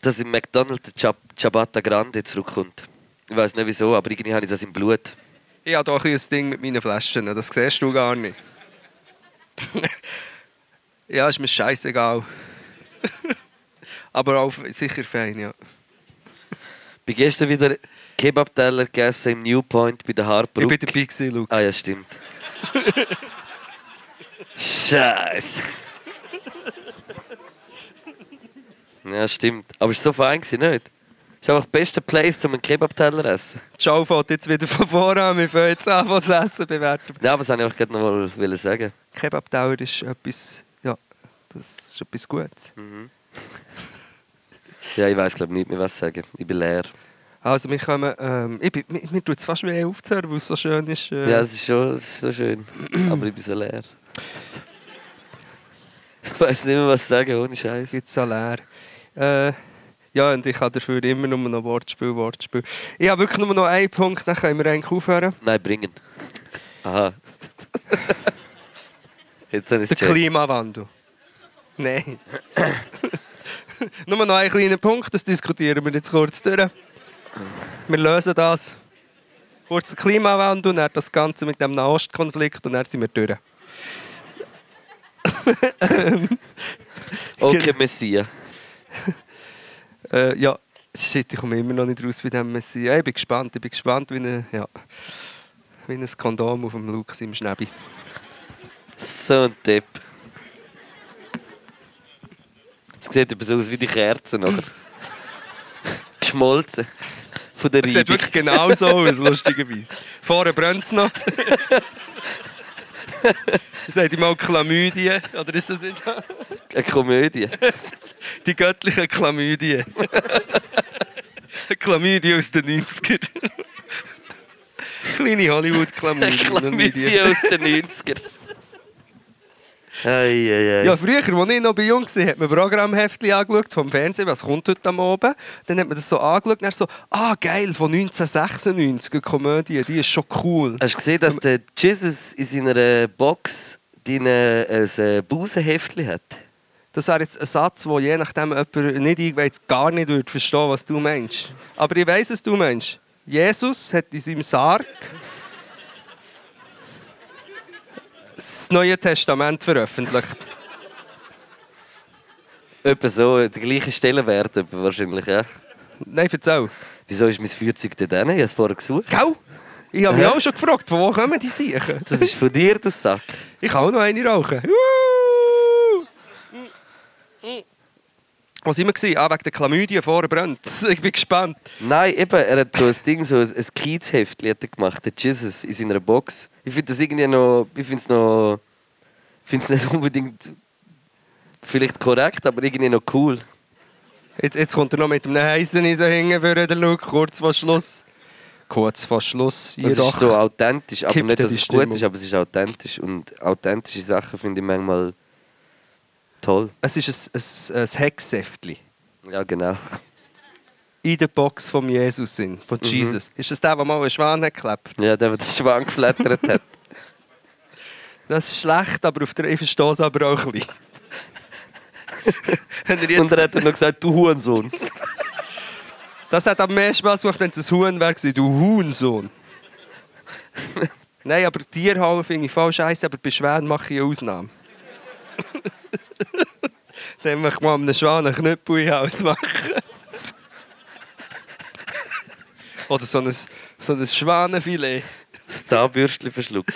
Speaker 2: dass im McDonald's der Ciab Ciabatta Grande zurückkommt. Ich weiß nicht wieso, aber irgendwie habe ich das im Blut.
Speaker 3: Ich habe hier ein kleines Ding mit meinen Flaschen, das siehst du gar nicht. ja, ist mir scheißegal. Aber auch sicher fein, ja.
Speaker 2: Ich bin gestern wieder Kebabteller gegessen im New Point bei der
Speaker 3: Ich bin
Speaker 2: Haarbrücke.
Speaker 3: dabei, gewesen, Luke.
Speaker 2: Ah ja, stimmt. Scheiße. Ja, stimmt. Aber es war so fein, gewesen, nicht? Es ist einfach der beste Place, um einen Kebabteller zu essen.
Speaker 3: Die Show fährt jetzt wieder von vorne an, wir fangen jetzt an, von das Essen bewerten.
Speaker 2: Nein, aber das wollte ich euch gerade noch mal wollen sagen.
Speaker 3: Kebab-Dauer ist etwas, ja, das ist etwas Gutes.
Speaker 2: Ja, ich weiß glaube nicht mehr, was ich sagen. Ich bin leer.
Speaker 3: Also, wir kommen, ähm, ich bin, mir, mir tut es fast weh aufzuhören, weil es so schön ist. Äh,
Speaker 2: Ja, es ist schon, es ist schon schön. Aber ich bin so leer. Ich weiß nicht mehr, was ich sagen, ohne
Speaker 3: Es
Speaker 2: Scheiß.
Speaker 3: gibt Salär. Äh, ja, und ich habe dafür immer nur noch Wortspiel, Wortspiel. Ich habe wirklich nur noch einen Punkt, dann können wir eigentlich aufhören.
Speaker 2: Nein, bringen. Aha. Jetzt habe ich
Speaker 3: Der Klimawandel. Nein. nur noch einen kleinen Punkt, das diskutieren wir jetzt kurz durch. Wir lösen das. Kurz den Klimawandel, dann das Ganze mit dem Nahostkonflikt und dann sind wir durch.
Speaker 2: Okay, Messias.
Speaker 3: Äh, ja, shit, ich komme immer noch nicht raus bei dem Messi. Ja, ich bin gespannt, ich bin gespannt, wie ein, ja, wie ein Kondom auf dem Luke im Schnäbi.
Speaker 2: So ein Tipp. Es sieht eben so aus wie die Kerze nachher. Geschmolzen. Von der
Speaker 3: Das sieht
Speaker 2: Reibung.
Speaker 3: wirklich genau so aus, lustigerweise. Vorher brennt es noch. Sagt ihr mal Chlamydien? Oder ist das nicht?
Speaker 2: Eine Komödie.
Speaker 3: Die göttlichen Chlamydien. Chlamydien aus den 90ern.
Speaker 2: Eine
Speaker 3: Kleine
Speaker 2: Komödie
Speaker 3: Hollywood-Chlamydien.
Speaker 2: aus den 90ern. Ei, ei, ei.
Speaker 3: Ja, früher, als ich noch bei jung war, hat man Programmheftchen angeschaut vom Fernsehen, was kommt heute am Abend. Dann hat man das so angeschaut und dann so, ah geil, von 1996, eine Komödie, die ist schon cool.
Speaker 2: Hast du gesehen, dass der Jesus in seiner äh, Box dein, äh, ein äh, Busenheftchen hat?
Speaker 3: Das wäre jetzt ein Satz, wo je nachdem jemand nicht eingeweiht gar nicht würde verstehen, was du meinst. Aber ich weiß, was du meinst. Jesus hat in seinem Sarg das Neue Testament veröffentlicht.
Speaker 2: Etwa so, der gleiche Stellenwert etwa wahrscheinlich, ja.
Speaker 3: Nein, erzähl.
Speaker 2: Wieso ist mein Feuerzeug denn drin? Ich habe es vorher gesucht.
Speaker 3: Gell? Ich habe mich
Speaker 2: Hä?
Speaker 3: auch schon gefragt, von wo kommen die Siechen?
Speaker 2: Das ist von dir, das Sack.
Speaker 3: Ich kann auch noch eine rauchen. Wuhu! Wo sind wir? gewesen? Ah, wegen der Chlamydien vorne brennt. Ich bin gespannt.
Speaker 2: Nein, eben, er hat so ein Ding, so ein, ein Kiezheftchen hat er gemacht, der Jesus, in seiner Box. Ich finde das irgendwie noch, ich finde es noch, ich finde es nicht unbedingt vielleicht korrekt, aber irgendwie noch cool.
Speaker 3: Jetzt, jetzt kommt er noch mit einem heißen Eisen hängen für den Look. Kurz vor Schluss. Kurz vor Schluss.
Speaker 2: Das
Speaker 3: jedoch.
Speaker 2: ist so authentisch, aber
Speaker 3: kippt
Speaker 2: nicht,
Speaker 3: dann
Speaker 2: dass
Speaker 3: die
Speaker 2: es gut
Speaker 3: Stimmung.
Speaker 2: ist, aber es ist authentisch. Und authentische Sachen finde ich manchmal toll.
Speaker 3: Es ist ein, ein, ein Hexheftli
Speaker 2: Ja, genau.
Speaker 3: in der Box von Jesus. Sind, von Jesus. Ist das der, der mal einen Schwan hat geklebt?
Speaker 2: Ja, der, der den Schwan geflattert hat.
Speaker 3: Das ist schlecht, aber auf der ich verstehe es aber auch ein bisschen. Wenn er
Speaker 2: Und
Speaker 3: jetzt,
Speaker 2: er hat dann noch gesagt, du Hurensohn.
Speaker 3: das hat am meisten Spaß gemacht, wenn es ein Huhn wäre, gewesen, du Huhnsohn. Nein, aber Tierhauen finde ich voll scheiße, aber bei Schwänen mache ich eine Ausnahme. Dann möchte man einem Schwan einen Knüppel in den Hals machen. Oder so ein, so ein Schwanenfilet.
Speaker 2: Das Zahnbürstchen verschluckt.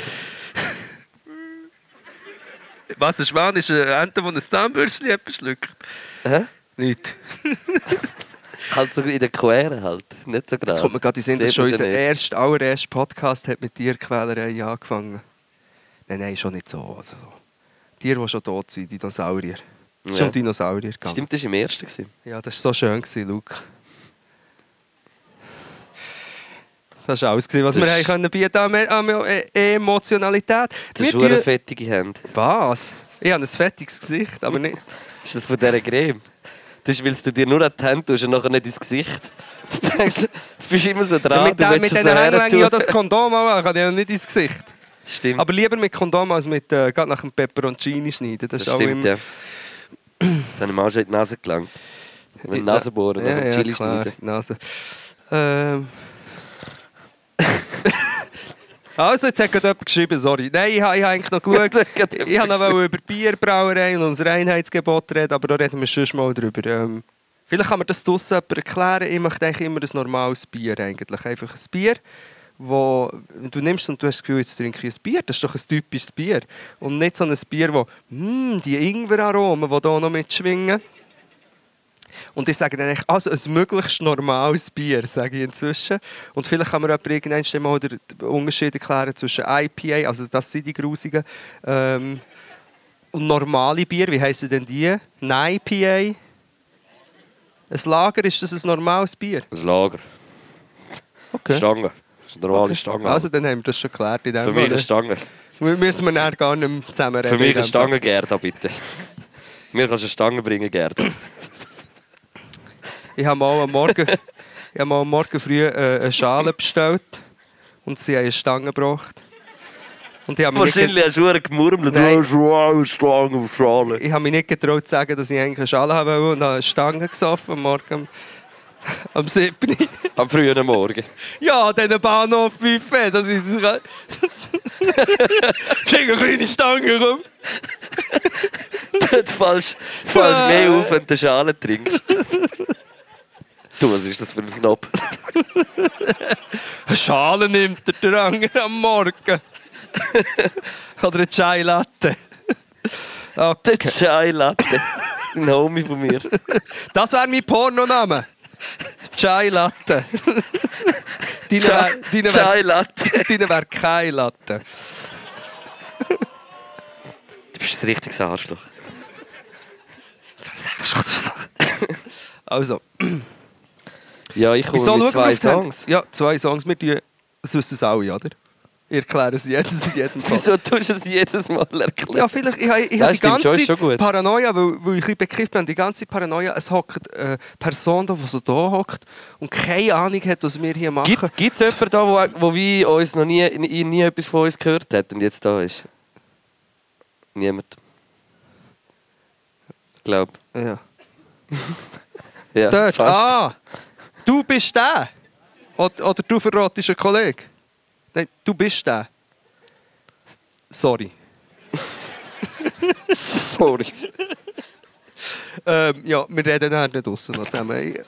Speaker 3: Was, ein Schwan ist eine Ente, die ein Zahnbürstchen hat verschluckt?
Speaker 2: Hä?
Speaker 3: Nicht.
Speaker 2: Halt so in der Quere halt. Nicht so genau.
Speaker 3: Jetzt kommt mir gerade in den Sinn, dass
Speaker 2: Sieht
Speaker 3: schon
Speaker 2: man sie
Speaker 3: unser
Speaker 2: nicht.
Speaker 3: erst, allererster Podcast hat mit Tierquälerei angefangen. Nein, nein, schon nicht so. Also, so. Tiere, die schon tot sind, Dinosaurier. Ja. Schon
Speaker 2: Ja.
Speaker 3: um Dinosaurier gegangen.
Speaker 2: Stimmt, das war im ersten. gewesen.
Speaker 3: Ja, das war so schön, gewesen, Luke. Das war alles, gewesen, was
Speaker 2: Das
Speaker 3: wir
Speaker 2: ist-
Speaker 3: haben können bieten an, an, an Emotionalität.
Speaker 2: Das ist
Speaker 3: Wir
Speaker 2: eine
Speaker 3: tun-
Speaker 2: fettige Hand.
Speaker 3: Was? Ich habe ein fettiges Gesicht, aber nicht.
Speaker 2: Ist das von dieser Creme? Das ist, weil du dir nur an die Hände tust und nachher nicht ins Gesicht. Du denkst, du bist immer so dran,
Speaker 3: mit
Speaker 2: du
Speaker 3: dem-
Speaker 2: willst
Speaker 3: mit
Speaker 2: es
Speaker 3: diesen
Speaker 2: so
Speaker 3: Händen
Speaker 2: her
Speaker 3: hänge ich ja
Speaker 2: tun.
Speaker 3: das Kondom an, kann ich ja nicht ins Gesicht.
Speaker 2: Stimmt,
Speaker 3: Aber lieber mit Kondom als mit äh, gerade nach dem Peperoncini schneiden. Das,
Speaker 2: das
Speaker 3: ist auch
Speaker 2: stimmt,
Speaker 3: immer,
Speaker 2: ja. Das haben wir auch schon in die Nase gelangt. Mit dem Nasenbohren,
Speaker 3: ja,
Speaker 2: nach dem
Speaker 3: ja,
Speaker 2: Chili
Speaker 3: klar,
Speaker 2: schneiden.
Speaker 3: die Nase. Ähm. also, jetzt hat gerade jemand geschrieben, sorry. Nein, ich habe ich habe eigentlich noch geschaut.
Speaker 2: Hat gerade jemand
Speaker 3: ich wollte noch
Speaker 2: geschrieben.
Speaker 3: über Bierbrauereien und unser Reinheitsgebot reden, aber da reden wir sonst mal drüber. Ähm, vielleicht kann man das draussen jemand erklären. Ich möchte eigentlich immer dus ein normales Bier eigentlich. Einfach ein Bier, wo du nimmst und du hast das Gefühl, jetzt trinke ich ein Bier. Das ist doch ein typisches Bier. Und nicht so ein Bier, wo «Mh, hmm, die Ingweraromen, die hier noch mitschwingen. Und ich sage dann eigentlich, also ein möglichst normales Bier, sage ich inzwischen. Und vielleicht kann man jemand irgendwann mal den den Unterschied erklären zwischen IPA, also das sind die grusigen, ähm, und normale Bier, wie heissen denn die? Ein IPA. Ein Lager, ist das ein normales Bier?
Speaker 2: Das Lager,
Speaker 3: Okay.
Speaker 2: Stange. Das ist eine normale Stange.
Speaker 3: Also dann haben wir das schon geklärt in dem
Speaker 2: für mich
Speaker 3: Fall.
Speaker 2: eine Stange.
Speaker 3: Wir müssen wir nachher gar nicht mehr zusammen
Speaker 2: Für mich
Speaker 3: in
Speaker 2: eine
Speaker 3: dem Fall.
Speaker 2: Stange, Gerda, bitte. Mir kannst du eine Stange bringen, Gerda.
Speaker 3: Ich habe mal am Morgen, ich habe mal am Morgen früh äh, eine Schale bestellt und sie haben eine Stange gebracht. Und ich habe mich, nicht,
Speaker 2: Wahrscheinlich hast du einen gemurmelt.
Speaker 3: Nein.
Speaker 2: Du hast wow, eine Stange auf die Schale.
Speaker 3: get- ich habe mich nicht getraut zu sagen, dass ich eigentlich eine Schale haben wollte und habe eine Stange gesoffen am Morgen am, am 7.
Speaker 2: Am frühen Ah, Morgen.
Speaker 3: ja, dann Bahnhof Buffet, das ist... Krieg eine kleine Stange rum.
Speaker 2: Dort fällst fällst mehr auf, wenn du Schale trinkst. du, was ist das für ein Snob?
Speaker 3: Eine Schale nimmt er der andere am Morgen. Oder eine Chai Latte.
Speaker 2: Der
Speaker 3: Okay.
Speaker 2: Chai Latte. Ein Homie von mir.
Speaker 3: Das wäre mein Pornoname. Chai Latte. Deine
Speaker 2: Chai,
Speaker 3: wär- deine wär-
Speaker 2: Chai Latte.
Speaker 3: deine wär keine Latte.
Speaker 2: Du bist ein richtiges Arschloch.
Speaker 3: Also,
Speaker 2: Ja, ich komme mit zwei Songs.
Speaker 3: Ja, zwei Songs. Wir tun, das wissen es alle, oder? Ich erkläre es jedes in jedem Fall.
Speaker 2: Wieso tust du es jedes Mal erklären?
Speaker 3: Ja, vielleicht. Ich, habe- ich,
Speaker 2: Ja,
Speaker 3: habe die
Speaker 2: stimmt, schon,
Speaker 3: ganze
Speaker 2: ist schon gut.
Speaker 3: Zeit Paranoia, weil, weil ich ein bisschen bekifft bin. Die ganze Paranoia, es hockt eine Person da, die so da hockt und keine Ahnung hat, was wir hier machen.
Speaker 2: Gibt es jemanden da, wo, wo wir uns noch nie, nie, nie etwas von uns gehört hat und jetzt da ist? Niemand. Ich glaube.
Speaker 3: Ja.
Speaker 2: Ja,
Speaker 3: Dort.
Speaker 2: Äh, fast.
Speaker 3: Ah, du bist der. Oder, oder du verratest einen Kollegen. Nein, du bist der. S- Sorry.
Speaker 2: Sorry.
Speaker 3: Ähm, ja, wir reden dann nicht draussen noch zusammen. Ich-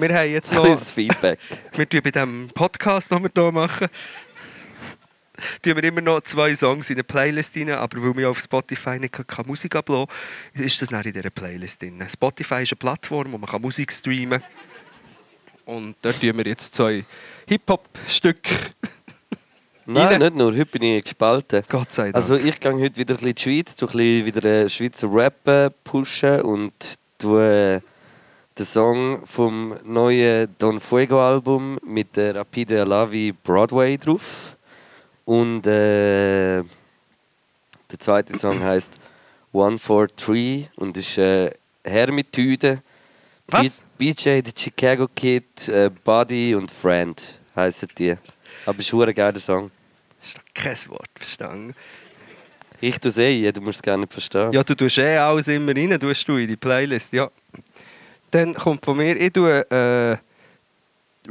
Speaker 3: Wir haben jetzt noch...
Speaker 2: Kleines Feedback.
Speaker 3: Wir tun bei diesem Podcast, den wir hier machen, tun wir immer noch zwei Songs in eine Playlist rein, aber weil wir auf Spotify nicht keine Musik ablassen kann, ist das nicht in dieser Playlist drin. Spotify ist eine Plattform, wo man kann Musik streamen kann. Und dort tun wir jetzt zwei Hip-Hop-Stücke.
Speaker 2: Nein,
Speaker 3: Rein.
Speaker 2: nicht nur. Heute bin ich gespalten.
Speaker 3: Gott sei Dank.
Speaker 2: Also ich gehe heute wieder ein bisschen in die Schweiz, tu ein bisschen wieder äh, Schweizer Rap äh, pushen und tu äh, den Song vom neuen Don Fuego Album mit der Rapide Alavi Broadway drauf. Und äh, der zweite Song heißt 143 und ist äh, Hermitüde.
Speaker 3: Was?
Speaker 2: B BJ, The Chicago Kid, äh, Buddy und Friend heissen die. Aber es ist ein geiler Song.
Speaker 3: das ist doch kein Wort verstanden.
Speaker 2: Ich tue es eh, ein, du musst es gar nicht verstehen.
Speaker 3: Ja, du tust eh alles immer rein, tust du in die Playlist, ja. Dann kommt von mir, ich tue äh,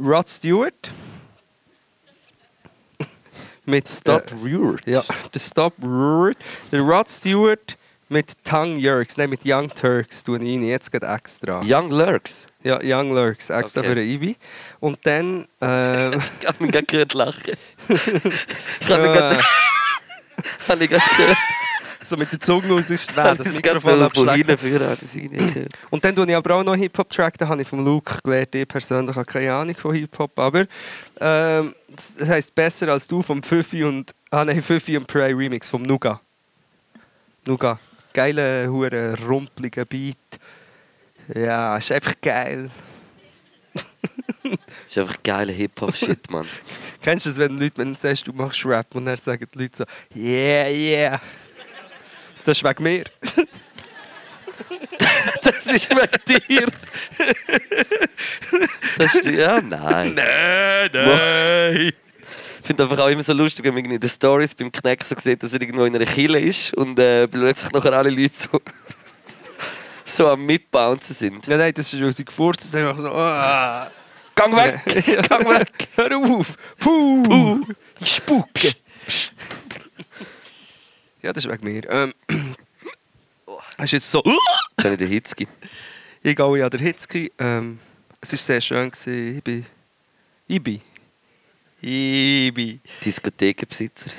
Speaker 3: Rod Stewart. Mit
Speaker 2: Stop
Speaker 3: äh,
Speaker 2: Rude.
Speaker 3: Ja, der Stop Rrrt. Der Rod Stewart Mit Tongue Jerks, nein, mit Young Turks tue ich rein. Jetzt geht extra.
Speaker 2: Young Lurks.
Speaker 3: Ja, Young Lurks, extra
Speaker 2: Okay.
Speaker 3: für den Ibi. Und dann. Äh,
Speaker 2: Ich habe mich gerade gehört lachen. Ich habe mich gerade
Speaker 3: äh,
Speaker 2: hab mich gerade gehört.
Speaker 3: so mit der Zunge raus ist
Speaker 2: hab
Speaker 3: schwer, Ah. das
Speaker 2: es
Speaker 3: Mikrofon
Speaker 2: gerade von
Speaker 3: abschlecken.
Speaker 2: hinten führen, hab ich's irgendwie gehört.
Speaker 3: Und dann tue ich aber auch noch Hip-Hop-Track, da habe ich vom Luke gelernt. Ich persönlich habe keine Ahnung von Hip-Hop, aber ähm, das heisst besser als du vom Fifi und. Ah nein, Fifi und Prey Remix vom Nuga. Nuga. Geile, hure rumpeliger Beat. Ja, ist einfach geil.
Speaker 2: Das ist einfach geiler Hip-Hop-Shit, Mann.
Speaker 3: Kennst du das, wenn Leute, wenn du sagst, du machst Rap und dann sagen die Leute so, yeah, yeah. Das ist wegen mir.
Speaker 2: Das ist wegen dir. Das ist, ja, nein.
Speaker 3: Nein,
Speaker 2: nein. Ich finde einfach auch immer so lustig, wenn man irgendwie in den Stories beim Kneck so sieht, dass er irgendwo in einer Kille ist und äh, plötzlich nachher alle Leute so, so am Mitbouncen sind.
Speaker 3: Ja, nein, das ist, weil sie gefurzt haben. Ich so, ah.
Speaker 2: Gang weg! Gang weg!
Speaker 3: Hör auf! Puh!
Speaker 2: Ich spucke!
Speaker 3: Ja, das ist wegen mir. Ähm, es ist jetzt so...
Speaker 2: Dann in der Hitzki.
Speaker 3: Ich gehe an der Hitzki. Ähm, es war sehr schön. Gewesen. Ich bin... Ich bin... Ich bin...
Speaker 2: Diskothekenbesitzer.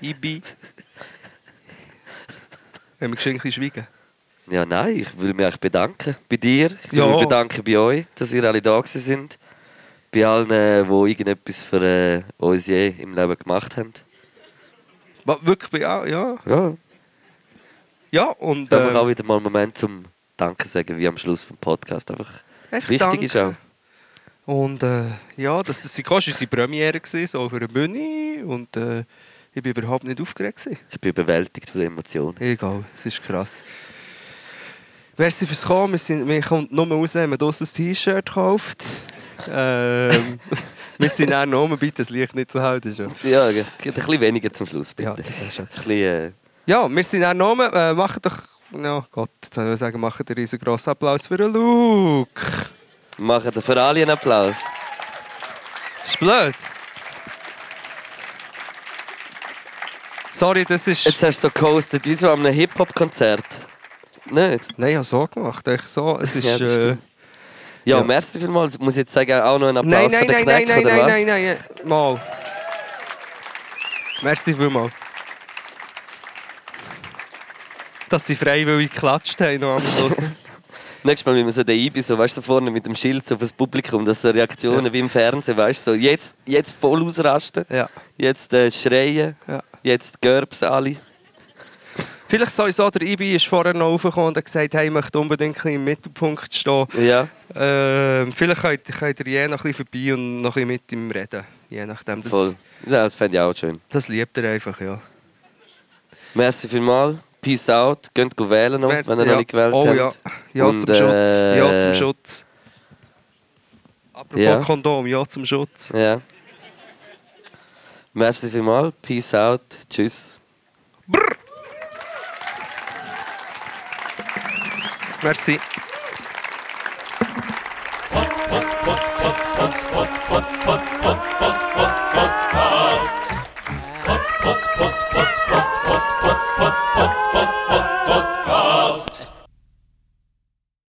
Speaker 3: Ich bin... Haben wir geschenkt schweigen?
Speaker 2: Ja, nein, ich will mich eigentlich bedanken bei dir. Ich will
Speaker 3: Ja.
Speaker 2: mich bedanken bei euch, dass ihr alle da gewesen sind. Bei allen, äh, die irgendetwas für äh, uns je im Leben gemacht haben.
Speaker 3: Was, wirklich? Ja, ja.
Speaker 2: Ja,
Speaker 3: Ja, und...
Speaker 2: da ähm,
Speaker 3: ähm,
Speaker 2: auch wieder mal einen Moment zum Danke sagen, wie am Schluss vom Podcast. Einfach
Speaker 3: Einfach
Speaker 2: wichtig
Speaker 3: danke.
Speaker 2: ist auch.
Speaker 3: Und äh, ja, das, das war unsere Premiere, gewesen, so auf einer Bühne. Und äh, ich war überhaupt nicht aufgeregt. Gewesen.
Speaker 2: Ich bin überwältigt von den Emotionen.
Speaker 3: Egal, es ist krass. Merci fürs Kommen. Wir, sind, wir kommen nur raus, wenn man draussen ein T-Shirt kauft. Ähm, wir sind auch noch oben, bitte, das Licht nicht zu halten. Ist ja.
Speaker 2: Ja, ja, ein bisschen weniger zum Schluss, bitte.
Speaker 3: Ja, das ist ja.
Speaker 2: ein bisschen, äh,
Speaker 3: ja, wir sind auch noch oben. Äh, macht doch... Ja, Gott, jetzt soll ich sagen, macht einen riesengroßen Applaus für den Luke.
Speaker 2: machen wir für alle einen Applaus.
Speaker 3: Ist blöd. Sorry, das ist...
Speaker 2: Jetzt hast du so gehostet wie so an einem Hip-Hop-Konzert. Nicht?
Speaker 3: Nein, ich habe so gemacht. Ich so, es ist,
Speaker 2: Ja, das
Speaker 3: äh,
Speaker 2: stimmt. Ja,
Speaker 3: Ja.
Speaker 2: merci vielmals. Muss ich jetzt sagen, auch noch einen
Speaker 3: nein,
Speaker 2: Applaus
Speaker 3: nein,
Speaker 2: für den
Speaker 3: nein, nein,
Speaker 2: Kneck,
Speaker 3: nein,
Speaker 2: oder
Speaker 3: nein,
Speaker 2: was?
Speaker 3: nein, nein, nein, mal. Merci vielmals. Dass sie freiwillig geklatscht haben noch am Schluss.
Speaker 2: Nächstes Mal, wenn man so den Ibi so, weißt du, so vorne mit dem Schild so auf das Publikum, dass so Reaktionen
Speaker 3: Ja.
Speaker 2: wie im Fernsehen, weißt du, so, jetzt, jetzt voll ausrasten,
Speaker 3: ja.
Speaker 2: jetzt äh, schreien,
Speaker 3: Ja.
Speaker 2: jetzt Gerbs alle.
Speaker 3: Vielleicht sowieso, der Ibi ist vorher noch raufgekommen und hat gesagt, hey, ich möchte unbedingt ein bisschen im Mittelpunkt stehen.
Speaker 2: Ja.
Speaker 3: Ähm, vielleicht könnt, könnt ihr je noch ein bisschen vorbei und noch ein bisschen mit ihm reden. Je nachdem. Das,
Speaker 2: Voll. Ja, das fände ich auch schön.
Speaker 3: das liebt er einfach, ja.
Speaker 2: Merci vielmals. Peace out. Geht go wählen noch, wenn ihr
Speaker 3: ja.
Speaker 2: noch nicht gewählt
Speaker 3: oh,
Speaker 2: habt.
Speaker 3: ja. Ja
Speaker 2: Und,
Speaker 3: zum Schutz. ja
Speaker 2: äh,
Speaker 3: zum Schutz. Apropos
Speaker 2: ja.
Speaker 3: Kondom, ja zum Schutz.
Speaker 2: Ja. Merci vielmals. Peace out. Tschüss.
Speaker 3: Merci.
Speaker 1: Podcast.